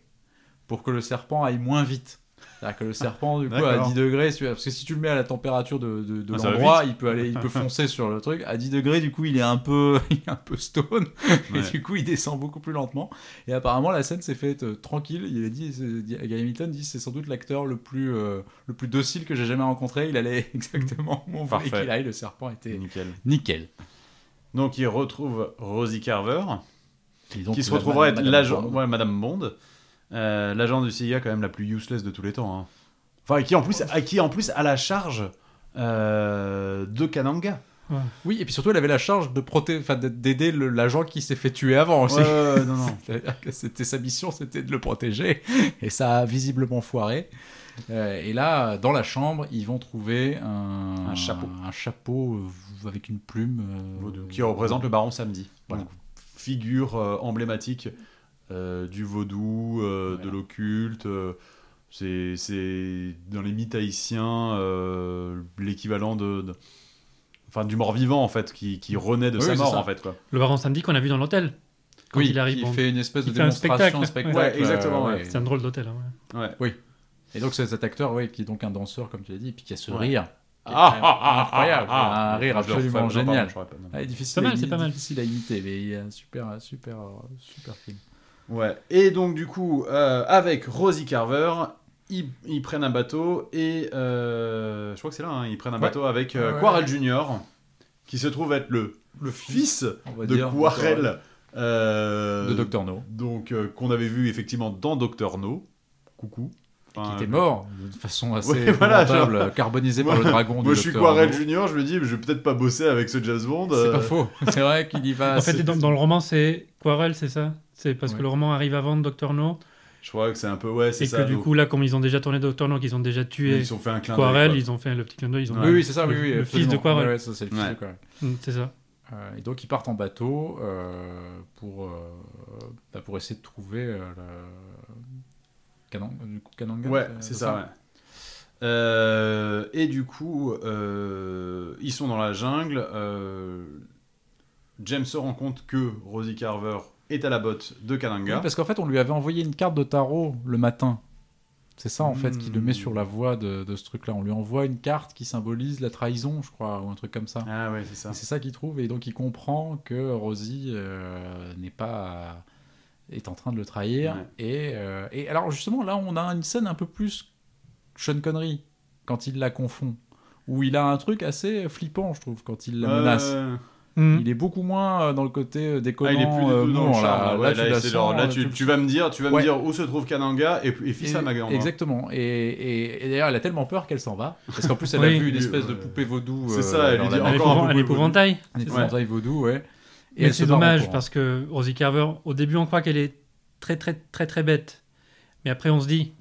A: pour que le serpent aille moins vite. C'est-à-dire que le serpent, du coup, à
C: D'accord.
A: 10 degrés, tu- parce que si tu le mets à la température de, de- de
C: Ah, ça va
A: l'endroit, il peut aller, il peut foncer sur le truc. À 10 degrés, du coup, il est un peu, il est un peu stone. Et
C: Ouais.
A: du coup, il descend beaucoup plus lentement. Et apparemment, la scène s'est faite euh, tranquille. Il a dit, c'est- Guy Hamilton dit, c'est sans doute l'acteur le plus, euh, le plus docile que j'ai jamais rencontré. Il allait exactement où on voulait
C: Parfait. Mm.
A: qu'il aille. Le serpent était
C: Nickel.
A: nickel.
C: Donc il retrouve Rosie Carver,
A: Et donc,
C: qui se
A: la-
C: retrouvera être
A: Madame
C: l'agent,
A: Bond.
C: ouais, Madame Bond, euh, l'agent du CIA quand même la plus useless de tous les temps. hein. Enfin, qui en plus, à qui en plus à la charge euh, de Kananga.
A: Oui, et puis surtout, elle avait la charge de proté... enfin, de- d'aider le- l'agent qui s'est fait tuer avant.
C: Ouais,
A: aussi.
C: ouais, ouais, non, non.
A: C'est-à-dire que c'était sa mission, c'était de le protéger, et ça a visiblement foiré. Euh, et là, dans la chambre, ils vont trouver un,
C: Un chapeau.
A: un chapeau euh, avec une plume euh,
C: Qui représente le Baron Samedi.
A: Voilà.
C: Donc, figure euh, emblématique euh, du vaudou, euh,
A: Voilà.
C: de l'occulte. euh, c'est- c'est dans les mythes haïtiens euh, l'équivalent de, de- Enfin, du mort-vivant, en fait, qui, qui renaît de
A: Oui,
C: sa
A: oui, c'est
C: mort,
A: ça.
C: en fait. Quoi.
D: Le baron samedi qu'on a vu dans l'hôtel. Quand
A: oui,
D: il arrive,
A: qui
D: bon.
A: fait une espèce
D: Il
A: de
D: fait un
A: démonstration, un
D: spectacle,
A: spectacle.
C: ouais. Ouais, exactement,
A: euh,
C: ouais.
D: C'est un drôle d'hôtel. hein, ouais.
A: Et donc c'est cet acteur, ouais, qui est donc un danseur, comme tu l'as dit, et puis qui a ce
C: Ouais.
A: rire
C: Ah, ah, ah,
A: incroyable,
C: ah, ah.
A: un rire
C: Je le refais,
A: absolument
C: j'en parle,
A: génial.
C: je refais pas, non.
A: Ah, il est difficile,
D: Pas mal,
A: à- il
D: c'est
A: est
D: pas mal.
A: difficile à imiter, mais il y a un super, super, super film.
C: Ouais. Et donc du coup, euh, avec Rosie Carver, ils, ils prennent un bateau et euh, je crois que c'est là, hein, ils prennent un
A: Ouais.
C: bateau avec euh,
A: Ouais.
C: Quarel Junior, qui se trouve être le, le fils
A: On va
C: de
A: dire,
C: Quarel, euh,
A: de Dr No,
C: donc euh, qu'on avait vu effectivement dans Docteur No. Coucou.
A: qui
C: Enfin,
A: était
C: je-
A: mort de façon assez
C: Ouais, voilà,
A: lamentable, carbonisé par le dragon.
C: Moi,
A: du
C: je suis
A: Dr.
C: Quarel
A: No.
C: Junior, je me dis, je vais peut-être pas bosser avec ce James Bond.
A: C'est
C: euh,
A: pas faux. C'est vrai qu'il y va.
D: en fait,
A: Ah, c'est-
D: dans, dans le roman, c'est Quarel, c'est ça C'est parce
A: Ouais.
D: que le roman arrive avant Doctor No.
C: Je crois que c'est un peu ouais, c'est
D: Et
C: ça.
D: que du
C: donc,
D: coup, là, comme ils ont déjà tourné Doctor No, qu'ils ont déjà tué
C: ils ont fait un clin d'œil.
D: Quarel,
C: quoi.
D: ils ont fait le petit clin d'œil. ils ont-
A: Oui, oui, c'est ça. Oui,
D: Le-
A: oui,
D: le fils de
A: absolument.
D: Quarel.
A: Ouais, ouais, ça, c'est le fils
C: Ouais.
A: de Quarel.
D: Mm, C'est ça.
A: Euh, et donc ils partent en bateau euh, pour euh, bah, pour essayer de trouver euh, le Canon, du coup, Kananga,
C: Ouais, c'est ça. ouais. Euh, et du coup, euh, ils sont dans la jungle. euh, James se rend compte que Rosie Carver est à la botte de
A: Oui,
C: Kananga.
A: parce qu'en fait, on lui avait envoyé une carte de tarot le matin. C'est ça, en fait, qui le met
C: Hmm.
A: sur la voie de, de ce truc-là. On lui envoie une carte qui symbolise la trahison, je crois, ou un truc comme ça.
C: Ah ouais, c'est ça.
A: Et C'est ça qu'il trouve, et donc il comprend que Rosie euh, n'est pas est en train de le trahir.
C: Ouais.
A: Et, euh, et alors justement, là, on a une scène un peu plus Sean Connery quand il la confond, où il a un truc assez flippant, je trouve, quand il la menace.
C: Euh,
D: Mm.
A: Il est beaucoup moins euh, dans le côté euh, déconnant.
C: ah, il est plus du
A: euh,
C: tout dans le
A: bon,
C: charme. Ouais,
A: la
C: Là, c'est genre,
A: sens,
C: là,
A: euh,
C: tu,
A: le
C: tu vas me dire, tu vas me
A: Ouais.
C: dire où se trouve Kananga et, et fils à
A: Et-
C: Maganda.
A: Exactement. Et, et- et d'ailleurs, elle a tellement peur qu'elle s'en va. Parce qu'en plus, elle a
D: Oui.
A: vu une
C: Oui,
A: espèce de
C: ouais.
A: poupée vaudou.
C: C'est
A: euh,
C: ça, elle
A: dans
C: lui
A: la
C: dit
A: mer.
D: Un
C: encore un
D: épouvan-
C: peu
D: un
C: plus
D: épouvantail.
A: Un
D: C'est ça.
A: épouvantail vaudou, ouais. Et
D: Mais
A: elle
D: c'est
A: se barre en
D: dommage
A: courant.
D: parce que Rosie Carver, au début, on croit qu'elle est très, très, très, très bête. Mais après, on se dit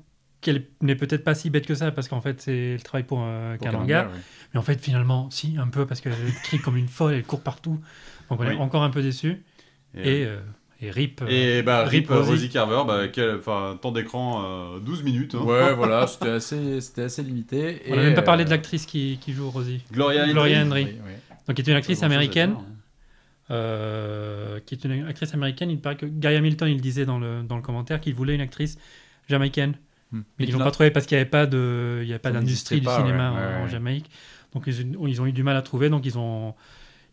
D: qu'elle n'est peut-être pas si bête que ça parce qu'en fait, c'est le travail pour euh,
A: Pour
D: Kalanga.
A: Kalanga, ouais.
D: Mais en fait, finalement, si, un peu parce qu'elle crie comme une folle, elle court partout. Donc, on est
C: Oui.
D: encore un peu déçu.
C: Et,
D: Et, euh, et rip. euh,
C: et bah,
D: Rip
C: Rip Rosie,
D: Rosie
C: Carver, bah, quel- enfin, temps d'écran euh, 12 minutes. hein.
A: Ouais, voilà, c'était assez, c'était assez limité.
D: on n'a même pas parlé
A: euh,
D: de l'actrice qui, qui joue Rosie.
C: Gloria Henry.
D: Gloria Henry.
A: l'actrice
D: Donc, qui est une actrice
C: Pas grand-chose à
D: américaine.
C: dire, hein.
D: euh, qui est une actrice américaine. Il paraît que Gary Hamilton, il disait dans le, dans le commentaire qu'il voulait une actrice jamaïcaine. Mais ils l'ont pas trouvé parce qu'il n'y avait pas de, il y avait pas
A: Ça
D: d'industrie
A: n'existait
D: du
A: pas,
D: cinéma
A: ouais, ouais,
D: en, en
A: ouais.
D: Jamaïque. Donc ils, ont- ils ont eu du mal à trouver. Donc ils ont,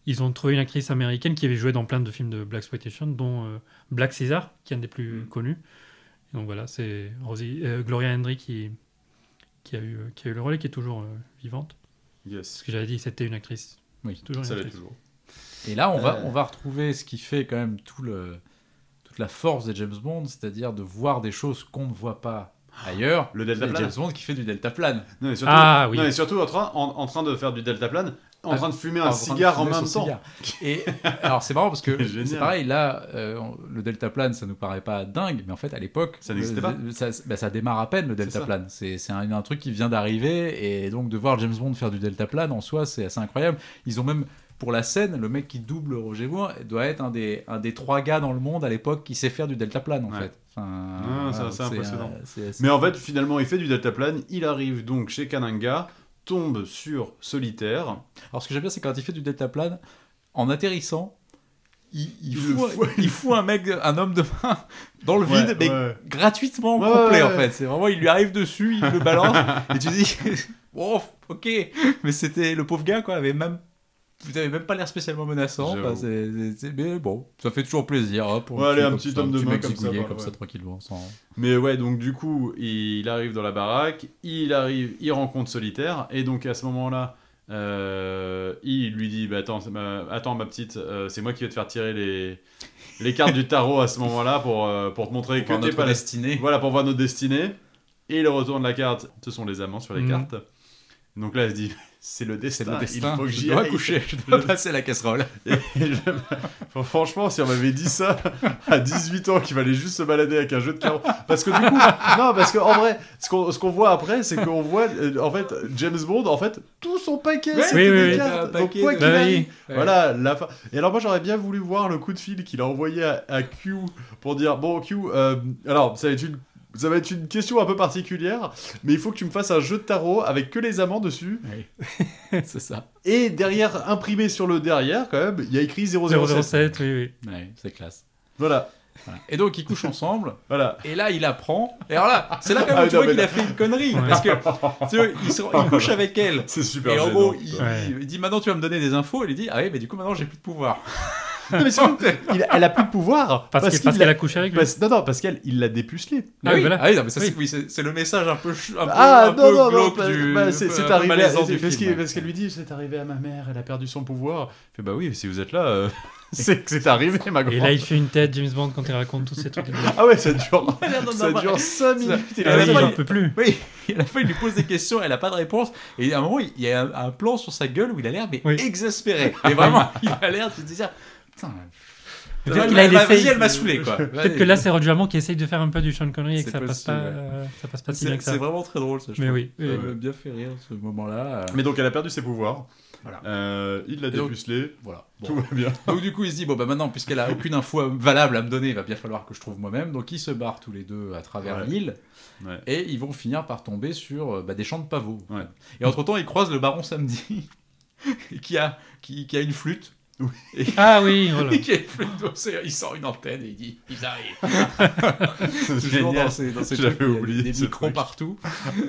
D: ils ont trouvé une actrice américaine qui avait joué dans plein de films de black exploitation, dont euh, Black Caesar, qui est un des plus
A: Mm.
D: connus. Et donc voilà, c'est Rosie- euh, Gloria Henry qui, qui a eu, qui a eu le rôle et qui est toujours euh, vivante.
C: Yes.
D: Ce que j'avais dit, c'était une actrice.
A: Oui.
D: C'est toujours une
C: Ça l'est
D: actrice.
C: toujours.
A: Et là, on va,
C: Euh.
A: on va retrouver ce qui fait quand même tout le, toute la force des James Bond, c'est-à-dire de voir des choses qu'on ne voit pas ailleurs.
C: Ah, Le delta
A: Et
C: plane.
A: James Bond qui fait du delta plane.
C: Non, mais surtout,
D: Ah oui.
C: non, mais surtout en, train, en, en train de faire du deltaplane, en
A: Ah,
C: train de fumer
A: en
C: un
A: train de
C: cigare en
A: fumer
C: même
A: son
C: temps.
A: cigare. Et alors, c'est marrant parce que
C: Génial.
A: c'est pareil, là, euh, on- le delta plane, ça nous paraît pas dingue, mais en fait, à l'époque,
C: Ça n'existait
A: le-
C: pas.
A: Ça, bah, ça démarre à peine le delta
C: ça.
A: plane. C'est c'est un, un truc qui vient d'arriver, et donc de voir James Bond faire du delta plane en soi, c'est assez incroyable. Ils ont même. Pour la scène, le mec qui double Roger Moore doit être un des, un des trois gars dans le monde à l'époque qui sait faire du deltaplane en
C: Ouais.
A: fait. Enfin,
C: Ah, c'est
A: voilà,
C: assez impressionnant.
A: euh, c'est assez-
C: Mais en fait, finalement, il fait du deltaplane, il arrive donc chez Kananga, tombe sur Solitaire.
A: Alors ce que j'aime bien, c'est quand il fait du deltaplane, en atterrissant, il, il
C: Il le
A: fout,
C: fout.
A: il fout un mec, un homme de main dans le
C: Ouais,
A: vide, mais
C: ouais.
A: gratuitement
C: Ouais,
A: complet
C: ouais,
A: en
C: ouais.
A: fait. C'est vraiment, il lui arrive dessus, il le balance, et tu dis, oh, ok, mais c'était le pauvre gars quoi, avait même. Vous n'avez même pas l'air spécialement menaçant,
C: J'avoue.
A: Enfin, c'est- c'est- c'est- mais bon, ça fait toujours plaisir. hein, pour
C: Ouais, allez,
A: petit-
C: un
A: comme
C: petit
A: ça,
C: homme de main
A: mec
C: comme ça,
A: zigouillé,
C: voilà,
A: comme ça,
C: ouais.
A: tranquillement. Sans...
C: Mais ouais, donc du coup, il arrive dans la baraque, il arrive, il rencontre Solitaire, et donc à ce moment-là, euh, il lui dit bah, attends, c'est ma- attends, ma petite, euh, c'est moi qui vais te faire tirer les, les cartes du tarot à ce moment-là pour, euh, pour te montrer
A: Pour
C: que t'es
A: notre
C: pas la
A: destinée.
C: Voilà, pour voir notre destinée. Et il retourne la carte. Ce sont les amants sur les
D: Mhm.
C: cartes. Donc là, elle se dit c'est le destin.
A: Mm. C'est le destin.
C: Il faut que
A: je
C: j'y
A: dois
C: aille.
A: coucher, je dois passer la casserole.
C: Et je- Enfin, Franchement, si on m'avait dit ça à 18 ans, qu'il fallait juste se balader avec un jeu de carreaux. Parce que du coup, non, parce que en vrai, ce qu'on ce qu'on voit après, c'est qu'on voit euh, en fait James Bond, en fait, tout son paquet,
A: Oui,
C: c'était
D: oui,
C: des
D: oui.
C: cartes.
A: Ah, Un
C: Donc,
A: paquet
C: quoi
A: de-
C: qu'il
D: Bah oui.
C: arrive,
A: Ouais.
C: voilà, la fin. Et alors, moi, j'aurais bien voulu voir le coup de fil qu'il a envoyé à, à Q pour dire Bon, Q, euh, alors, ça va être une. Ça va être une question un peu particulière, mais il faut que tu me fasses un jeu de tarot avec que les amants dessus.
A: c'est ça.
C: Et derrière, imprimé sur le derrière, quand même, il y a écrit 007.
D: 007, oui, oui.
A: Ouais, c'est classe.
C: Voilà,
A: Voilà. Et donc, ils couchent ensemble.
C: voilà.
A: Et là, il apprend. Et alors là, c'est là quand même
C: Ah,
A: où tu
C: non,
A: vois
C: mais
A: qu'il a
C: là-
A: fait une connerie.
D: Ouais.
A: Parce que, tu vois, il, se- il couche avec elle.
C: C'est super
A: Et en
C: gênant.
A: gros, il,
D: Ouais.
A: il dit maintenant tu vas me donner des infos. Il lui dit ah oui, mais du coup maintenant j'ai plus de pouvoir.
C: Non, mais surtout, il- elle a plus de pouvoir
D: Parce, que-
C: qu'il
D: parce qu'elle
C: l'a-
D: a couché avec lui.
C: parce- non, non, parce qu'elle, il l'a dépucelé.
D: Ah oui, voilà.
A: ah oui, non, mais ça,
D: Oui.
A: c'est- oui, c'est c'est le message un peu ch- un peu,
C: Ah
A: un peu
C: non, non, non,
A: glauque
C: bah,
A: du
C: bah, c'est
A: un
C: c'est
A: peu
C: arrivé. à-
A: malaisant du
C: c'est- Parce
A: film,
C: qu'il-
A: ouais.
C: parce qu'elle lui dit c'est arrivé à ma mère, elle a perdu son pouvoir. Il fait bah oui, si vous êtes là, euh, c'est que c'est arrivé, ma grande.
D: Et là, il fait une tête, James Bond, quand il raconte tous ces trucs.
C: Ah ouais, ça dure,
A: Elle a l'air d'en
C: ça
A: avoir-
C: dure 5 minutes. Et
D: Ah
C: là,
D: oui,
A: la fin,
D: j'en
A: il-
D: peux plus.
A: Oui, et à la fin, il lui pose des questions, elle n'a pas de réponse. Et à un moment, il y a un, un plan sur sa gueule où il a l'air mais
D: Oui.
A: exaspéré. Et vraiment, il a l'air de se dire Putain,
D: Peut-être
A: elle
D: qu'il a
A: m'a-
D: essayé-
A: vas-y, elle m'a saoulé quoi.
D: Peut-être que là, c'est Roger Hammond qui essaye de faire un peu du Sean Connery et que
A: C'est
D: ça passe,
A: possible,
D: pas,
A: ouais.
D: euh, ça passe pas si bien
A: c'est
D: que ça.
A: c'est vraiment très drôle ça. Je
D: Mais
A: trouve.
D: oui. oui.
A: Ça m'a bien fait rire ce moment-là. euh,
C: Mais donc, elle a perdu ses pouvoirs.
A: Voilà.
C: Euh, il l'a
A: Et donc-
C: dépucelé.
A: Voilà.
C: Tout va bien.
A: Donc du coup, il se dit bon bah maintenant, puisqu'elle a aucune info valable à me donner, il va bien falloir que je trouve moi-même. Donc ils se barrent tous les deux à travers
C: Ouais.
A: l'île
C: Ouais.
A: et ils vont finir par tomber sur euh, bah, des champs de pavots.
C: Ouais.
A: Et entre temps, ils croisent le baron samedi qui a qui, qui a une flûte.
D: Ah oui, voilà.
A: Et qui a une flûte, donc, c'est- il sort une antenne et il dit ils arrivent.
C: C'est
A: Toujours
C: génial.
A: dans ces, dans ces
C: J'avais
A: trucs où il y a
C: oublié
A: des
C: ce
A: micros
C: truc.
A: partout.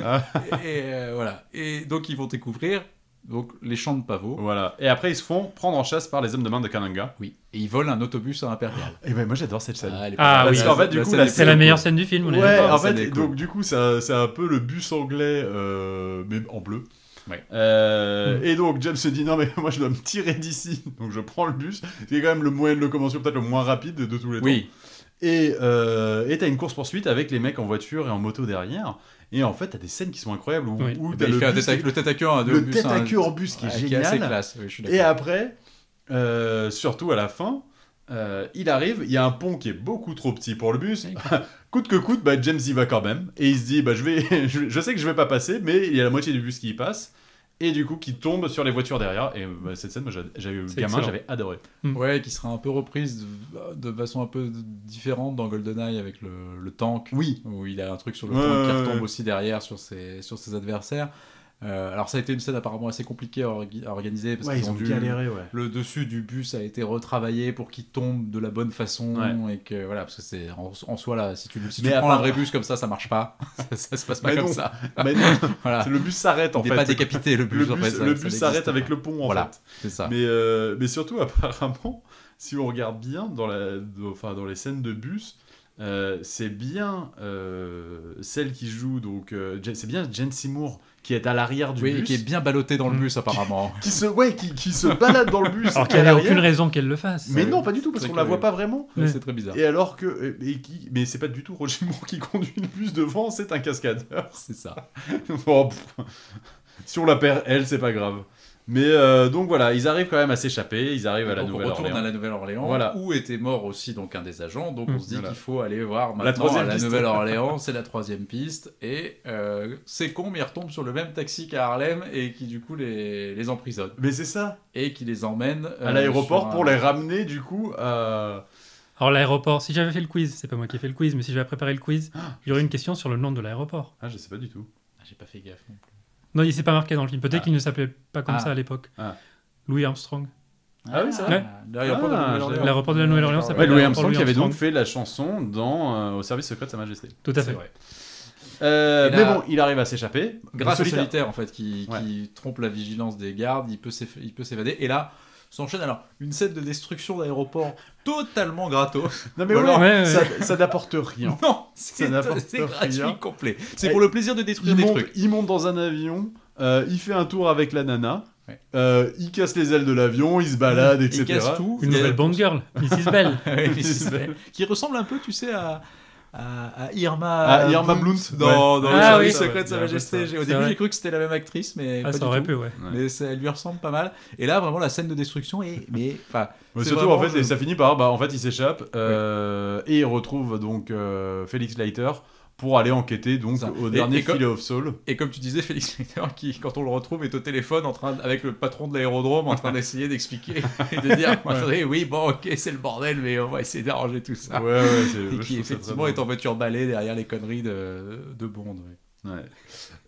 C: Ah.
A: Et euh, voilà. Et donc ils vont découvrir donc les champs de pavots.
C: Voilà. Et après, ils se font prendre en chasse par les hommes de main de Kananga.
A: Oui. Et ils volent un autobus à impérial.
C: Et ben moi, j'adore cette scène.
A: elle est pas
D: Ah
A: mal.
D: oui.
A: Parce qu'en fait,
C: La
A: du coup,
C: scène
A: la
C: est
D: C'est la meilleure scène du film, on est
C: Ouais,
A: d'accord,
C: en
A: ça
C: fait,
A: découle.
C: donc du coup, c'est un, c'est un peu le bus anglais, euh, mais en bleu.
A: Ouais. Hmm.
C: Euh, Et donc, James se dit non, mais moi je dois me tirer d'ici, donc je prends le bus. C'est quand même le moyen de locomotion peut-être le moins rapide de, tous les temps.
A: Oui,
C: Et euh, et t'as une course poursuite avec les mecs en voiture et en moto derrière. Et en fait, t'as des scènes qui sont incroyables où,
D: Oui.
C: où
A: Eh
C: t'as
A: ben, il
C: le,
A: fait un
C: bus
A: tête à- le tête à queue, hein,
C: qui-
A: de-
C: le
A: bus,
C: tête à
A: un-
C: queue en bus qui est
A: ouais, qui
C: génial.
A: assez classe. oui, je suis
C: Et
A: d'accord.
C: après, euh, surtout à la fin, euh, il arrive, il y a un pont qui est beaucoup trop petit pour le bus. coûte que coûte, bah, James y va quand même. Et il se dit, bah, je, vais, je, je sais que je vais pas passer, mais il y a la moitié du bus qui y passe. Et du coup, qui tombe sur les voitures derrière. Et bah, cette scène, moi, j'a- j'avais
D: C'est
C: gamin,
D: excellent.
C: j'avais adoré.
A: Ouais, qui sera un peu reprise de, de façon un peu différente dans GoldenEye avec le, le tank,
C: Oui.
A: où il a un truc sur le
C: Ouais,
A: tank qui
C: ouais,
A: retombe
C: ouais.
A: aussi derrière sur ses, sur ses adversaires. Euh, alors ça a été une scène apparemment assez compliquée à, orgi- à organiser parce qu'ils ont, dû...
C: ouais.
A: Le dessus du bus a été retravaillé pour qu'il tombe de la bonne façon et que voilà parce que c'est en, en soi là si tu si tu
C: Mais à
A: prends un
C: part-
A: vrai bus comme ça ça marche pas ça, ça se passe pas
C: Mais
A: comme
C: non.
A: ça
C: Mais non,
A: voilà
C: c'est le bus s'arrête en
A: il
C: fait.
A: n'est pas décapité le
C: Le
A: bus en fait, ça-
C: bus le
A: ça
C: bus
A: n'existe
C: s'arrête
A: pas.
C: avec le pont en
A: voilà
C: fait.
A: c'est ça
C: Mais, euh, mais surtout, apparemment, si on regarde bien dans, la, dans- enfin, dans les scènes de bus, euh, c'est bien euh, celle qui joue, donc euh, Jen- c'est bien Jen Seymour qui est à l'arrière du
A: oui, et
C: bus.
A: qui est bien ballotté dans le
D: Mm.
A: bus apparemment.
C: qui se, ouais, qui, qui se balade dans le bus.
D: Alors
C: qui est à
D: qu'elle a
C: l'arrière.
D: aucune raison qu'elle le fasse.
C: Mais non, pas du tout, parce
A: Très
C: qu'on la voit
A: curieux.
C: pas vraiment.
D: Ouais.
A: C'est très bizarre.
C: Et alors que. Et qui, mais c'est pas du tout Roger Moore qui conduit le bus devant, c'est un cascadeur.
A: C'est ça.
C: Bon, pff. si on la perd, elle, c'est pas grave. Mais euh, donc voilà, ils arrivent quand même à s'échapper, ils arrivent à la
A: donc on retourne à
C: Nouvelle-Orléans.
A: la Nouvelle-Orléans,
C: Voilà.
A: où était mort aussi donc un des agents. Donc on se dit
C: Voilà.
A: qu'il faut aller voir maintenant
C: troisième
A: à la
C: piste.
A: Nouvelle-Orléans. c'est la troisième piste. Et euh, c'est con, mais il retombe sur le même taxi qu'à Harlem et qui du coup les, les emprisonne
C: Mais c'est ça,
A: et qui les emmène euh,
C: à l'aéroport
A: sur
C: pour
A: un-
C: les ramener du coup à...
D: Alors l'aéroport, si j'avais fait le quiz, c'est pas moi qui ai fait le quiz, mais si j'avais préparé le quiz, il y aurait une question sur le nom de l'aéroport.
C: Ah je sais pas du tout.
A: Ah, J'ai pas fait gaffe. non plus.
D: Non, il s'est pas marqué dans le film. Peut-être
A: Ah.
D: qu'il ne s'appelait pas comme
A: Ah.
D: ça à l'époque.
C: Ah.
D: Louis Armstrong.
C: Ah oui, c'est vrai.
D: Ouais.
A: L'aéroport de
C: Ah,
A: la Nouvelle-Orléans.
D: l'aéroport de la Nouvelle-Orléans s'appelle-
C: Ouais,
D: Ouais,
C: Louis
D: pour
C: Armstrong
D: Louis
C: qui avait donc
D: Armstrong.
C: fait la chanson dans euh, au service secret de sa majesté.
D: Tout à
A: C'est
D: fait.
A: vrai.
C: Euh,
A: Et là-
C: mais bon, il arrive à s'échapper
A: Grâce au
C: Solitaire.
A: solitaire, en fait, qui,
C: Ouais.
A: qui trompe la vigilance des gardes, il peut s'eff- il peut s'évader. Et là, s'enchaîne alors une scène de destruction d'aéroport totalement gratos.
C: Non mais
A: Ou
C: voilà,
A: alors-
D: Ouais, ouais.
C: ça, ça n'apporte rien.
A: Non, c'est
C: Ça n'apporte
A: c'est gratuit
C: rien.
A: complet. C'est
C: Et
A: pour le plaisir de détruire
C: Il
A: des
C: monte,
A: trucs.
C: il monte dans un avion, euh, il fait un tour avec la nana,
A: Ouais.
C: euh, il casse les ailes de l'avion, il se balade, etc.
A: Il casse tout.
D: Une
A: Il y a-
D: nouvelle Bond Girl, Mrs. Bell.
A: Ouais, mais c'est- qui ressemble un peu, tu sais, à, à à, à Irma,
C: Ah, Irma Blunt,
A: dans, dans
D: Ah
A: le
D: oui.
A: service secret de Sa
C: Il y a un peu ça.
A: Majesté. J'ai- Au
D: C'est
A: début,
D: vrai.
A: j'ai cru que c'était la même actrice, mais
D: Ah,
A: pas
D: ça
A: du
D: aurait
A: tout.
D: pu, ouais.
C: Ouais.
A: Mais ça, elle lui ressemble pas mal. Et là, vraiment, la scène de destruction est. Mais, enfin,
C: Mais
A: c'est
C: surtout,
A: vraiment,
C: en fait,
A: je-
C: ça finit par. Bah, en fait, il s'échappe euh, et il retrouve donc euh, Félix Leiter pour aller enquêter donc
A: Ça.
C: au
A: Et-
C: dernier
A: et comme-
C: filet of Soul.
A: Et comme tu disais, Félix Leiter, qui, quand on le retrouve, est au téléphone en train, avec le patron de l'aérodrome en train d'essayer d'expliquer et de dire attendez, oui, bon, ok, c'est le bordel, mais on va essayer d'arranger tout ça.
C: Ouais, ouais, c'est- je
A: Ah. Et
C: trouve
A: qui,
C: ça
A: effectivement,
C: très
A: est en voiture balai derrière les conneries de, de Bond. ouais.
C: bon. Ouais.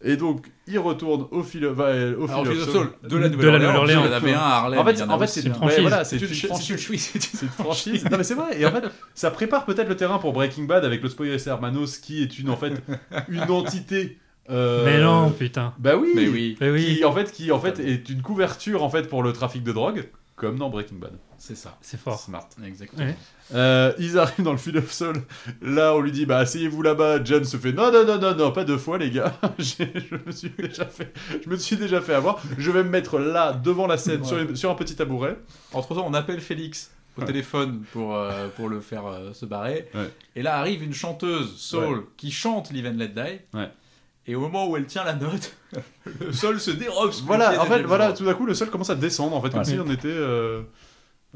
C: Et donc, il retourne au filet va- au
A: Alors,
C: filet
A: Field
C: of
A: of
C: Soul.
A: Soul, de la
D: De la
A: Nouvelle-Orléans.
D: Nouvelle-Orléans.
A: Il y en avait un à Harlem.
C: En fait,
A: il y en a
C: en fait,
A: aussi
C: c'est
A: un.
C: une,
D: franchise.
C: ouais, voilà, c'est
A: C'est
C: une,
A: une
C: c'est une-
A: franchise.
C: c'est une franchise. non mais c'est vrai. Et en fait, ça prépare peut-être le terrain pour Breaking Bad avec Los Poderes Hermanos, qui est une en fait une entité. euh,
D: Mais non, putain.
C: Bah oui.
A: Mais oui,
D: Mais oui,
C: Qui en fait, qui en fait est une couverture en fait pour le trafic de drogue, comme dans Breaking Bad.
A: c'est ça.
D: c'est fort.
A: Smart. Exactement.
D: Ouais.
C: Euh, ils arrivent dans le filet of sol. Là, on lui dit bah asseyez-vous là-bas. John se fait non non non non non pas deux fois les gars. J'ai- je me suis déjà fait, je me suis déjà fait avoir. Je vais me mettre là devant la scène sur, une- sur un petit tabouret.
A: Entre temps, on appelle Félix au téléphone pour, euh, pour le faire euh, se barrer.
C: Ouais.
A: Et là arrive une chanteuse, Soul, qui chante Live and Let Die.
C: Ouais.
A: Et au moment où elle tient la note, le sol se dérobe. sous le pied
C: Voilà,
A: de
C: en fait,
A: James
C: voilà,
A: Bond.
C: tout d'un coup, le sol commence à descendre, en fait, comme
A: Ouais.
C: si on était euh,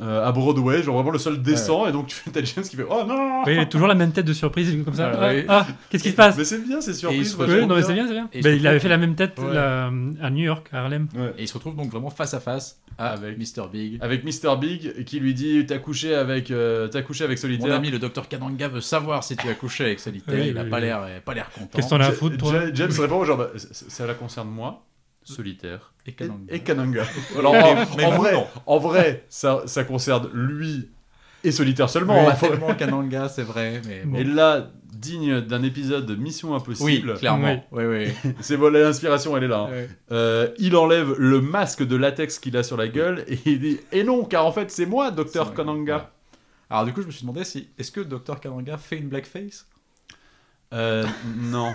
C: euh, à Broadway, genre vraiment le sol descend, et donc tu fais ta James qui fait Oh non
D: Oui, il a toujours la même tête de surprise, comme ça.
A: Voilà,
D: Ah,
A: oui.
D: ah, qu'est-ce qui se passe
C: Mais c'est bien, c'est
A: il
C: surprise.
A: se
C: moi,
A: retrouve
D: Oui,
C: j'aime
D: non, mais
C: bien.
D: c'est bien, c'est bien.
A: Et
D: Mais
A: surtout-
D: il avait fait la même tête
C: Ouais.
D: là, à New York, à Harlem.
C: Ouais.
A: Et il se retrouve donc vraiment face à face avec Mr. Big.
C: Avec Mr. Big qui lui dit T'as couché avec, euh, t'as couché avec
A: Mon
C: Solitaire.
A: ami, le docteur Kananga veut savoir si tu as couché avec Solitaire.
D: Oui,
A: il a
D: oui,
A: pas
D: oui.
A: l'air, euh, pas l'air content.
D: Qu'est-ce qu'on a à
C: Ja-
D: foutre, toi
C: Ja- James répond genre bah, c- c- Ça la concerne moi, Solitaire
A: Et
C: et,
A: Kananga.
C: et Kananga. Alors, en,
A: mais
C: en
A: vous,
C: vrai,
A: non.
C: en vrai ça, ça concerne lui et Solitaire
A: Oui,
C: seulement. hein.
A: tellement Kananga, c'est vrai, mais bon.
C: Et là, digne d'un épisode de Mission
A: Oui,
C: Impossible.
A: clairement. Oui, oui.
C: C'est voilà, l'inspiration, elle est là. hein.
A: Ouais.
C: Euh, il enlève le masque de latex qu'il a sur la gueule et il dit Et non, car en fait, c'est moi, docteur
A: C'est-
C: Kananga.
A: Alors du coup, je me suis demandé si est-ce que Dr Kananga fait une blackface
C: Euh, non.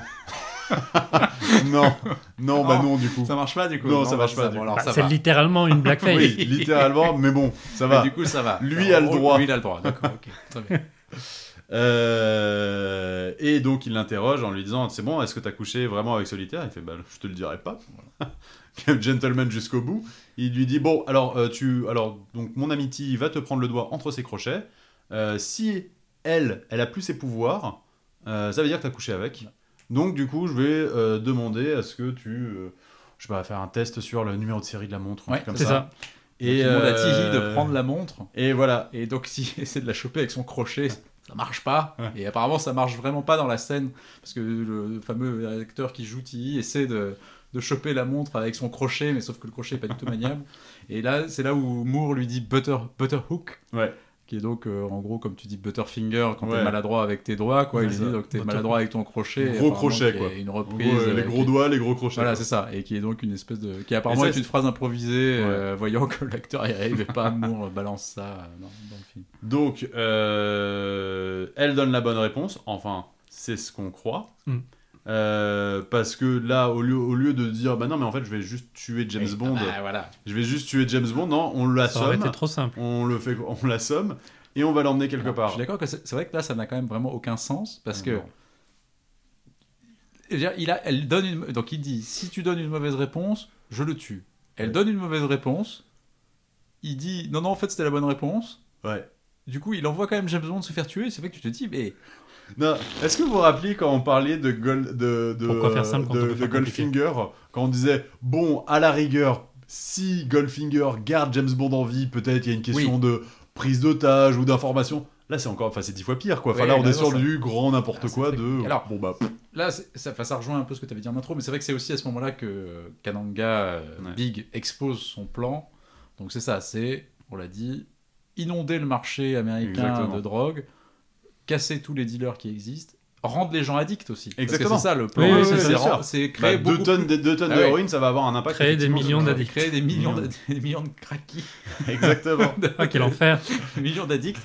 C: non. Non, bah non, du coup.
A: Oh. Ça marche pas du coup.
C: Non, ça marche
A: bah, ça-
C: pas, du
A: bon,
C: coup.
A: alors,
D: Bah,
A: ça
D: c'est
A: va.
D: littéralement une blackface.
C: Oui, littéralement, mais bon, ça va.
A: Mais du coup, ça va.
C: Lui a le
A: Oh,
C: droit.
A: Lui il a le droit. D'accord. ok. Très bien.
C: Euh, et donc, il l'interroge en lui disant C'est bon, est-ce que t'as couché vraiment avec Solitaire Il fait Bah, je te le dirai pas. Gentleman jusqu'au bout. Il lui dit Bon, alors, euh, tu, alors donc, mon ami T va te prendre le doigt entre ses crochets. Euh, si elle, elle a plus ses pouvoirs, euh, ça veut dire que t'as couché avec. Donc, du coup, je vais euh, demander à ce que tu. euh, je sais pas, faire un test sur le numéro de série de la montre. un
A: Ouais,
C: truc comme
D: C'est ça.
C: Et
A: il demande à Tihi de
C: euh,
A: prendre la montre.
C: Et voilà,
A: Et donc, s'il essaie de la choper avec son crochet, ça marche pas. Et apparemment, ça marche vraiment pas dans la scène. Parce que le fameux acteur qui joue Tilly essaie de, de choper la montre avec son crochet, mais sauf que le crochet est pas du tout maniable. Et là, c'est là où Moore lui dit butter, butterhook.
C: Ouais.
A: Qui est donc, euh, en gros, comme tu dis, butterfinger quand
C: Ouais.
A: t'es maladroit avec tes doigts, quoi. Il
C: C'est
A: dit
C: ça.
A: donc t'es
C: Butterhook.
A: maladroit avec ton crochet.
C: Gros
A: et apparemment,
C: crochet,
A: qu'il y a
C: quoi.
A: une
C: En
A: reprise.
C: gros, euh, les
A: avec
C: gros doigts, les gros crochets.
A: voilà,
C: quoi.
A: c'est ça. Et qui est donc une espèce de. qui apparemment
C: Et ça,
A: est une
C: c'est-
A: phrase improvisée,
C: Ouais.
A: euh, voyant que l'acteur n'y arrivait pas, Moore balance ça euh, dans, dans le film.
C: Donc, euh, elle donne la bonne réponse. Enfin, c'est ce qu'on croit.
D: Mm.
C: Euh, parce que là, au lieu, au lieu de dire, bah non, mais en fait, je vais juste tuer James
A: Et-
C: Bond,
A: ah bah, voilà.
C: je vais juste tuer James Bond, non, on
D: Ça aurait
C: l'assomme,
D: été trop Ah, simple.
C: on le fait, on l'assomme, et on va l'emmener quelque
A: Alors, Je
C: part.
A: suis d'accord que c'est c'est vrai que là, ça n'a quand même vraiment aucun sens parce que. Je veux dire, Il a, elle donne une, donc il dit si tu donnes une mauvaise réponse, je le tue. Elle
C: Ouais.
A: donne une mauvaise réponse. Il dit non non en fait c'était la bonne réponse.
C: Ouais.
A: Du coup il envoie quand même James Bond se faire tuer. C'est vrai que tu te dis mais
C: Non, est-ce que vous vous rappelez quand on parlait de, Gold, de, de,
D: Pourquoi faire simple quand
C: de-
D: on peut
C: de
D: faire compliqué
C: Goldfinger, quand on disait, bon, à la rigueur, si Goldfinger garde James Bond en vie, peut-être il y a une question
A: Oui.
C: de prise d'otage ou d'information. Là, c'est encore, enfin, c'est dix fois pire, quoi. Enfin,
A: Ouais,
C: là, on
A: là,
C: est sur
A: ça-
C: du grand n'importe
A: Ah, c'est
C: quoi
A: très
C: de.
A: compliqué. Alors-
C: bon, bah, pff,
A: Là, c'est- ça, enfin, ça rejoint un peu ce que tu avais dit en intro, mais c'est vrai que c'est aussi à ce moment-là que euh, Kananga euh,
C: Ouais.
A: Big expose son plan. Donc c'est ça, c'est, on l'a dit, inonder le marché américain
C: Exactement.
A: de drogue, casser tous les dealers qui existent, rendre les gens addicts aussi. Parce que
C: Exactement.
A: c'est ça le plan.
D: Oui, oui,
A: c'est-
D: oui,
A: c'est
C: bien
A: rend-
C: sûr.
A: c'est
C: bah,
A: créer
C: deux
A: beaucoup
C: tonnes,
A: plus-
C: de- deux tonnes
A: Ah ouais.
C: d'héroïne, ça va avoir un impact.
D: Créer des
C: effectivement,
D: millions
C: sur-
D: d'addicts.
A: Créer des millions,
C: Millions.
A: d'add- des millions de craquis,
C: Exactement.
D: Ah, quel enfer.
A: des millions d'addicts,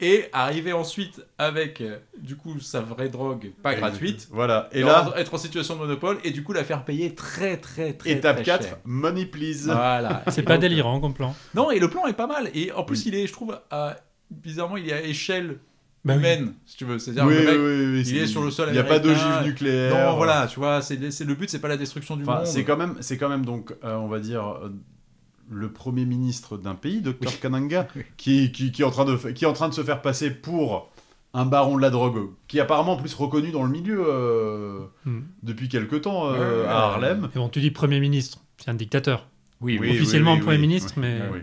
A: et arriver ensuite avec, euh, du coup, sa vraie drogue pas gratuite,
C: Voilà. Et
A: et
C: là,
A: là, être en situation de monopole et du coup la faire payer très très très
C: étape
A: très
C: 4,
A: cher. Ah,
C: money please.
A: Voilà.
D: C'est
A: Et
D: pas
A: donc,
D: délirant comme plan.
A: euh, Non, et le plan est pas mal. Et en plus, il est, je trouve, à- bizarrement, il est à échelle
D: Bah oui.
A: humaine, si tu veux. C'est-à-dire
C: Oui,
A: le mec,
C: oui, oui,
A: il est sur le sol
C: Il n'y a pas
A: américain.
C: d'ogive nucléaire.
A: Non, voilà, tu vois, c'est c'est- le but, c'est pas la destruction du
C: Enfin,
A: monde.
C: c'est quand même, c'est quand même donc, euh, on va dire, euh, le premier ministre d'un pays, Dr Kananga, qui, qui, qui est en train de, fa- qui est en train de se faire passer pour un baron de la drogue, qui est apparemment plus reconnu dans le milieu euh,
D: Hmm.
C: depuis quelque temps euh,
A: Ouais, ouais, ouais.
C: à Harlem.
D: Et bon, tu dis Premier ministre, c'est un dictateur.
A: Oui,
C: Oui,
D: officiellement
C: oui, oui,
D: Premier
C: oui.
D: ministre,
C: Oui,
A: euh.
D: mais-
C: oui.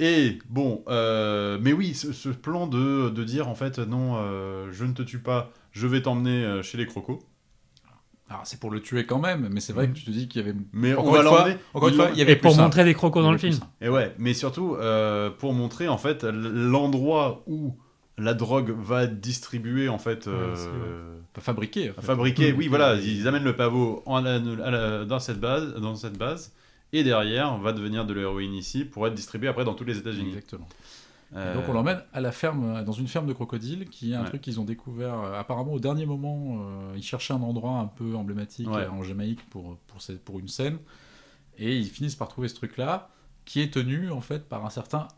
C: Et bon, euh, mais oui, ce, ce plan de, de dire en fait non, euh, je ne te tue pas, je vais t'emmener euh, chez les crocos.
A: Alors, c'est pour le tuer quand même, mais c'est vrai que tu te dis qu'il y avait.
C: Mais
A: Encore
C: on va
A: une fois,
C: l'emmener.
A: Mm. encore une
C: Ils
A: fois,
C: l'ont-
A: il y avait
D: et pour
A: plus ça.
D: montrer des crocos
A: Il y
D: dans le
A: avait plus
D: film.
A: ça.
C: Et ouais, mais surtout euh, pour montrer en fait l- l'endroit où la drogue va être distribuée en fait, euh,
D: Ouais, c'est
A: Pas fabriqué. en fait.
C: fabriquée.
A: Mmh.
C: Oui, voilà, ils amènent le pavot en- à la- à la- dans cette base, dans cette base, et derrière va devenir de l'héroïne ici pour être distribuée après dans tous les États-Unis.
A: Exactement.
C: Euh,
A: Donc on l'emmène à la ferme, dans une ferme de crocodiles, qui est un
C: Ouais.
A: truc qu'ils ont découvert euh, apparemment au dernier moment. euh, ils cherchaient un endroit un peu emblématique
C: Ouais.
A: euh, en Jamaïque pour pour, cette- pour une scène, et ils finissent par trouver ce truc-là, qui est tenu en fait par un certain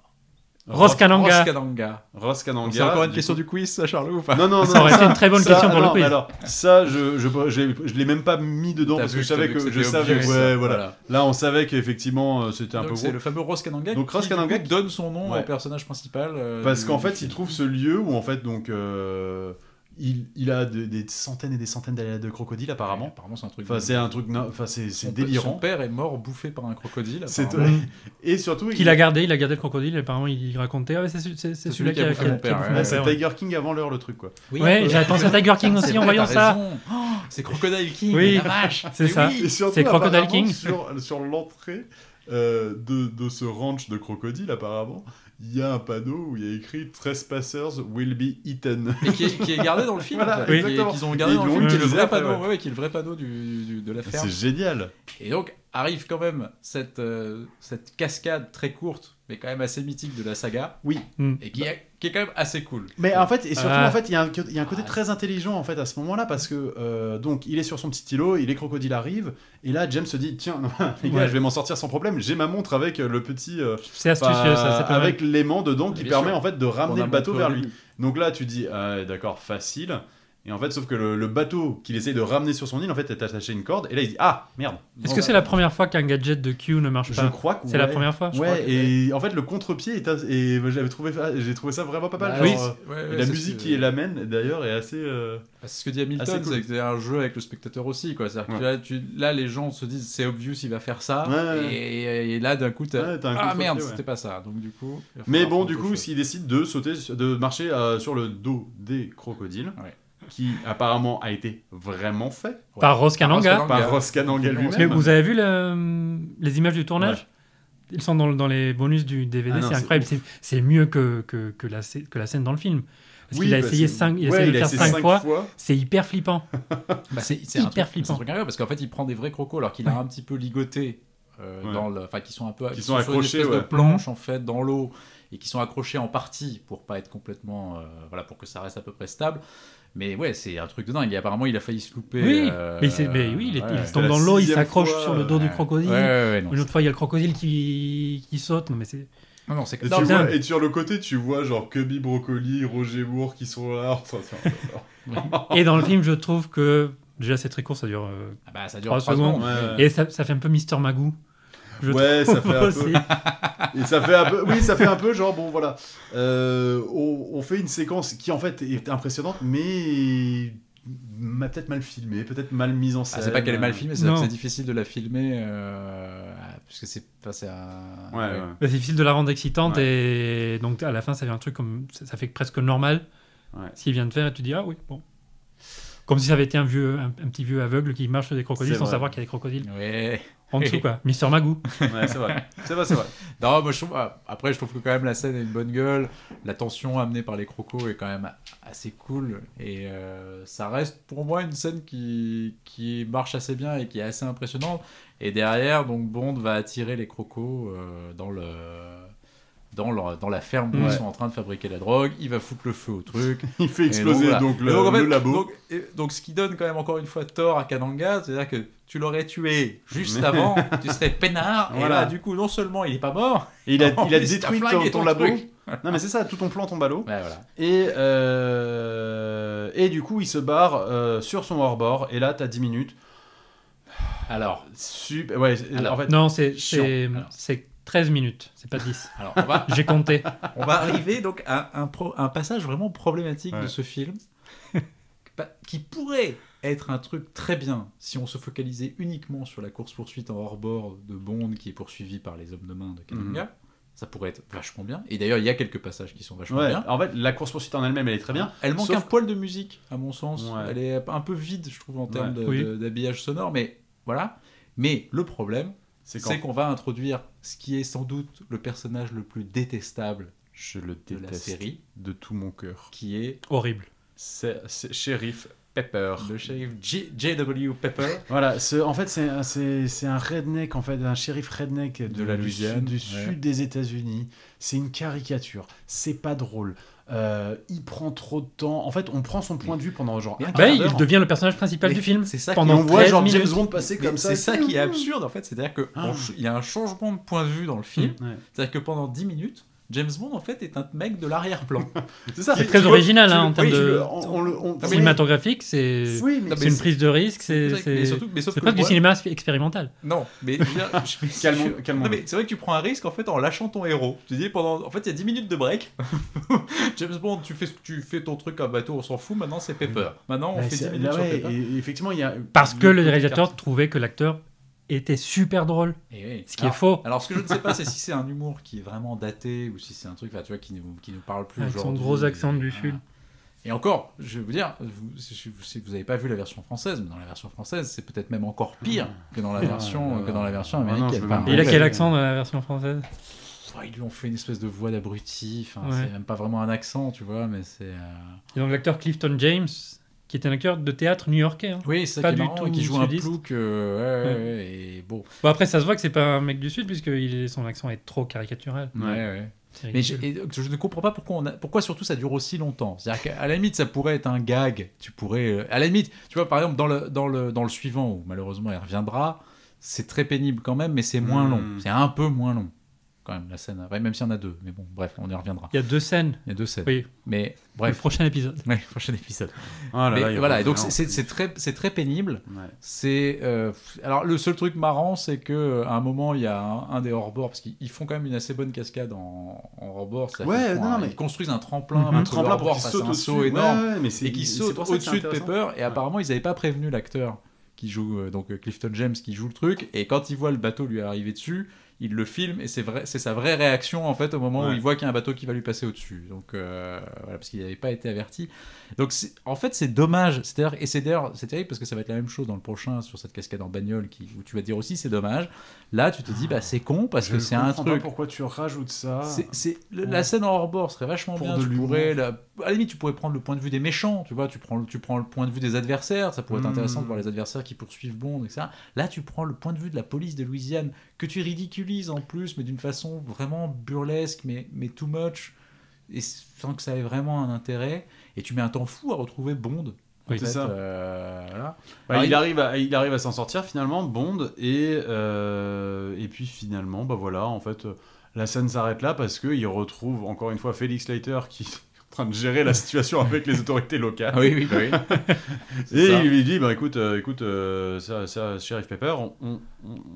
D: Ross Kananga.
A: Ross Kananga.
C: Ross Kananga.
A: C'est encore une
C: du
A: question
C: coup-
A: du quiz, ça, Charles ou pas
C: Non, non, non.
D: Ça aurait été une très bonne
C: ça,
D: question
C: ah
D: pour le
C: non,
D: quiz.
C: mais Alors, ça, je, je, je, l'ai- je l'ai même pas mis dedans
A: T'as
C: parce
A: vu-
C: que je
A: t'as
C: savais
A: vu
C: que, je
A: c'était
C: savais.
A: obvious,
C: ouais,
A: ça,
C: voilà. Là, on savait qu'effectivement euh, c'était un
A: Donc,
C: peu
A: c'est
C: gros.
A: le fameux Ross Kananga
C: Donc, Ross
A: qui du
C: Kananga
A: coup, donne son nom
C: Ouais.
A: au personnage principal. euh,
C: Parce
A: du-
C: qu'en
A: du
C: fait,
A: film.
C: il trouve ce lieu où, en fait, donc, euh, il, il a des, des centaines et des centaines d'alliés de crocodiles, apparemment.
A: Apparemment, c'est un truc.
C: Enfin,
A: de-
C: c'est un truc, na- enfin, c'est
A: Son
C: c'est
A: pe- Son
C: délirant.
A: père est mort bouffé par un crocodile.
C: C'est-
A: apparemment.
C: Et surtout, il-
D: Qu'il a Hmm. gardé, il a gardé le crocodile, et apparemment il racontait, ah ouais, c'est c'est- c'est
A: C'est
D: celui-là qui a, qui a-
A: mon
D: qui a
A: père,
D: bouffé
C: Ah,
D: mon
C: c'est
D: père, ouais.
C: Tiger King avant l'heure, le truc, quoi.
D: Ouais, j'ai pensé à Tiger King aussi en voyant ça.
A: Oh, c'est Crocodile Ah, King, Ah,
D: Oui.
A: la vache.
D: C'est
A: Mais
D: ça.
A: oui.
C: Et surtout,
D: C'est Crocodile
C: apparemment,
D: King.
C: Sur, sur l'entrée euh, de, de ce ranch de crocodiles, apparemment, il y a un panneau où il y a écrit Trespassers will be eaten.
A: Et qui est, qui est gardé dans le film.
C: Voilà,
A: en fait. Et
C: exactement.
A: Qu'ils ont gardé
C: Et
A: dans le
C: ils
A: film,
C: l'ont
A: qui est le
C: utilisé
A: vrai
C: après,
A: panneau,
C: ouais.
A: ouais, ouais, qui est le vrai panneau du, du- de la ferme.
C: C'est génial.
A: Et donc arrive quand même cette, euh, cette cascade très courte, mais quand même assez mythique de la saga.
C: Oui.
A: Et
D: Mm.
C: Bah.
A: qui est, qui est quand même assez cool.
C: Mais en fait, et surtout,
D: Ah.
C: en fait, il y, a un- il y a un côté très intelligent en fait à ce moment-là parce que euh, donc il est sur son petit îlot, il les crocodiles arrivent et là James se dit tiens, non, les gars,
D: Ouais.
C: je vais m'en sortir sans problème. J'ai ma montre avec euh, le petit euh,
D: C'est astucieux ça,
C: enfin,
D: c'est pas mal.
C: avec l'aimant dedans qui
A: Bien
C: permet
A: sûr.
C: en fait de
A: Qu'on
C: ramener
A: a
C: le bateau
A: montré
C: vers
A: au
C: lui.
A: début.
C: Donc là, tu dis ah, d'accord, facile. Et en fait, sauf que le, le bateau qu'il essaye de ramener sur son île en fait est attaché à une corde et là il dit ah merde.
D: Est-ce que c'est la première fois qu'un gadget de Q ne marche
C: Je
D: pas
C: crois que
D: C'est la
C: ouais.
D: première fois
C: Ouais, et en fait le contre-pied est assez- et j'avais trouvé j'ai trouvé ça vraiment pas mal.
A: Bah,
C: genre,
D: oui.
C: euh,
A: Ouais, ouais,
C: et la
A: c'est-
C: musique qui est la mène d'ailleurs est assez euh,
A: C'est ce que dit Hamilton,
C: Assez cool.
A: c'est que c'est un jeu avec le spectateur aussi. Quoi. C'est-à-dire que
C: Ouais.
A: là, tu- là, les gens se disent c'est obvious, il va faire ça.
C: Ouais, ouais.
A: Et, et là, d'un coup, t'as-
C: Ouais, t'as un
A: ah
C: contre-pied,
A: merde,
C: ouais.
A: c'était pas ça. Donc du coup. il va
C: Mais
A: falloir
C: bon,
A: prendre
C: du
A: autre
C: coup,
A: chose.
C: s'il décide de sauter, de marcher euh, sur le dos des crocodiles,
A: Ouais.
C: qui apparemment a été vraiment fait
D: Par Ross Kananga.
A: Kananga.
C: par Ross Kananga
D: Mais
C: lui-même.
D: vous avez vu le- les images du tournage Ils sont dans, le- dans les bonus du DVD,
C: Ah non,
D: c'est
C: c'est
D: incroyable. C'est- C'est mieux que, que, que la, scè- que la scène dans le film. Parce
C: Oui,
D: qu'il a
C: bah,
D: essayé,
C: c'est-
D: cinq, il a
C: ouais,
D: essayé de
C: il a
D: le faire
C: essayé
D: 5
C: cinq
D: fois. C'est hyper flippant.
A: Bah, c'est c'est
D: hyper
A: un truc-
D: flippant.
A: C'est un truc incroyable parce qu'en fait, il prend des vrais crocos alors qu'il a un petit peu ligoté. euh,
C: Ouais.
A: dans le, enfin qui sont un peu
C: Qui
A: qui
C: sont
A: sur une
C: accrochés,
A: espèce
C: ouais.
A: de planche en fait dans l'eau et qui sont accrochés en partie pour pas être complètement euh, voilà pour que ça reste à peu près stable mais ouais c'est un truc de dingue et apparemment il a failli se louper
D: Oui,
A: euh,
D: mais, c'est- mais oui, il, est-
A: ouais,
D: il
A: ouais.
D: tombe
C: la
D: dans l'eau, il
C: sixième
D: s'accroche
C: fois,
D: sur le dos du
A: Ouais.
D: crocodile.
A: Ouais, ouais, ouais, non,
D: Une autre fois, il y a le crocodile qui, qui saute. Non, mais c'est.
A: c'est- non, non, c'est
C: Et, tu
A: non,
C: vois-
D: putain.
C: et sur le côté, tu vois genre Cubby Broccoli, Roger Moore qui sont là. Enfin, c'est-
D: Et dans le film, je trouve que. Déjà, c'est très court, ça dure. euh,
A: ah bah, ça dure 3
D: Trois
A: secondes,
C: ouais,
D: Et ça, ça fait un peu Mister Magoo. Je
C: Ouais, ça fait un peu.
D: aussi.
C: Et ça fait un peu, oui, ça fait un peu genre, bon voilà, Euh, on, on fait une séquence qui en fait est impressionnante, mais m'a peut-être mal filmée, peut-être mal mise en
A: Ah,
C: scène.
A: c'est pas qu'elle est mal filmée, c'est
D: Non.
A: c'est difficile de la filmer euh, parce que c'est enfin, c'est un-
C: Ouais, ouais.
D: Bah, c'est difficile de la rendre excitante et donc à la fin ça fait un truc comme ça, ça fait presque normal
C: Ouais.
D: ce qu'il vient de faire et tu dis ah oui bon comme si ça avait été un vieux un, un petit vieux aveugle qui marche sur des crocodiles
C: C'est
D: sans
C: vrai.
D: savoir qu'il y a des crocodiles
A: Ouais.
D: en dessous quoi Mister Magoo
C: Ouais, c'est vrai, c'est vrai, c'est vrai.
A: Non, moi, je trouve, ah, après, je trouve que quand même la scène a une bonne gueule. La tension amenée par les crocos est quand même assez cool. Et euh, ça reste pour moi une scène qui, qui marche assez bien et qui est assez impressionnante. Et derrière, donc Bond va attirer les crocos euh, dans le dans, leur- dans la ferme où
D: Ouais.
A: ils sont en train de fabriquer la drogue, il va foutre le feu au truc.
C: Il fait
A: Et
C: exploser
A: voilà.
C: donc,
A: Et
C: le,
A: donc, en fait,
C: le labo.
A: Donc, et- donc, ce qui donne quand même encore une fois tort à Kananga, c'est-à-dire que tu l'aurais tué juste
C: Mais-
A: avant, tu serais peinard, et
C: Voilà.
A: là, du coup, non seulement il est pas mort,
C: Et il a,
A: en
C: il a
A: plus,
C: détruit
A: t'as
C: ton,
A: flingué
C: ton
A: ton
C: labo.
A: truc.
C: Non mais c'est ça, tout ton plan tombe à l'eau.
A: Ouais, voilà.
C: Et, euh, et du coup, il se barre euh, sur son hors-bord. Et là, t'as 10 minutes.
A: Alors,
C: Super. Ouais, euh,
A: Alors,
C: en fait,
D: Non, c'est
A: Chiant.
D: c'est-
A: Alors.
D: c'est 13 minutes, c'est pas 10.
A: alors on, va,
D: J'ai compté.
A: on va arriver donc à un, pro- un passage vraiment problématique de
C: Ouais.
A: ce film, bah, qui pourrait être un truc très bien si on se focalisait uniquement sur la course-poursuite en hors-bord de Bond qui est poursuivi par les hommes de
C: Mhm.
A: main de Kananga. Ça pourrait être vachement bien. Et d'ailleurs, il y a quelques passages qui sont vachement
C: ouais,
A: bien.
C: en fait, la course-poursuite en elle-même, elle est très bien.
A: Elle manque
C: Sauf
A: un poil de musique, à mon sens.
C: Ouais.
A: Elle est un peu vide, je trouve, en termes de-
D: Oui.
A: de- d'habillage sonore, mais voilà. Mais le problème,
C: C'est quand
A: c'est qu'on va introduire ce qui est sans doute le personnage le plus détestable
C: je le
A: de la
C: déteste
A: série,
C: de tout mon cœur.
A: qui est
D: Horrible.
C: C'est c'est Sheriff Pepper.
A: le shérif J- J.W. Pepper.
C: Voilà, ce- en fait, c'est un- c'est c'est un redneck, en fait, un shérif redneck de,
A: De la
C: du
A: Louisiane,
C: sud- du,
A: ouais.
C: sud des États-Unis. C'est une caricature. C'est pas drôle. Euh, il prend trop de temps. En fait, on prend son point de vue pendant genre
A: Mais-
C: un
A: Ah,
D: Bah,
C: quart
D: il
C: d'heure.
D: devient le personnage principal
A: Mais
D: du film.
A: c'est ça qui-
C: Et
D: pendant
C: on voit
D: 13
C: genre James
D: minutes.
C: Bond passer comme
A: Mais
C: ça.
A: C'est ça qui est absurde, en fait. C'est-à-dire qu'il
C: Ah. Mm.
A: y a un changement de point de vue dans le film.
C: Ouais.
A: C'est-à-dire que pendant 10 minutes, James Bond, en fait, est un mec de l'arrière-plan.
C: C'est ça.
D: C'est très
C: Tu-
D: original
C: tu-
D: hein, en
C: oui,
D: termes
C: tu
D: de
C: le- on- on le- on-
A: Ah oui,
D: cinématographique. C'est
C: Oui, mais-
A: Non,
D: c'est
A: mais
D: une
A: c'est-
D: prise de risque. C'est
A: mais
D: c'est-
A: surtout, mais sauf
D: c'est
A: que
D: pas du
A: moi-
D: cinéma expérimental.
A: Non, mais je veux dire, je- mais si
C: Calmons-
A: tu-
C: calmons-nous.
A: Non, mais c'est vrai que tu prends un risque en fait en lâchant ton héros. Tu dis pendant en fait il y a 10 minutes de break. James Bond, tu fais ce que tu fais ton truc à bateau, on s'en fout, maintenant c'est Pepper. Maintenant on
C: Bah,
A: fait 10
C: c'est-
A: minutes
C: là,
A: sur
C: ouais,
A: Pepper.
C: et- et effectivement, il y a
D: Parce que
A: Le
D: le
A: côté
D: réalisateur trouvait que l'acteur était super drôle.
A: Et Eh oui.
D: Ce qui est
A: Alors-
D: faux.
A: Alors ce que je ne sais pas c'est si c'est un humour qui est vraiment daté ou si c'est un truc enfin, tu vois qui nous qui nous parle plus
D: Avec son
A: aujourd'hui.
D: gros accent du sud.
C: Ah.
A: Et encore, je vais vous dire, vous, si si vous n'avez pas vu la version française, mais dans la version française, c'est peut-être même encore pire que dans la version, euh,
C: là
A: que dans la version
C: Ah non, je
A: américaine.
C: veux même
A: Enfin,
C: pas.
D: Ah. Et il a
C: Ouais,
D: quel
C: ouais.
D: accent dans la version française
A: Oh, ils lui ont fait une espèce de voix d'abruti. Enfin,
D: Ouais.
A: C'est même pas vraiment un accent, tu vois, mais c'est. euh,
D: Et donc l'acteur Clifton James, qui est un acteur de théâtre new-yorkais. hein.
A: Oui, c'est
D: Pas
A: ça qui
D: du
A: est marrant,
D: tout
A: qui joue un
D: sudiste.
A: plouc. euh, ouais, ouais, ouais, et bon.
D: Bon, après, ça se voit que c'est pas un mec du sud, puisque il est- son accent est trop caricatural.
A: Ouais, ouais.
D: C'est
A: Mais
D: ridicule.
A: j'ai- et donc, je ne comprends pas pourquoi, on a- pourquoi surtout ça dure aussi longtemps. C'est-à-dire qu'à la limite, ça pourrait être un gag. Tu pourrais, euh, à la limite, tu vois, par exemple, dans le, dans le, dans le suivant, où malheureusement il reviendra, c'est très pénible quand même, mais c'est moins
C: Mm.
A: long. C'est un peu moins long, quand même, la scène. Ouais, même s'il y en a deux, mais bon, bref, on y reviendra.
D: Il y a deux scènes.
A: Il y a
C: Euh,
A: deux scènes.
D: Oui,
A: Mais
D: le
A: bref,
D: prochain épisode.
A: ouais, prochain épisode.
C: Oh là
A: Mais
C: là, il
A: voilà, et
C: revient
A: donc
C: en
A: c'est- c'est
C: plus.
A: c'est très, c'est très pénible.
C: Ouais.
A: C'est euh, pff, alors le seul truc marrant, c'est que euh, à un moment il y a un, un des hors-bords parce qu'ils ils font quand même une assez bonne cascade en, en hors-bord. c'est-à-dire
C: Ouais,
A: qu'ils font
C: non,
A: un-
C: mais-
A: ils construisent un tremplin,
D: Mhm.
C: un
A: un
C: tremplin pour qu'il
A: fasse
C: saute
A: un
C: au-dessus.
A: saut énorme
C: Ouais, ouais, mais c'est-
A: et qui
C: c'est
A: saute
C: pour ça que c'est
A: au-dessus de
C: intéressant.
A: Pepper. Et apparemment ils n'avaient pas prévenu l'acteur qui joue euh, donc euh, Clifton James qui joue le truc. Et quand il voit le bateau lui arriver dessus, il le filme et c'est vrai, c'est sa vraie réaction en fait au moment où
C: Ouais.
A: il voit qu'il y a un bateau qui va lui passer au-dessus. Donc euh, voilà, parce qu'il n'avait pas été averti. Donc c'est- en fait c'est dommage. C'est-à-dire et c'est d'ailleurs c'est terrible parce que ça va être la même chose dans le prochain sur cette cascade en bagnole qui, où tu vas dire aussi c'est dommage. Là tu te dis bah c'est con parce
C: Ah. Je
A: que c'est un
C: comprends pas
A: truc.
C: Pourquoi tu rajoutes ça
A: C'est, c'est- le-
C: Ah. Ouais.
A: La scène en hors-bord serait vachement
C: Pour
A: bien.
C: de
A: tu
C: l'humour.
A: pourrais la- à la limite, tu pourrais prendre le point de vue des méchants, tu vois. Tu prends, le- tu prends le point de vue des adversaires. Ça pourrait être
C: Mm.
A: intéressant de voir les adversaires qui poursuivent Bond, etc. Là, tu prends le point de vue de la police de Louisiane, que tu ridiculises en plus, mais d'une façon vraiment burlesque, mais, mais too much, et sans que ça ait vraiment un intérêt. Et tu mets un temps fou à retrouver Bond. en
D: Oui,
C: c'est
A: fait,
C: ça.
A: euh, voilà.
C: Bah,
D: Ah,
A: Alors,
C: il,
A: il-
C: arrive à, il arrive à s'en sortir finalement, Bond, et, euh, et puis finalement, bah voilà, en fait, euh, la scène s'arrête là parce qu'il retrouve encore une fois Félix Leiter qui est en train de gérer la situation avec les autorités locales.
A: Ah oui, oui, bah oui. C'est
C: Et
A: ça.
C: il lui dit, bah écoute, euh, écoute, euh, ça, ça, Sheriff Pepper, on, on-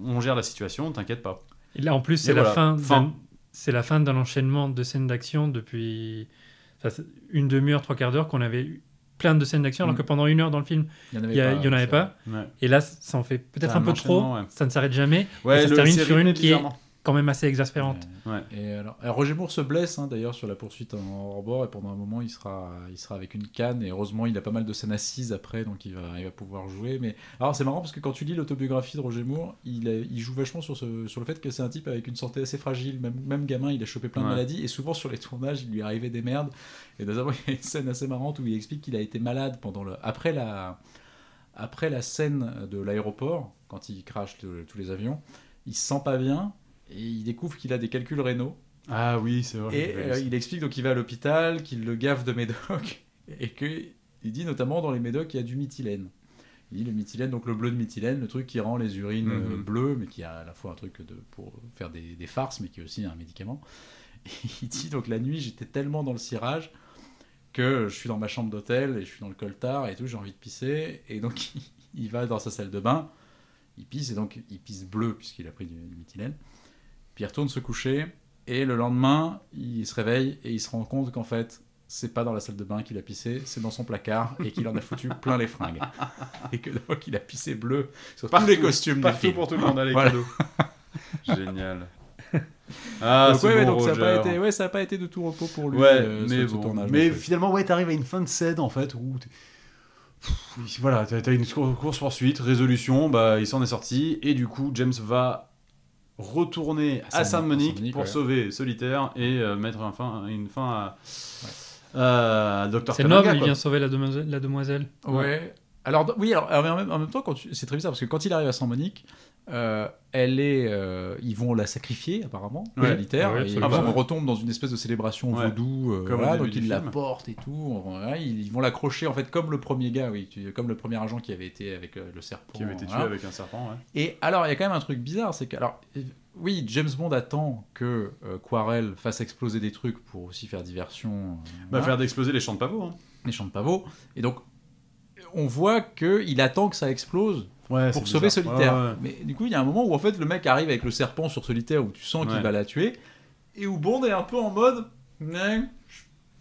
C: on gère la situation, t'inquiète pas.
D: Et là, en plus, c'est
C: Et
D: la,
C: voilà.
D: fin
C: Fin.
D: d'un- c'est la fin d'un enchaînement de scènes d'action depuis enfin, c'est une demi-heure, trois quarts d'heure qu'on avait eu plein de scènes d'action, alors
C: Mm.
D: que pendant une heure dans le film,
A: Il n'y en
D: il y, a- il y en avait
A: c'est
D: pas.
C: Ouais,
D: Et là, ça en fait peut-être
C: C'est
D: un
C: un
D: peu trop.
C: enchaînement, ouais.
D: Ça ne s'arrête jamais.
C: ouais
D: ça se
C: le-
D: termine
C: c'est
D: sur
C: rythmé
D: une qui est-
C: bizarrement.
D: Quand même assez exaspérante.
C: Ouais.
A: Et alors, alors, Roger Moore se blesse hein, d'ailleurs sur la poursuite en hors-bord et pendant un moment il sera, il sera avec une canne et heureusement il a pas mal de scènes assises après donc il va, il va pouvoir jouer. Mais alors c'est marrant parce que quand tu lis l'autobiographie de Roger Moore, il, a- il joue vachement sur, ce- sur le fait que c'est un type avec une santé assez fragile, même, même gamin il a chopé plein de
C: Ouais.
A: maladies et souvent sur les tournages il lui arrivait des merdes. Et notamment il y a une scène assez marrante où il explique qu'il a été malade pendant le, après la, après la scène de l'aéroport quand il crache le- tous les avions il se sent pas bien et il découvre qu'il a des calculs rénaux
C: Ah oui, c'est vrai.
A: Et
C: j'ai vu
A: euh,
C: ça.
A: il explique donc qu'il va à l'hôpital, qu'il le gaffe de médoc, et qu'il dit notamment dans les médocs, il y a du méthylène. Il dit le méthylène, donc le bleu de méthylène, le truc qui rend les urines euh,
C: Mhm.
A: bleues, mais qui a à la fois un truc de, pour faire des, des farces, mais qui est aussi un médicament. Et il dit donc la nuit, j'étais tellement dans le cirage que je suis dans ma chambre d'hôtel et je suis dans le coltard et tout, j'ai envie de pisser. Et donc il, il va dans sa salle de bain, il pisse, et donc il pisse bleu puisqu'il a pris du, du méthylène. Puis il retourne se coucher, et le lendemain, il se réveille et il se rend compte qu'en fait, c'est pas dans la salle de bain qu'il a pissé, c'est dans son placard et qu'il en a foutu plein les fringues. Et que donc il a pissé bleu sur tous les costumes du
C: Partout
A: film.
C: pour tout le monde, allez,
A: Voilà.
C: cadeau. Génial. Ah,
A: donc,
C: c'est
A: ouais, ouais,
C: bon,
A: donc ça a pas
C: Roger.
A: été, ouais, ça a pas été de tout repos pour lui.
C: Ouais,
A: euh, ce-
C: mais
A: ce
C: bon.
A: tournage,
C: mais
A: en fait.
C: finalement, ouais, t'arrives à une fin de scène en fait où. t'es- Pff, Voilà, t'as t'as une course poursuite, résolution, bah il s'en est sorti et du coup James va retourner
A: À
C: à
A: Saint-
C: Saint-Monique
A: Saint-Monique,
C: pour
A: ouais.
C: sauver Solitaire et euh, mettre un fin, une fin à, à Dr.
D: C'est
C: Kabaga,
D: noble, il
C: quoi.
D: vient sauver la demoiselle. La demoiselle.
A: Ouais. Alors, dans- oui, alors, alors, mais en, même, en même temps, quand tu- c'est très bizarre parce que quand il arrive à Saint-Monique, euh, elle est, euh, ils vont la sacrifier apparemment,
C: Ouais.
A: militaire,
D: Ouais,
A: et
D: absolument.
A: on
C: Ouais.
A: retombe dans une espèce de célébration
C: Ouais.
A: vaudou, euh,
C: Comme au
A: voilà,
C: début
A: donc
C: du
A: ils la
C: film.
A: portent et tout, voilà, ils, ils vont l'accrocher en fait comme le premier gars, oui, tu- comme le premier agent qui avait été avec euh, le serpent.
C: Qui avait été tué
A: voilà.
C: avec un serpent, ouais.
A: Et alors, il y a quand même un truc bizarre, c'est que, alors, euh, oui, James Bond attend que euh, Quarel fasse exploser des trucs pour aussi faire diversion. euh,
C: Bah
A: voilà
C: faire exploser les champs de pavots. Hein.
A: les champs de pavots. Et donc, on voit qu'il attend que ça explose
C: Ouais,
A: pour
C: Ah, c'est
A: sauver
C: bizarre.
A: Solitaire.
C: Ouais, ouais, ouais.
A: Mais du coup, il y a un moment où en fait le mec arrive avec le serpent sur Solitaire où tu sens qu'il
C: Ouais.
A: va la tuer et où Bond est un peu en mode. Non,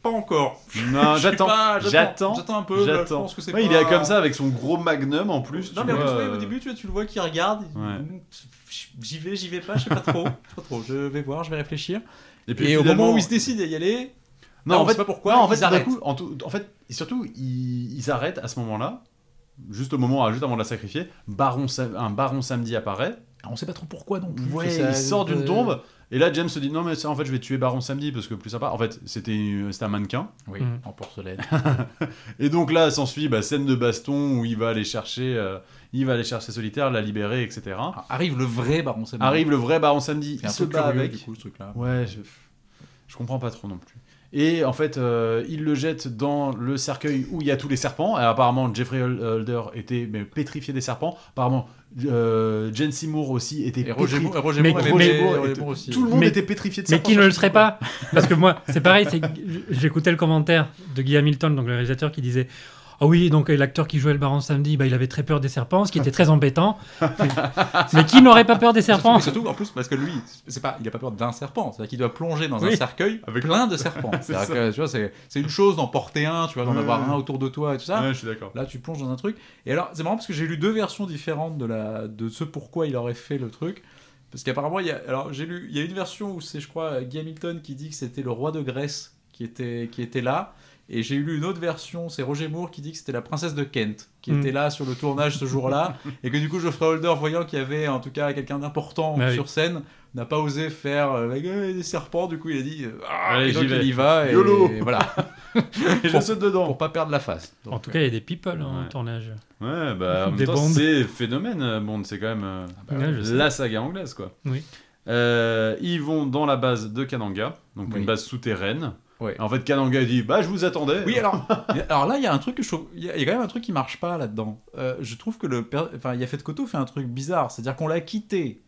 A: Pas encore.
C: Non,
A: Je suis
C: Ah, j'attends.
A: pas-
C: j'attends,
A: J'attends un peu. Je
C: J'attends.
A: pense que c'est
C: Ouais, Il
A: pas-
C: est comme ça avec son gros magnum en plus.
A: non,
C: tu
A: mais en plus,
C: vois,
A: ouais, au
C: euh,
A: début, tu, tu le vois qui regarde. il-
C: Ouais.
A: J'y vais, j'y vais pas, je sais pas trop. je sais pas trop. Je vais voir, je vais réfléchir.
C: Et,
A: Et, au moment
C: finalement-
A: où il se décide à y aller,
C: Non,
A: Ah, on
C: en fait,
A: sait pas pourquoi,
C: non, en
A: ils
C: fait, d'un
A: arrêtent.
C: coup, en, tout- en fait, et surtout, ils, ils arrêtent à ce moment-là, juste au moment, juste avant de la sacrifier. Baron, Sam- un baron samedi apparaît.
A: on sait pas trop pourquoi non plus.
C: Ouais,
A: ça-
C: il sort d'une
A: euh,
C: tombe. Et là, James se dit non mais ça, en fait, je vais tuer baron samedi parce que plus sympa. En fait, c'était c'était un mannequin.
A: Oui,
D: Mm.
A: en porcelaine.
C: Et donc là, s'ensuit bah, scène de baston où il va aller chercher, euh, il va aller chercher solitaire, la libérer, etc.
A: Alors, Ah, arrive le vrai Baron Samedi.
C: Arrive le vrai baron samedi.
A: Ah. C'est
C: Il
A: un
C: se
A: peu
C: bat
A: curieux,
C: avec.
A: du coup, ce truc-là.
C: Ouais, je... je comprends pas trop non plus. Et en fait, euh, il le jette dans le cercueil où il y a tous les serpents. Et apparemment, Jeffrey Holder était mais, pétrifié des serpents. Apparemment, euh, Jane Seymour aussi était
A: Et Roger
C: pétrifiée.
A: Moore, et Roger
D: Mais-
A: Moore avait
D: Roger
A: fait-
C: Moore
A: Roger
C: était-
A: Moore aussi.
C: Tout le monde
D: Mais-
C: était pétrifié de
D: Mais
C: serpents.
D: qui ne
C: sur
D: le
C: ce
D: serait
C: coup, quoi.
D: pas Parce que moi, c'est pareil, c'est que j- j'écoutais le commentaire de Guy Hamilton, donc le réalisateur, qui disait Ah oui, donc euh, l'acteur qui jouait le baron samedi, bah, il avait très peur des serpents, ce qui était très embêtant. Mais qui n'aurait pas peur des serpents
A: Mais surtout, en plus, parce que lui, c'est pas, il a pas peur d'un serpent. C'est-à-dire qu'il doit plonger dans un
D: Oui.
A: cercueil
C: Avec-
A: plein de serpents.
C: C'est
A: C'est-à-dire
C: ça.
A: que, tu vois, c'est c'est une chose d'en porter un, tu vois, d'en
C: Ouais.
A: avoir un autour de toi et tout ça.
C: Ouais, je suis d'accord.
A: Là, tu plonges dans un truc. Et alors, c'est marrant parce que j'ai lu deux versions différentes de, la, de ce pourquoi il aurait fait le truc. Parce qu'apparemment, il y a, alors j'ai lu, il y a une version où c'est, je crois, Guy Hamilton qui dit que c'était le roi de Grèce qui était, qui était là. Et j'ai lu une autre version, c'est Roger Moore qui dit que c'était la princesse de Kent qui
D: Mm.
A: était là sur le tournage ce jour-là. et que du coup, Geoffrey Holder, voyant qu'il y avait en tout cas quelqu'un d'important
D: Ah oui.
A: sur scène, n'a pas osé faire euh, la gueule des serpents. Du coup, il a dit euh, Ah,
C: Allez,
A: et donc
C: j'y vais.
A: il y va. Et,
C: YOLO.
A: voilà,
C: Et je
A: Pour-
C: saute dedans.
A: pour pas perdre la face.
D: En
A: Donc,
D: tout cas, il y a des people en
C: Ouais.
D: tournage.
C: Ouais, bah, en
D: Des
C: même temps,
D: bandes. Ah,
C: c'est phénomène, euh, Bond. C'est quand même euh,
A: bah,
D: Ouais, je sais.
C: la saga anglaise, quoi.
D: Oui.
C: Euh, ils vont dans la base de Kananga, donc
A: Oui.
C: une base souterraine.
A: Ouais.
C: Et En fait, Kananga dit Bah, je vous attendais.
A: Oui, alors, alors là, il y a un truc que je trouve. Il y, a il y a quand même un truc qui marche pas là-dedans. Euh, je trouve que le. per- Enfin, Yafet Koto fait un truc bizarre. C'est-à-dire qu'on l'a quitté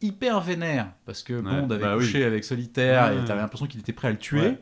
A: hyper vénère. Parce que Bond avait
C: bah oui.
A: couché avec Solitaire et
C: Ouais.
A: t'avais l'impression qu'il était prêt à le tuer.
C: Ouais.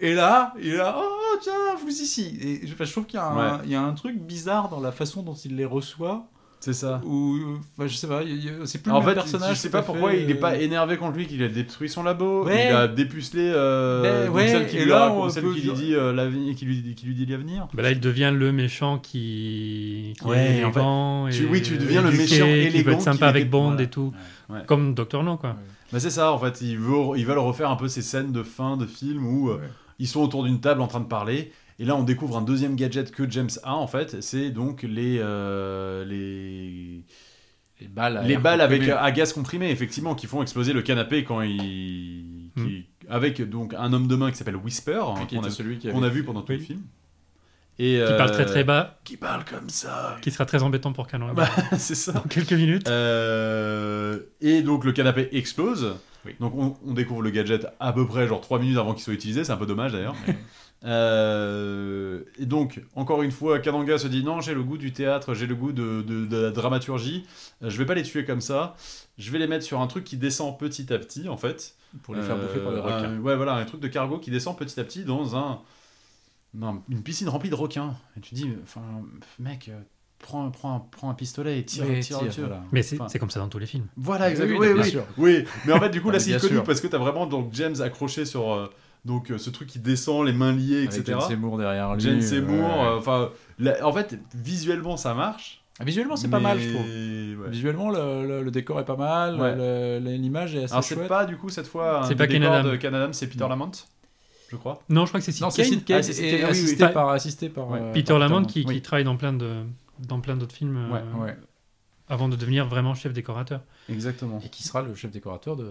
A: Et là, il est là. Oh, tiens, vous ici. Et je, enfin, je trouve qu'il y, a un- il y a un truc bizarre dans la façon dont il les reçoit.
C: C'est ça.
A: Ou. Enfin, je sais pas. il y a- C'est plus
C: En
A: le
C: fait,
A: même personnage.
C: je sais pas
A: tout à
C: pourquoi
A: fait,
C: il est pas
A: euh,
C: énervé contre lui, qu'il a détruit son labo,
A: Ouais.
C: il a dépucelé euh,
A: Mais
C: donc
A: ouais,
C: celle qui
A: et
C: lui,
A: là,
C: a-
A: on
C: celle
A: peut
C: qui lui
A: dire-
C: dit euh, l'avenir, qui lui, qui lui dit l'avenir.
D: Bah là, il devient le méchant qui, qui
C: Ouais,
D: est élégant.
C: en fait,
D: et
C: tu- oui, tu deviens le
D: éduqué,
C: méchant
D: Qui veut
C: élégant
D: être sympa
C: qui
D: avec
C: était-
D: Bond
C: voilà.
D: et tout.
C: Ouais.
D: Comme Docteur No, quoi.
C: Bah c'est ça, en fait, ils veulent, ils veulent refaire un peu ces scènes de fin de film où euh,
A: Ouais.
C: ils sont autour d'une table en train de parler. Et là, on découvre un deuxième gadget que James a, en fait. C'est donc les, euh, les...
A: Les balles, à
C: les
A: air
C: balles avec
A: Ah,
C: euh,
A: comprimé.
C: à gaz comprimé, effectivement, qui font exploser le canapé quand il...
D: Hmm.
C: qui- Avec donc un homme de main qui s'appelle Whisper, hein,
A: Qui
C: qu'on
A: était
C: a-
A: celui qui
C: qu'on
A: avait-
C: a vu pendant tout
D: Oui.
C: le film. Et, euh,
D: qui parle très très bas,
C: Qui parle comme ça.
D: qui sera très embêtant pour Canon.
C: Bah, c'est ça.
D: Dans quelques minutes.
C: Euh, et donc le canapé explose.
A: Oui.
C: Donc on, on découvre le gadget à peu près genre 3 minutes avant qu'il soit utilisé, c'est un peu dommage d'ailleurs. Euh, et donc, encore une fois, Kananga se dit non, j'ai le goût du théâtre, j'ai le goût de, de- de la dramaturgie, euh, je vais pas les tuer comme ça, je vais les mettre sur un truc qui descend petit à petit en fait.
A: pour les faire bouffer par des
C: Euh,
A: requins.
C: un- ouais, voilà, un truc de cargo qui descend petit à petit dans un dans une piscine remplie de requins. Et tu dis, enfin, mec, euh, prends, prends, un- prends un pistolet et tire,
A: Oui,
C: tire,
A: tire,
C: tire.
A: voilà.
D: Mais c'est
C: Enfin.
D: c'est comme ça dans tous les films.
C: Voilà,
A: Oui,
C: exactement.
A: Ah oui,
C: Oui,
A: bien
C: oui,
A: sûr.
C: oui. Mais en fait, du coup, là,
A: Ah,
C: c'est
A: bien
C: iconique
A: sûr.
C: parce que t'as vraiment donc James accroché sur euh, donc euh, ce truc qui descend, les mains liées,
A: Avec
C: etc.
A: Jane Seymour derrière lui.
C: Jane
A: euh,
C: Seymour.
A: ouais.
C: euh, Enfin, la- en fait, visuellement, ça marche.
A: Visuellement, c'est pas mal, je trouve.
C: trouve.
A: Visuellement, le, le- le décor est pas mal,
C: Ouais.
A: le- le- l'image est assez
C: Alors, c'est
A: chouette.
C: pas du coup cette fois un
D: C'est
C: des
D: pas Ken
C: décors
D: Adam.
C: de Canadam, c'est Peter Lamont, je crois.
D: Non, je crois que c'est Sid
A: Non, c'est
D: Kane.
A: Sid Kane
C: Ah, c'est Sid
A: et
C: Kane, oui, oui,
A: assisté
D: oui.
A: par assisté par
C: Ouais.
A: euh,
D: Peter
A: par
D: Lamont
A: Peter
D: qui, qui
A: Lamont.
D: travaille dans plein de dans plein d'autres films euh,
C: Ouais,
A: Ouais.
D: avant de devenir vraiment chef décorateur.
C: Exactement.
A: et qui sera le chef décorateur de,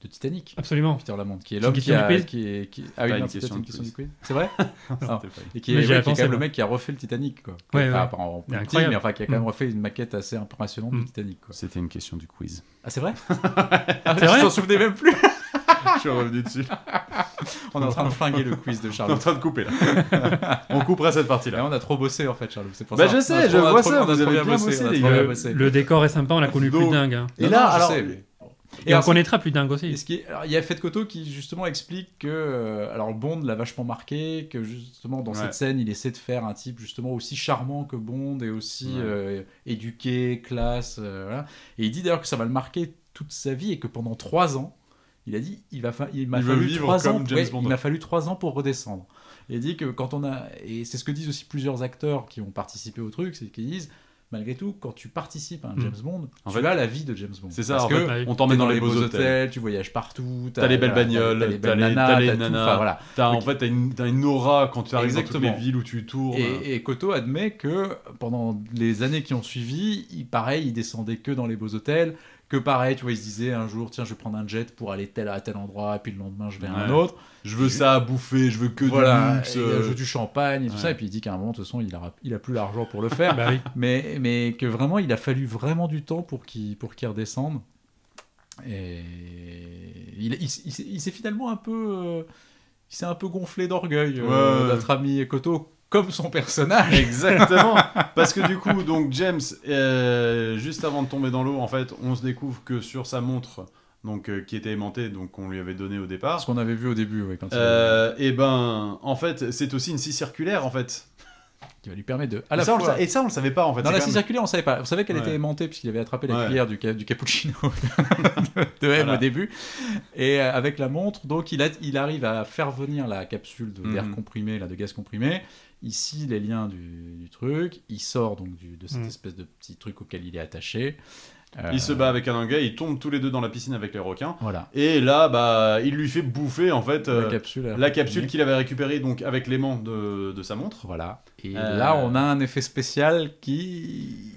A: de Titanic.
D: Absolument.
A: Peter Lamont, Ah. qui est
D: C'est
A: l'homme
D: une
A: qui
D: question
A: a
D: du quiz
A: qui est qui ah oui,
C: Pas
A: non,
C: une
A: c'est
C: question
A: peut-être une
C: du
A: question
C: quiz.
A: du quiz. C'est vrai Ah. Et qui
D: Mais
A: est,
D: j'y
A: ouais, qui
D: avais
A: est quand
D: pensé,
A: même le
D: moi.
A: mec qui a refait le Titanic quoi.
D: Ouais,
A: Enfin,
D: ouais.
A: pas en plus
D: C'est
A: petit,
D: incroyable.
A: mais enfin qui a quand même
D: Mm.
A: refait une maquette assez impressionnante
D: Mm.
A: du Titanic quoi.
C: C'était une question du quiz.
A: Ah c'est vrai
D: C'est
A: Je
D: vrai
A: t'en souvenais même plus.
C: je suis revenu dessus.
A: On est en train de flinguer le quiz de
C: On est en
A: Charlotte.
C: train de couper là. on coupera cette partie
A: Là,
C: là.
A: on a trop bossé en fait, Charlotte. C'est pour
C: Bah,
A: ça.
C: je
A: On a
C: sais,
A: trop-
C: je
A: on a
C: vois
A: trop-
C: ça,
A: on a
C: vous
A: trop
C: avez bien
A: bossé,
C: bossé,
A: on a
C: les
A: trop
C: gars.
A: bien
D: Le,
A: bossé.
D: le décor est sympa, on l'a connu plus
C: Donc-
D: dingue. hein.
C: Et
A: Non,
C: là,
A: non, je
C: alors,
A: sais, mais-
D: Et, on
A: alors,
D: connaîtra plus dingue aussi.
A: Et ce qui est- alors, il y a Fête Koto qui justement explique que euh, alors Bond l'a vachement marqué, que justement dans
C: Ouais.
A: cette scène il essaie de faire un type justement aussi charmant que Bond et aussi
C: Ouais.
A: euh, éduqué, classe, euh, voilà. Et il dit d'ailleurs que ça va le marquer toute sa vie et que pendant trois ans, il a dit il va fa- il m'a
C: Il veut
A: fallu
C: vivre
A: trois
C: comme
A: ans,
C: James Bond.
A: il m'a fallu trois ans pour redescendre. Et il dit que quand on a et c'est ce que disent aussi plusieurs acteurs qui ont participé au truc, c'est qu'ils disent malgré tout quand tu participes à un
D: Mm.
A: James Bond,
C: Hmm. En
A: tu
C: fait-
A: as la vie de James Bond.
C: C'est ça,
A: Parce
C: en
A: que
C: fait,
D: Ouais.
C: on
A: T'emmènes
C: t'emmène dans les beaux hôtels.
A: tu voyages partout,
C: T'as les belles
A: voilà,
C: bagnoles,
A: t'as les
C: t'as
A: belles
C: les-
A: nanas,
C: t'as les
A: t'as tout,
C: nanas.
A: enfin, voilà.
C: T'as- En
A: Ok.
C: fait, t'as une, t'as une aura quand tu arrives dans toutes
A: Exactement.
C: les villes où tu tournes.
A: Et, et Koto admet que pendant les années qui ont suivi, il, pareil, il descendait que dans les beaux hôtels, que pareil, tu vois, il se disait un jour, tiens, je vais prendre un jet pour aller tel à tel endroit, puis le lendemain, je vais à un
C: Ouais.
A: autre.
C: je veux ça à bouffer, je veux que du
A: voilà,
C: luxe.
A: et il
C: euh,
A: joue du champagne et tout
C: Ouais.
A: ça, et puis il dit qu'à un moment, de toute façon, il a, il a plus l'argent pour le faire,
D: Bah oui.
A: mais, mais que vraiment, il a fallu vraiment du temps pour qu'il pour qu'il redescende. Et il, il- il s'est- il s'est finalement un peu, euh, il s'est un peu gonflé d'orgueil, euh,
C: Ouais, ouais.
A: notre ami Koto, comme son personnage.
C: Exactement, parce que du coup, donc James, euh, juste avant de tomber dans l'eau, en fait, on se découvre que sur sa montre, donc euh, qui était aimantée, donc qu'on lui avait donnée au
A: Ce
C: départ,
A: qu'on avait vu au début, oui, quand il-
C: et ben, en fait, c'est aussi une scie circulaire, en fait.
A: qui va lui permettre de. À la
C: et, ça, on le
A: fois...
C: sa- et ça, on le savait pas, en fait.
A: Dans
C: c'est
A: la
C: quand
A: scie
C: même-
A: circulaire, on savait pas. On savait qu'elle
C: Ouais.
A: était aimantée puisqu'il avait attrapé la
C: Ouais.
A: cuillère du, ca- du cappuccino de, de M
C: Voilà.
A: au début. Et euh, avec la montre, donc il, a- il arrive à faire venir la capsule de- d'air
C: Mhm.
A: comprimé, là, de gaz comprimé. Ici, les liens du, du truc. Il sort donc du- de cette
D: Mhm.
A: espèce de petit truc auquel il est attaché. Euh,
C: Il se bat avec un anglais, ils tombent tous les deux dans la piscine avec les requins,
A: Voilà.
C: et là, bah, il lui fait bouffer, en fait, euh,
A: la capsule.
C: la capsule qu'il avait récupérée, donc, avec l'aimant de, de sa montre.
A: Voilà. Et
C: Euh,
A: là, on a un effet spécial qui.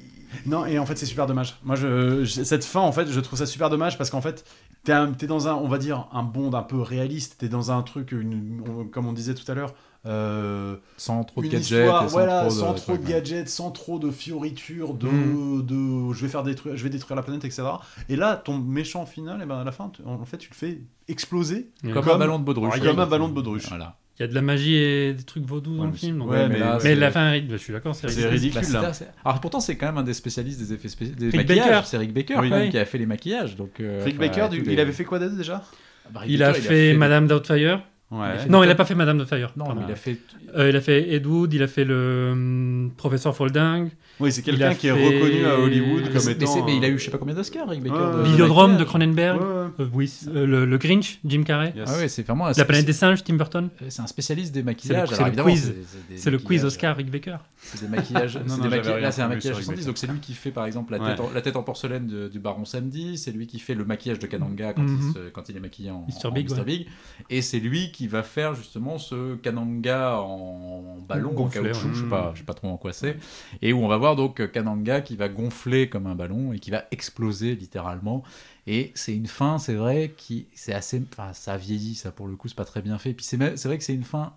C: Non, et en fait, c'est super dommage. Moi, je, je- cette fin, en fait, je trouve ça super dommage parce qu'en fait, t'es un- t'es dans un, on va dire, un bond un peu réaliste. T'es dans un truc, une- on- comme on disait tout à l'heure, euh,
A: Sans trop de
C: une
A: gadgets.
C: histoire,
A: et sans
C: voilà,
A: trop de,
C: sans trop de
A: trucs, ouais.
C: gadgets, sans trop de fioritures, de,
A: Mm.
C: de, je vais faire détruire, je vais détruire la planète, etc. Et là, ton méchant final, et ben à la fin, tu- en fait, tu le fais exploser.
A: Comme,
C: Comme-
A: un ballon de baudruche.
C: comme un ballon de baudruche.
A: Voilà.
D: Il y a de la magie et des trucs vaudous
A: Ouais,
D: dans le
A: mais
D: film. donc- euh,
C: Ouais, mais
A: là,
D: mais
A: c'est-
D: la fin est ridicule. Je suis d'accord, c'est
C: C'est
D: ridicule.
C: ridicule.
A: Bah,
C: là.
A: c'est- c'est- Alors pourtant, c'est quand même un des spécialistes des effets spéciaux. Des
D: Rick
A: maquillages.
D: Baker.
A: C'est Rick Baker
C: Oui.
A: quand même,
D: Oui.
A: qui a fait les maquillages. Donc, euh,
C: Rick
A: enfin,
C: Baker,
A: tous
C: du-
A: les-
C: il avait fait quoi d'autre déjà
A: Bah, Rick
D: Il
A: Baker,
D: a fait Madame Doubtfire.
C: Ouais.
A: fait-
D: Non, il a pas fait Madame Doubtfire.
A: Non,
D: pardon.
A: mais il a fait.
D: Euh, il a fait Ed Wood, il a fait le hum, professeur Folding,
C: Oui, c'est
D: Il
C: quelqu'un
D: a
C: qui est
D: fait-
C: reconnu à Hollywood
D: Mais
A: Mais,
C: comme
A: c'est- mais
C: étant.
A: c'est- mais il a
C: un-
A: eu je sais pas combien d'Oscars, Rick Baker.
C: Ouais.
A: de- de
D: Videodrome de
A: maquillage.
D: Cronenberg,
C: Ouais, ouais.
D: euh, oui, euh, le, le Grinch, Jim Carrey,
C: Yes.
A: Ah ouais, c'est vraiment. un
D: La
A: spéci-
D: planète des singes, Tim Burton.
A: C'est un spécialiste des maquillages.
D: c'est
A: Alors,
D: le
A: évidemment,
D: quiz.
A: c'est- des
D: C'est le quiz
A: maquillages.
D: Oscar Rick Baker.
A: C'est des maquillages. c'est
C: non,
A: des
C: j'avais
A: maquillages-
C: rien
A: Là, c'est un
C: entendu
A: maquillage
C: sur Rick
A: 70.
C: Baker.
A: Donc, c'est lui qui fait, par exemple, la,
C: Ouais.
A: tête, en, la tête en porcelaine de- du Baron Samedi. C'est lui qui fait le maquillage de Kananga quand,
D: Mhm.
A: il, se- quand il est maquillé en
D: Mr.
A: en
D: Big,
A: Mr.
D: ouais.
A: Big. Et c'est lui qui va faire, justement, ce Kananga en ballon,
D: Gonflé,
A: en caoutchouc.
D: ouais.
A: Je sais pas, je sais pas trop en quoi c'est. Et où on va voir, donc, Kananga qui va gonfler comme un ballon et qui va exploser, littéralement. Et c'est une fin, c'est vrai, qui c'est assez, enfin, ça vieillit, ça pour le coup, c'est pas très bien fait. Puis c'est même- c'est vrai que c'est une fin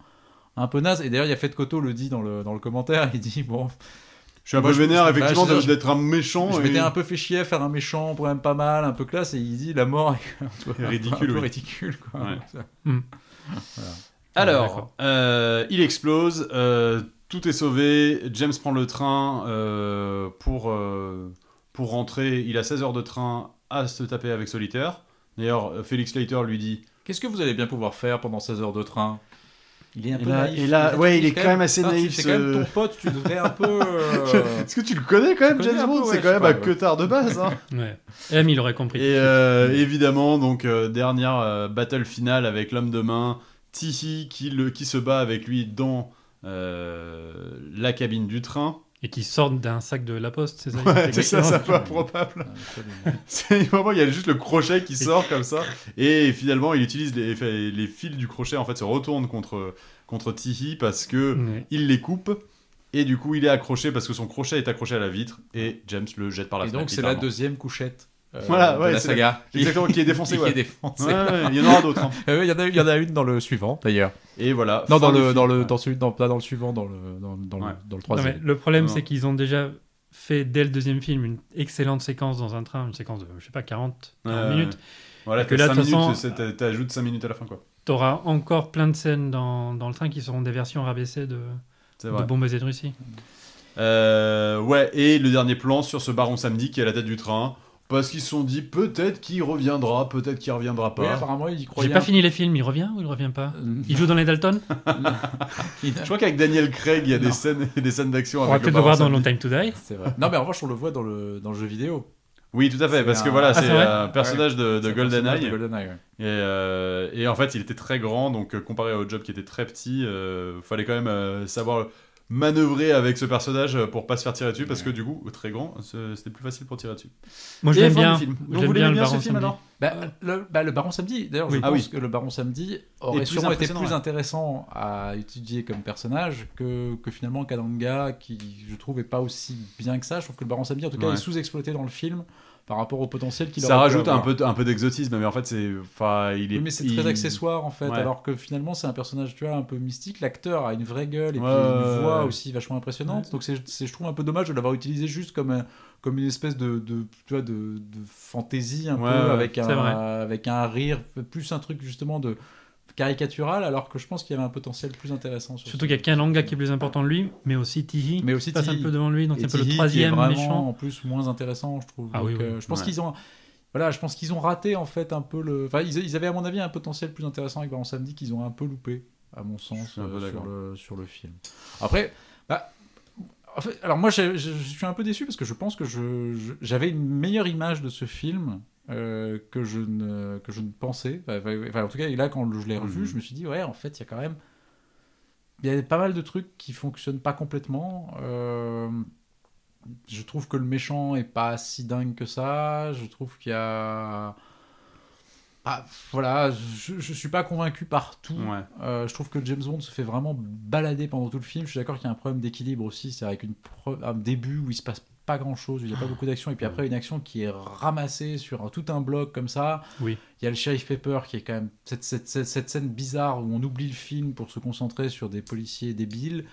A: un peu naze. Et d'ailleurs, il y a Fête Koto le dit dans le, dans le commentaire. Il dit Bon,
C: Je suis un
A: Moi,
C: peu
A: je-
C: vénère,
A: bah,
C: effectivement,
A: je-
C: de- d'être un méchant.
A: je
C: et-
A: m'étais un peu fait chier à faire un méchant, quand même pas mal, un peu classe. Et il dit La mort est un peu- un peu
C: Ridicule, oui.
A: ridicule. Quoi.
C: Ouais.
H: d'accord.
C: Alors, euh, il explose, euh, tout est sauvé, James prend le train euh, pour, euh, pour rentrer, il a 16 heures de train à se taper avec Solitaire. D'ailleurs, euh, Félix Leiter lui dit...
A: Qu'est-ce que vous allez bien pouvoir faire pendant 16 heures de train il est un
C: Et là- et là- ouais, il est quand même assez
A: Ah,
C: naïf,
A: C'est quand même
C: ce-
A: ton pote, tu devrais un peu. euh,
C: Est-ce que tu le connais quand même,
A: Je connais
C: James
A: un peu,
C: Bond
A: ouais,
C: C'est
A: je
C: quand
A: sais
C: même
A: pas,
C: un
A: ouais.
C: cotard de base. hein.
D: Ouais. M, il aurait compris.
C: et euh, évidemment, donc, euh, dernière euh, battle finale avec l'homme de main, Tihi qui, le, qui se bat avec lui dans euh, la cabine du train.
D: Et qui sortent d'un sac de la poste, c'est ça
C: C'est ça, ça
D: exactement.
C: pas probable.
A: absolument.
C: C'est vraiment, il y a juste le crochet qui sort comme ça. Et finalement, il utilise les, fait- les fils du crochet, en fait, se retournent contre, contre Tihi parce que
D: Ouais.
C: il les coupe. Et du coup, il est accroché parce que son crochet est accroché à la vitre. Et James le jette par la
A: Et
C: fenêtre,
A: donc, c'est la
C: littéralement.
A: deuxième couchette euh,
C: Voilà, ouais,
A: de la
C: c'est la-
A: saga.
C: Exactement, qui est défoncée,
A: Et qui
C: ouais.
A: est défoncée.
C: Ouais, ouais, il y en aura d'autres. hein.
A: Euh, Il y en a- il y en a une dans le suivant, d'ailleurs.
C: Et voilà.
A: Non,
C: Bah, fin
A: dans
C: du
A: le,
C: film.
A: dans le, dans celui, dans, pas dans le suivant, dans le, dans, dans
C: Ouais.
A: le, dans le
D: Non, mais
A: troisième.
D: le problème,
C: Non.
D: c'est qu'ils ont déjà fait dès le deuxième film une excellente séquence dans un train, une séquence de, je sais pas, 40, 40
C: Ouais,
D: minutes.
C: Voilà,
D: que
C: que
D: là,
C: là,
D: de toute façon-
C: t'ajoutes 5 minutes à la fin, quoi.
D: T'auras encore plein de scènes dans, dans le train qui seront des versions rabaissées de,
C: C'est
D: de
C: vrai.
D: Bombes et de Russie.
C: Euh, ouais, et le dernier plan sur ce baron samedi qui est à la tête du train. Parce qu'ils se sont dit peut-être qu'il reviendra, peut-être qu'il reviendra
A: Oui,
C: pas.
A: apparemment, il y croyait.
D: J'ai pas fini les films, il revient ou il revient pas Il joue dans les Dalton
C: Je crois qu'avec Daniel Craig, il y a des
A: Non.
C: scènes, des scènes d'action
D: On va
C: avec
D: peut-être le voir dans
C: Baron
D: Long
C: Samedi.
D: Time to Die.
A: C'est vrai. Non, mais en revanche, on le voit dans le, dans le jeu vidéo.
C: Oui, tout à fait,
A: C'est
C: parce que
A: un-
C: voilà,
D: Ah,
C: c'est
D: c'est vrai
C: un personnage de, de
A: C'est un personnage
C: GoldenEye.
A: de GoldenEye, ouais.
C: Et, euh, et en fait, il était très grand, donc euh, comparé au job qui était très petit, euh, fallait quand même euh, savoir manœuvrer avec ce personnage euh, pour pas se faire tirer dessus, parce que du coup, très grand, ce- c'était plus facile pour tirer dessus.
D: Moi, je
C: Et
D: l'aime
C: fin du
D: bien.
C: film.
D: Je
C: Donc,
D: l'aime
C: vous
D: bien,
C: l'aimez
D: le
C: bien ce
D: Baron
C: film
D: Samedi.
C: alors
A: Bah, le, bah, le Baron Samedi, d'ailleurs, je
C: Euh. Oui. Ah
A: pense
C: oui.
A: que le Baron Samedi
C: Et
A: aurait
C: plus
A: sûrement été
C: impressionnant,
A: plus
C: ouais.
A: intéressant à étudier comme personnage que, que finalement Kananga, qui je trouve est pas aussi bien que ça. Je trouve que le Baron Samedi, en tout cas,
C: Ouais.
A: est sous-exploité dans le film par rapport au potentiel qu'il aurait.
C: Ça
A: pu
C: rajoute un
A: avoir.
C: peu, un peu d'exotisme, mais en fait, c'est. Enfin, il est.
A: Oui, mais c'est très
C: il-
A: accessoire en fait,
C: Ouais.
A: alors que finalement c'est un personnage tu vois, un peu mystique. L'acteur a une vraie gueule et
C: Ouais,
A: puis
C: ouais,
A: une voix
C: ouais.
A: aussi vachement impressionnante. Donc c'est, c'est- je trouve un peu dommage de l'avoir utilisé juste comme un- comme une espèce de de, tu vois, de, de fantaisie un
C: Ouais,
A: peu
C: ouais,
A: avec un
D: c'est vrai.
A: avec un rire plus un truc justement de caricatural, alors que je pense qu'il y avait un potentiel plus intéressant. Sur
D: Surtout
A: ce-
D: qu'il y a Kananga qui est plus important de lui, mais aussi
C: Ah,
D: Tihi.
A: mais aussi
D: passe un
A: Tilly.
D: peu devant lui, donc
A: Et
D: c'est un peu le
A: Tilly qui est
D: troisième
A: vraiment,
D: méchant.
A: En plus, moins intéressant, je trouve.
D: Ah
A: Donc,
D: oui, oui.
A: euh, je pense
C: Ouais.
A: qu'ils ont, voilà, je pense qu'ils ont raté en fait un peu le. Enfin, ils, ils avaient à mon avis un potentiel plus intéressant avec Baron Samedi qu'ils ont un peu loupé, à mon
C: Je
A: sens,
C: suis un peu
A: euh, sur,
C: d'accord.
A: le, sur le film. Après, bah, en fait, alors moi, j'ai- je, je suis un peu déçu parce que je pense que je- je- j'avais une meilleure image de ce film. euh, que je ne que je ne pensais Enfin, enfin, enfin, en tout cas et là quand je l'ai revu
C: Mhm.
A: je me suis dit ouais en fait il y a quand même il y a pas mal de trucs qui fonctionnent pas complètement. Euh, je trouve que le méchant est pas si dingue que ça. Je trouve qu'il y a. Ah, voilà, je, je suis pas convaincu par tout.
C: Ouais.
A: Euh, je trouve que James Bond se fait vraiment balader pendant tout le film. Je suis d'accord qu'il y a un problème d'équilibre aussi. C'est avec une pre- un début où il se passe pas grand chose, où il n'y a pas beaucoup d'action, et puis après une action qui est ramassée sur un- tout un bloc comme ça.
D: Oui.
A: Il y a le shérif Pepper qui est quand même cette, cette- cette- cette scène bizarre où on oublie le film pour se concentrer sur des policiers débiles.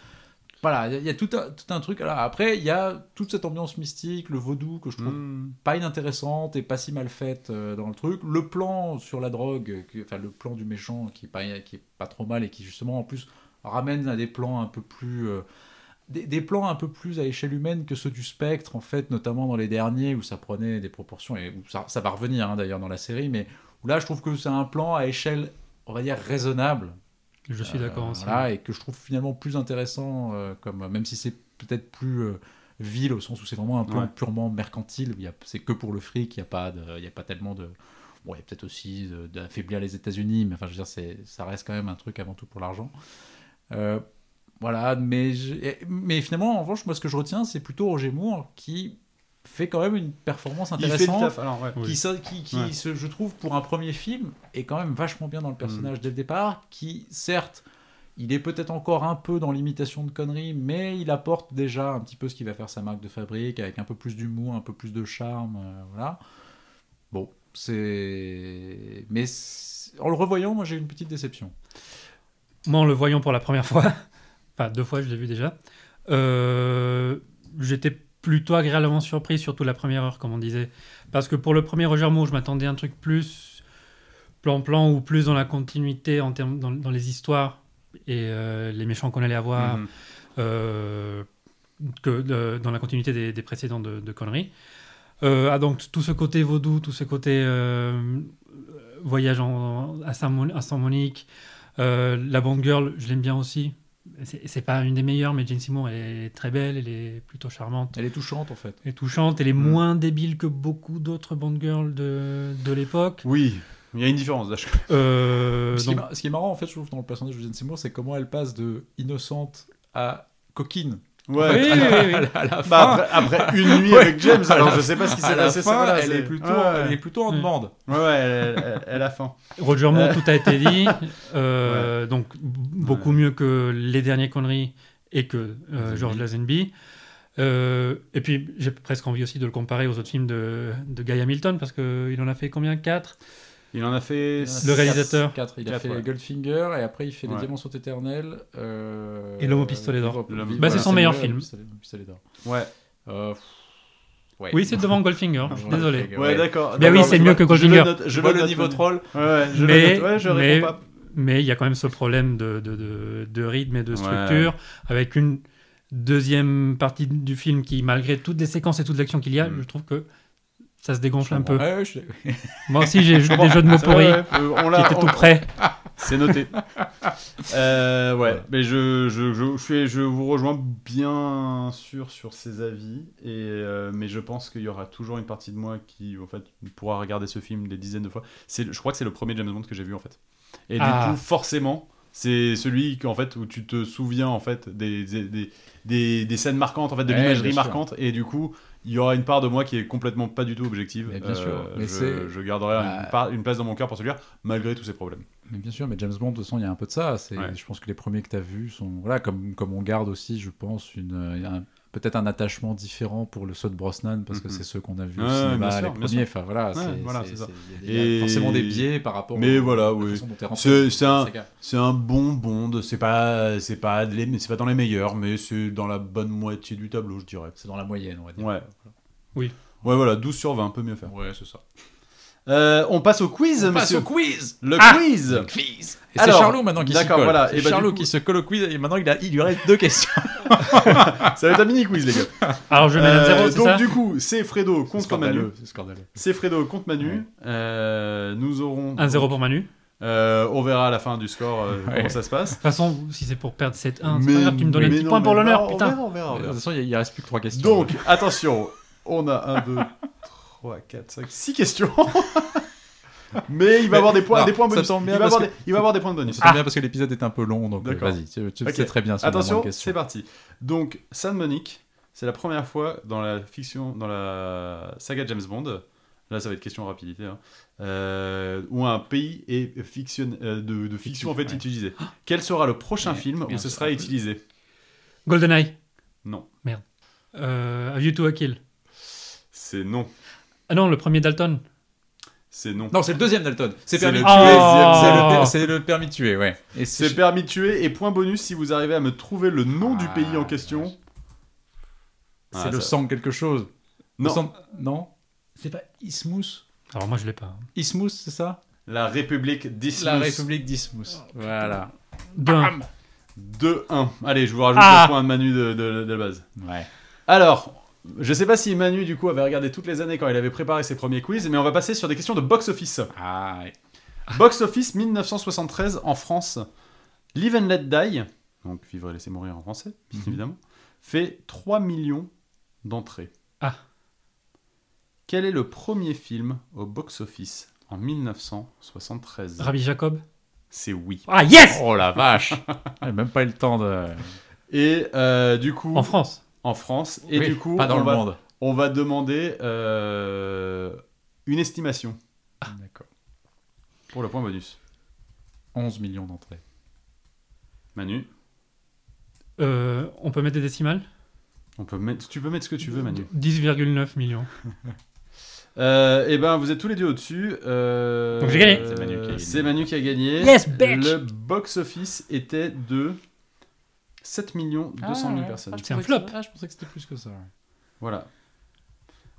A: Voilà, il y a- il y a tout un, tout un truc. Alors, après, il y a toute cette ambiance mystique, le vaudou que je trouve
C: Hmm.
A: pas inintéressante et pas si mal faite euh, dans le truc. Le plan sur la drogue, qui- enfin le plan du méchant qui est, pas, qui est pas trop mal et qui justement en plus ramène à des plans un peu plus... euh, des, des plans un peu plus à échelle humaine que ceux du spectre, en fait, notamment dans les derniers où ça prenait des proportions, et où ça, ça va revenir hein, d'ailleurs dans la série, mais où là je trouve que c'est un plan à échelle, on va dire, raisonnable,
D: Je suis d'accord hein,
A: euh,
D: aussi.
A: voilà, et que je trouve finalement plus intéressant, euh, comme, même si c'est peut-être plus euh, vil au sens où c'est vraiment un plan
C: Ouais.
A: purement mercantile, où il y a- c'est que pour le fric, il n'y a, pas de- il y a pas tellement de. Bon, il y a peut-être aussi de- d'affaiblir les États-Unis, mais enfin, je veux dire, c'est- ça reste quand même un truc avant tout pour l'argent. Euh, voilà, mais, je- et- mais finalement, en revanche, moi, ce que je retiens, c'est plutôt Roger Moore qui fait quand même une performance
C: Il fait le
A: intéressante
C: taf, alors ouais.
D: Oui.
A: qui, sa- qui, qui
C: Ouais.
A: se- je trouve, pour un premier film, est quand même vachement bien dans le
D: Mm.
A: personnage dès le départ, qui, certes, il est peut-être encore un peu dans l'imitation de conneries, mais il apporte déjà un petit peu ce qui va faire sa marque de fabrique, avec un peu plus d'humour, un peu plus de charme, euh, voilà. Bon, c'est... Mais c'est- en le revoyant, moi, j'ai eu une petite déception.
D: moi, en le voyant pour la première fois, enfin deux fois, je l'ai vu déjà, euh, j'étais plutôt agréablement surpris, surtout la première heure, comme on disait. Parce que pour le premier Roger Moore, je m'attendais à un truc plus plan-plan ou plus dans la continuité en termes, dans, dans les histoires et euh, les méchants qu'on allait
A: Ah.
D: avoir
I: Mhm.
D: euh, que de- dans la continuité des, des précédents de, de Connery. Euh, ah, donc tout ce côté vaudou, tout ce côté euh, voyage en, à Saint-Mon- à Saint-Monique, euh, la Bond Girl, je l'aime bien aussi. C'est c'est pas une des meilleures, mais Jane Simon, elle est très belle, elle est plutôt charmante
A: Elle est touchante en fait.
D: et touchante. Elle est moins débile que beaucoup d'autres Bond Girls de, de l'époque.
C: Oui, il y a une différence. là, je-
D: Euh,
A: ce, qui est
D: donc,
A: mar- ce qui est marrant en fait, je trouve, dans le personnage de Jane Seymour, c'est comment elle passe de innocente à coquine.
C: Ouais.
D: Oui, oui, oui, oui.
A: À la fin,
C: Bah, après, après une nuit avec James, alors je sais pas ce qui
A: à
C: s'est
A: la
C: passé.
A: fin,
C: ça, voilà,
A: elle,
C: c'est-
A: est plutôt,
C: Ouais,
A: elle est
C: ouais,
A: plutôt en
D: Ouais.
A: demande.
C: Ouais, ouais, elle, elle- elle a faim.
D: Roger Moore, tout a été dit. Euh, Donc, b- beaucoup mieux que les derniers conneries et que euh, George Lazenby. Euh, et puis, j'ai presque envie aussi de le comparer aux autres films de, de Guy Hamilton, parce qu'il en a fait combien Quatre
C: Il en a fait.
D: Le réalisateur.
A: 4, il a
C: Quatre,
A: fait
C: ouais.
A: Goldfinger et après il fait Les
C: Ouais.
A: Diamants sont éternels. euh,
D: Et L'homme au pistolet d'or. Bah,
A: L'homme au-
C: L'homme-
A: voilà,
C: c'est son
A: le-
D: meilleur
A: le
D: film.
A: pistolet- le pistolet d'or.
C: Ouais,
A: Euh, pff, ouais.
D: Oui, c'est devant Goldfinger, hein.
A: Genre,
D: désolé.
C: ouais, d'accord.
D: Mais oui,
C: d'accord,
D: c'est
C: je
D: mieux
C: vois-
D: que
C: je le
D: Goldfinger.
C: note-
A: Je
C: Je
A: vois
C: vois
A: le niveau troll.
C: Ouais, ouais, je le
D: Mais-
C: note. Ouais, je
D: mais-
C: réponds pas.
D: Mais il y a quand même ce problème de, de, de- de rythme et de
C: Ouais.
D: structure, avec une deuxième partie du film qui, malgré toutes les séquences et toute l'action qu'il y a,
C: Mm.
D: je trouve que ça se dégonfle un peu.
A: Ouais, ouais, je-
D: Moi aussi, j'ai des jeux de mots
C: C'est vrai,
D: pourris
C: ouais, euh, on
D: qui
C: l'a-
D: étaient
C: on-
D: tout prêts.
C: C'est noté. Euh, ouais, mais je, je, je, je suis- je vous rejoins bien sûr sur ces avis, et, euh, mais je pense qu'il y aura toujours une partie de moi qui en fait, pourra regarder ce film des dizaines de fois. C'est- Je crois que c'est le premier James Bond que j'ai vu en fait. Et
D: Ah.
C: du coup, forcément, c'est celui qu'en fait, où tu te souviens en fait, des, des, des, des- des scènes marquantes, en fait, de
A: Ouais,
C: l'imagerie
A: bien sûr.
C: marquante, et du coup, il y aura une part de moi qui est complètement pas du tout objective. Euh,
A: Mais bien sûr, mais c'est-
C: je, je garderai
A: Bah.
C: une, part- une place dans mon cœur pour celui-là, malgré tous ces problèmes.
A: Mais bien sûr, mais James Bond, de toute façon, il y a un peu de ça. C'est,
C: Ouais.
A: Je pense que les premiers que tu as vus sont. Voilà, comme, comme on garde aussi, je pense, une, euh, un- peut-être un attachement différent pour le saut de Brosnan, parce que
C: Mhm.
A: c'est ceux qu'on a vus au
C: Ouais,
A: cinéma,
C: bien sûr,
A: les
C: bien
A: premiers. Enfin, voilà,
C: Ouais,
A: c'est,
C: voilà,
A: c'est-
C: c'est ça.
A: c'est- il y a- il y a
C: Et-
A: forcément des biais par rapport
C: Mais
A: au-
C: voilà,
A: la
C: oui.
A: façon dont t'es rentré
C: C'est-
A: dans
C: c'est
A: la
C: un-
A: saga.
C: C'est un bon Bond, c'est pas c'est pas de les- mais c'est pas dans les meilleurs, mais c'est dans la bonne moitié du tableau, je dirais.
A: C'est dans la moyenne, on va dire.
C: Ouais.
D: Oui.
C: Ouais, voilà, 12 sur 20, peut mieux faire.
A: Ouais, c'est ça.
C: Euh, on passe au quiz,
A: On passe
C: monsieur.
A: au quiz
C: Le
D: Ah
C: quiz
A: Quiz Et c'est
C: Alors,
A: Charlot maintenant qui s'y
C: d'accord,
A: colle.
C: voilà.
A: C'est
C: Et bah, du
A: Charlot
C: coup-
A: qui se colle au quiz et maintenant il, a, il lui reste deux questions.
C: Ça va être un mini-quiz, les gars.
D: Alors je mets
C: Euh,
D: un zéro, c'est
C: donc,
D: ça
C: du coup, c'est Fredo
A: C'est
C: contre Manu.
A: scandaleux. C'est scandaleux.
C: C'est Fredo contre Manu.
A: Ouais.
C: Euh, nous aurons.
D: Un 0 pour Manu. De
C: Euh, on verra à la fin du score euh,
A: Ouais.
C: comment ça se passe.
D: toute façon, si c'est pour perdre 7-1, c'est pas grave, tu me donnes un
C: mais
D: petit
C: non,
D: point pour
C: mais
D: l'honneur,
C: non,
D: putain.
C: On verra, on verra, on
A: De
C: verra.
A: toute façon, il, y a- il reste plus que trois questions.
C: Donc, attention, on a 1, 2, 3, 4, 5, 6 questions. Mais il va
A: Mais-
C: avoir des points,
A: non,
C: des points
A: ça
C: bonus.
A: tombe bien
C: il, va
A: parce
C: avoir
A: que- Ah,
C: des, il va avoir des points de bonus.
A: Ça tombe bien parce que l'épisode est un peu long, donc euh,
C: Ah. D'accord.
A: vas-y, tu, tu
C: Ok.
A: sais très bien. si on a moins de
C: Attention,
A: questions.
C: c'est parti. Donc, San Monique, c'est la première fois dans la fiction, dans la saga James Bond, là ça va être question en rapidité, hein, euh, où un pays est fiction, euh, de, de fiction en fait
A: ouais.
C: utilisé. Quel sera le prochain
A: Mais-
C: film où
A: merde,
C: ce
A: ça
C: sera
A: peut-
C: utilisé
D: GoldenEye.
C: Non.
D: Merde. Euh, a View to a Kill.
C: C'est non.
D: Ah non, le premier Dalton.
C: C'est non.
A: Non, c'est le deuxième Dalton. C'est
C: C'est
A: permis de
C: le
A: tuer.
D: deuxième.
A: C'est le
D: Oh.
A: per- C'est le, permis de tuer, ouais. Et
C: C'est permis de tuer et point bonus si vous arrivez à me trouver le nom du
A: Ah,
C: pays en
A: dommage.
C: question.
A: c'est
C: Ah,
A: le
C: ça-
A: sang de quelque chose. Le
C: Non.
A: sang- Non. C'est pas Ismous
D: Alors moi je l'ai pas. hein.
A: Ismous, c'est ça
C: La République
A: La
C: d'Ismus
A: République d'Ismous. voilà.
C: Ah.
D: D'un.
C: 2-1. Allez, je vous rajoute
D: Ah.
C: le point de Manu de, de- de la base.
A: Ouais.
C: Alors, je sais pas si Manu, du coup, avait regardé toutes les années quand il avait préparé ses premiers quiz, mais on va passer sur des questions de box-office.
A: Ah, ouais.
C: Box-office 1973 en France. Live and Let Die, donc Vivre et laisser mourir en français, bien
A: Mhm.
C: évidemment, fait 3 millions d'entrées.
D: Ah.
C: Quel est le premier film au box-office en 1973
D: Rabbi Jacob.
C: C'est oui.
D: Ah yes
A: Oh la vache Elle a Ah, même pas eu le temps de.
C: Et euh, du coup,
D: En France.
C: en France, et
A: Oui,
C: du coup,
A: Pas dans
C: on,
A: le
C: va,
A: monde.
C: on va demander euh, une estimation
A: D'accord.
C: pour le point bonus.
A: 11 millions d'entrées.
C: Manu,
D: Euh, on peut mettre des décimales
C: on peut mettre, tu peux mettre ce que tu veux, Manu.
D: 10,9 millions.
C: Euh, et ben, vous êtes tous les deux au-dessus. Euh,
D: Donc j'ai gagné.
C: euh,
J: C'est Manu qui a gagné.
C: C'est Manu qui a gagné.
D: Yes, bitch.
C: Le box-office était de 7 millions 200 000 personnes.
D: C'est un flop.
A: Ah, je pensais que c'était plus que ça.
C: Voilà.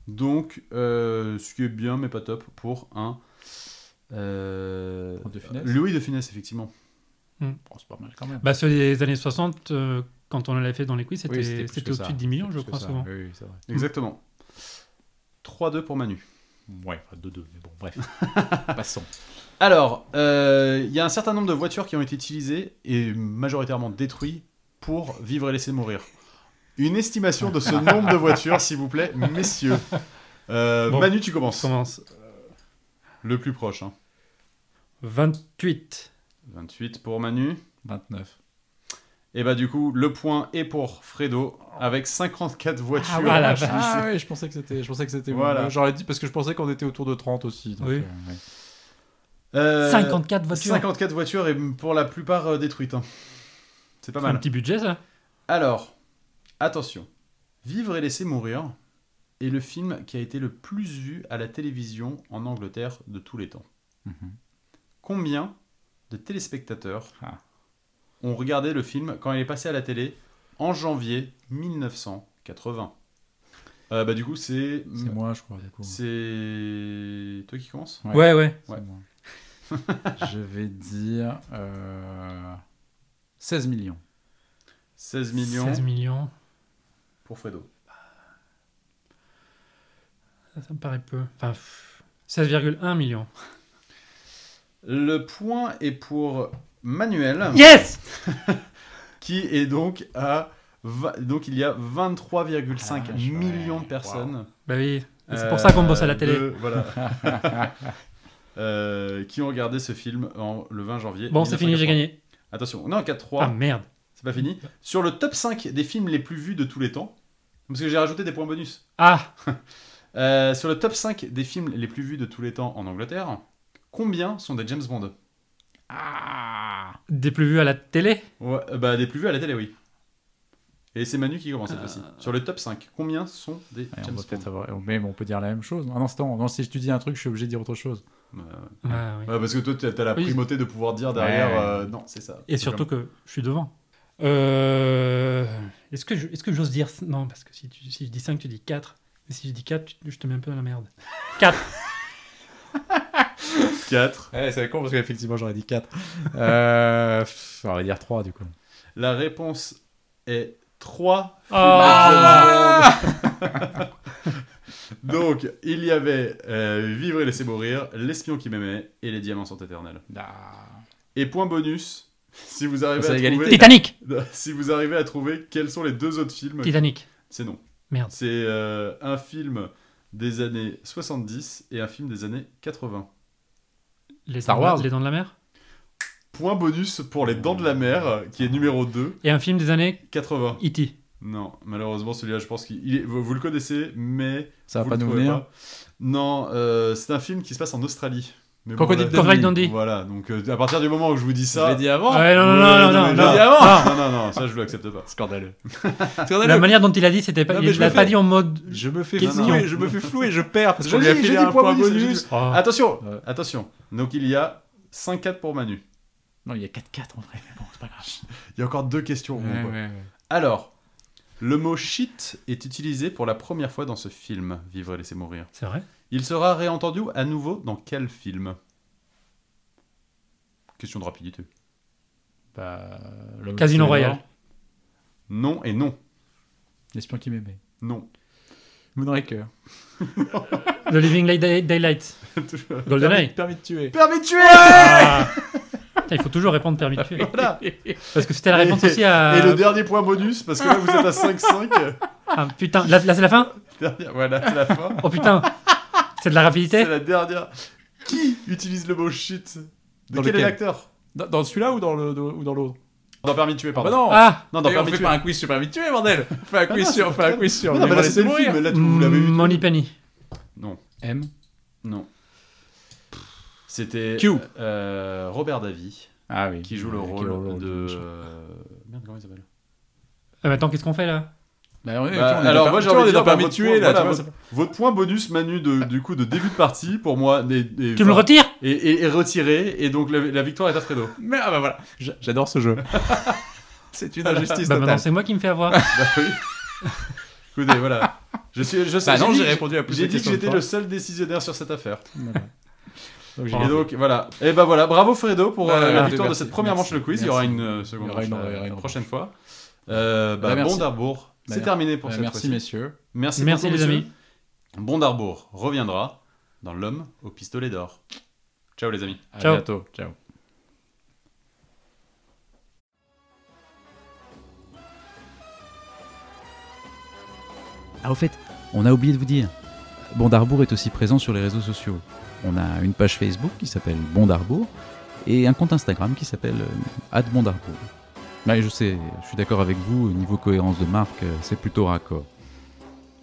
C: Donc, euh, ce qui est bien, mais pas top, pour un. euh,
A: De Funès
C: Louis de Funès, effectivement.
A: Bon, c'est pas mal quand même.
D: Bah, ceux des années 60, euh, quand on l'avait fait dans les quiz,
A: Oui, c'était
D: c'était
A: plus
D: c'était
A: que ça.
D: au-dessus de 10 millions, je
A: Plus que
D: crois,
A: ça.
D: souvent.
A: Oui, oui, c'est vrai.
C: Exactement. 3-2 pour Manu.
A: Ouais, enfin 2-2, mais bon, bref. Passons.
C: Alors, euh, il y a un certain nombre de voitures qui ont été utilisées et majoritairement détruites pour vivre et laisser mourir. Une estimation de ce nombre de voitures, s'il vous plaît, messieurs. Euh,
D: Bon.
C: Manu, tu
D: On
C: commences.
D: commence.
C: Le plus proche. hein.
D: 28.
C: 28 pour Manu.
A: 29.
C: Et bah du coup, le point est pour Fredo avec 54 voitures.
D: ouais, la vache.
A: Ah oui, je pensais que c'était, je pensais que c'était.
C: Voilà.
A: euh, J'aurais dit parce que je pensais qu'on était autour de 30 aussi. donc,
D: Oui.
A: euh, ouais.
C: Euh,
D: 54 voitures.
C: 54 voitures et pour la plupart euh, détruites. hein. C'est pas
D: C'est un
C: mal.
D: petit budget, ça.
C: Alors, attention. Vivre et laisser mourir est le film qui a été le plus vu à la télévision en Angleterre de tous les temps.
A: Mhm.
C: Combien de téléspectateurs
A: Ah.
C: ont regardé le film quand il est passé à la télé en janvier 1980 Euh, Bah du coup, c'est...
A: Mm. C'est moi, je crois, du coup.
C: C'est toi qui commence
A: Ouais.
D: Ouais, ouais.
A: C'est
C: Ouais.
A: moi. je vais dire euh, 16 millions.
C: 16 millions
D: 16 millions.
C: pour Fredo.
D: Ça, ça me paraît peu. Enfin, pff, 16,1 millions.
C: Le point est pour Manuel,
D: Yes
C: qui est donc à... va- Donc il y a 23,5
A: Ah, je-
C: millions
A: ouais.
C: de personnes.
D: Bah oui, c'est
C: euh,
D: pour ça qu'on bosse à la télé.
C: de- voilà. Euh, qui ont regardé ce film en, le 20 janvier.
D: Bon, c'est fini, j'ai
C: 1980.
D: gagné.
C: Attention, on est en 4-3.
D: Ah merde.
C: C'est pas fini. Sur le top 5 des films les plus vus de tous les temps, parce que j'ai rajouté des points bonus.
D: Ah,
C: Euh, sur le top 5 des films les plus vus de tous les temps en Angleterre, combien sont des James Bond
A: Ah
D: des plus vus à la télé
C: Ouais, euh, Bah des plus vus à la télé, oui. Et c'est Manu qui
D: Ah.
C: commence cette fois-ci. Sur le top 5, combien sont des
A: Ouais, on
C: James
A: va
C: Bond
A: peut-être avoir- mais on peut dire la même chose. Un instant. Non, si je te dis un truc, je suis obligé de dire autre chose.
C: Euh,
D: Ah, oui.
C: ouais, Parce que toi, t'as t'as la
D: Oui.
C: primauté de pouvoir dire derrière.
A: Ouais.
C: euh, non, c'est ça.
D: Et surtout que je suis devant. Euh, Est-ce que je- est-ce que j'ose dire. Non, parce que si, tu- si je dis 5, tu dis 4. Mais si je dis 4, je te mets un peu dans la merde. 4
C: 4.
A: Eh, c'est con parce qu'effectivement, j'aurais dit 4. Euh, on va dire 3 du coup.
C: La réponse est 3.
A: Ah
D: Ah,
C: Donc, il y avait euh, Vivre et laisser mourir, L'espion qui m'aimait et Les diamants sont éternels. Et point bonus, si vous arrivez
A: C'est
C: à
A: égalité.
C: trouver.
D: Titanic
C: Si vous arrivez à trouver quels sont les deux autres films,
D: Titanic.
C: c'est non.
D: Merde.
C: C'est euh, un film des années 70 et un film des années 80.
D: Les
A: Star
D: dents de la-
A: Wars.
D: Les Dents de la Mer
C: Point bonus pour Les Dents de la Mer, euh, qui est numéro 2,
D: Et un film des années E
C: 80.
D: E.T.
C: Non, malheureusement, celui-là, je pense qu'il est- vous, vous le connaissez, mais.
A: Ça va
C: vous
A: pas
C: le
A: nous
C: trouvez
A: venir.
C: pas. Non, euh, c'est un film qui se passe en Australie. Mais bon,
A: Crocodile
C: là-
A: Dundee.
D: Crocodile Dundee.
C: Voilà, donc euh, à partir du moment où je vous dis ça.
A: Je l'ai dit avant.
D: Ouais, non, non, non,
C: Ouais,
D: non,
C: mais
D: non,
C: là-
D: non.
C: non, non, non, ça je l'accepte pas.
A: Scandaleux.
D: La
A: Scandaleux.
D: manière dont il a dit, c'était pas,
A: Non, mais
D: il
A: je
D: l'a
A: me
D: pas
A: fais-
D: dit en mode.
A: Je me fais
C: Qu'est-ce
A: flouer,
C: qu'on-
A: je me fais flouer, je perds parce
C: Je
A: qu'on lui a
C: dis- j'ai
A: filé
C: dit
A: un
C: point
A: point
C: bonus,
A: bonus.
D: Oh.
C: Attention,
A: Ouais.
C: attention. Donc il y a 5-4 pour Manu.
A: Non, il y a 4-4 en vrai, mais bon, c'est pas grave.
C: Il y a encore deux questions. mon pote. Alors, le mot shit est utilisé pour la première fois dans ce film, Vivre et laisser mourir.
D: C'est vrai
C: Il sera réentendu à nouveau dans quel film Question de rapidité.
A: Bah, le
D: Casino
A: c'est
D: Royale.
A: mort.
C: Non et non.
A: L'espion qui m'aimait.
C: Non.
A: Moonraker.
D: Le Living Day- Daylight.
A: Permis,
D: GoldenEye.
A: permis de tuer.
C: Permis de tuer
D: Ah. Putain, il faut toujours répondre permis de tuer.
C: Voilà.
D: Parce que c'était la réponse
C: Et-
D: aussi à.
C: Et le dernier point bonus, parce que là vous êtes à 5-5.
D: Ah, putain, là, là, c'est la fin
C: Dernière- Voilà, c'est la fin.
D: Oh putain C'est de la rapidité
C: C'est la dernière. Qui utilise le mot shit De
A: Dans
C: quel est
A: lequel
C: l'acteur
A: Dans, dans celui-là ou dans le- dans- ou dans l'autre
C: Dans Permis de tuer,
A: Bah
C: pardon.
A: non
D: Ah
C: non, dans
A: Et on
C: Permis de
A: fait
C: tuer.
A: pas un quiz sur permis de tuer, bordel On fait un quiz sur, on fait un Mm, quiz sur.
C: Non, mais là c'était le
A: mourir.
C: film, là vous l'avez vu.
D: Money Penny.
A: M.
C: Non. C'était
A: Q.
C: euh, Robert Davi
A: Ah oui.
C: qui joue le
A: Ouais,
C: rôle
A: qui joue le
C: de.
A: machin.
C: euh, Merde, comment il s'appelle
D: Euh, attends, bah, qu'est-ce qu'on fait là
K: Bah, ouais, tu
C: Bah,
K: vois, on est
C: alors,
K: pas-
C: moi, j'ai
K: tu vois,
C: envie
K: on
C: de
K: est
C: dire,
K: pas
C: bah, votre
K: habitué là.
C: point,
K: tu
C: voilà,
K: vois, ça-
C: Votre point bonus, Manu, de, du coup, de début de partie, pour moi, n'est- n'est-
D: Tu me le
C: enfin,
D: retires
C: est, est- est retiré, et donc la, la victoire est à Fredo.
K: Mais ah bah voilà, J- j'adore ce jeu. C'est une injustice
D: Bah maintenant
K: totale.
D: c'est moi qui me fais avoir.
C: Bah oui. Écoutez, voilà. Je suis, je sais,
K: Bah non,
C: j'ai
K: j'ai
C: dit-
K: répondu à plus de
C: J'ai dit que
K: questions.
C: j'étais
K: que
C: le seul décisionnaire sur cette affaire.
K: toi. Donc, j'ai-
C: Et donc voilà. Et ben voilà, bravo Fredo pour
K: Bah,
C: euh, la
K: merci,
C: victoire
K: merci,
C: de cette première
K: merci,
C: manche de quiz. Il y
K: merci.
C: aura une euh, seconde
K: Il y aura une-
C: manche,
K: il y aura
C: euh,
K: une
C: prochaine fois. Euh, bah,
K: Bah, merci.
C: bon d'arbour.
K: Bah,
C: C'est terminé pour
K: Euh,
C: cette
K: Merci
C: fois-ci.
K: messieurs.
C: Merci,
D: Merci,
C: beaucoup,
D: les
C: messieurs.
D: amis.
C: Bon d'arbour reviendra dans l'homme au pistolet d'or. Ciao les amis.
K: À
D: Ciao.
K: bientôt. Ciao.
A: Ah, au fait, on a oublié de vous dire. Bondarbourg est aussi présent sur les réseaux sociaux. On a une page Facebook qui s'appelle Bondarbourg et un compte Instagram qui s'appelle euh, @bondarbourg. Ouais, je sais, je suis d'accord avec vous, au niveau cohérence de marque, euh, c'est plutôt raccord.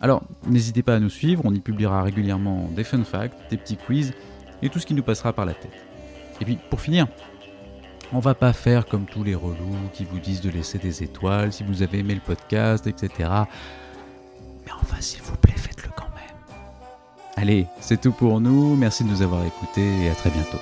A: Alors, n'hésitez pas à nous suivre, on y publiera régulièrement des fun facts, des petits quiz et tout ce qui nous passera par la tête. Et puis, pour finir, on va pas faire comme tous les relous qui vous disent de laisser des étoiles si vous avez aimé le podcast, etc. Mais enfin, s'il vous plaît, faites-le quand même. Allez, c'est tout pour nous. Merci de nous avoir écoutés et à très bientôt.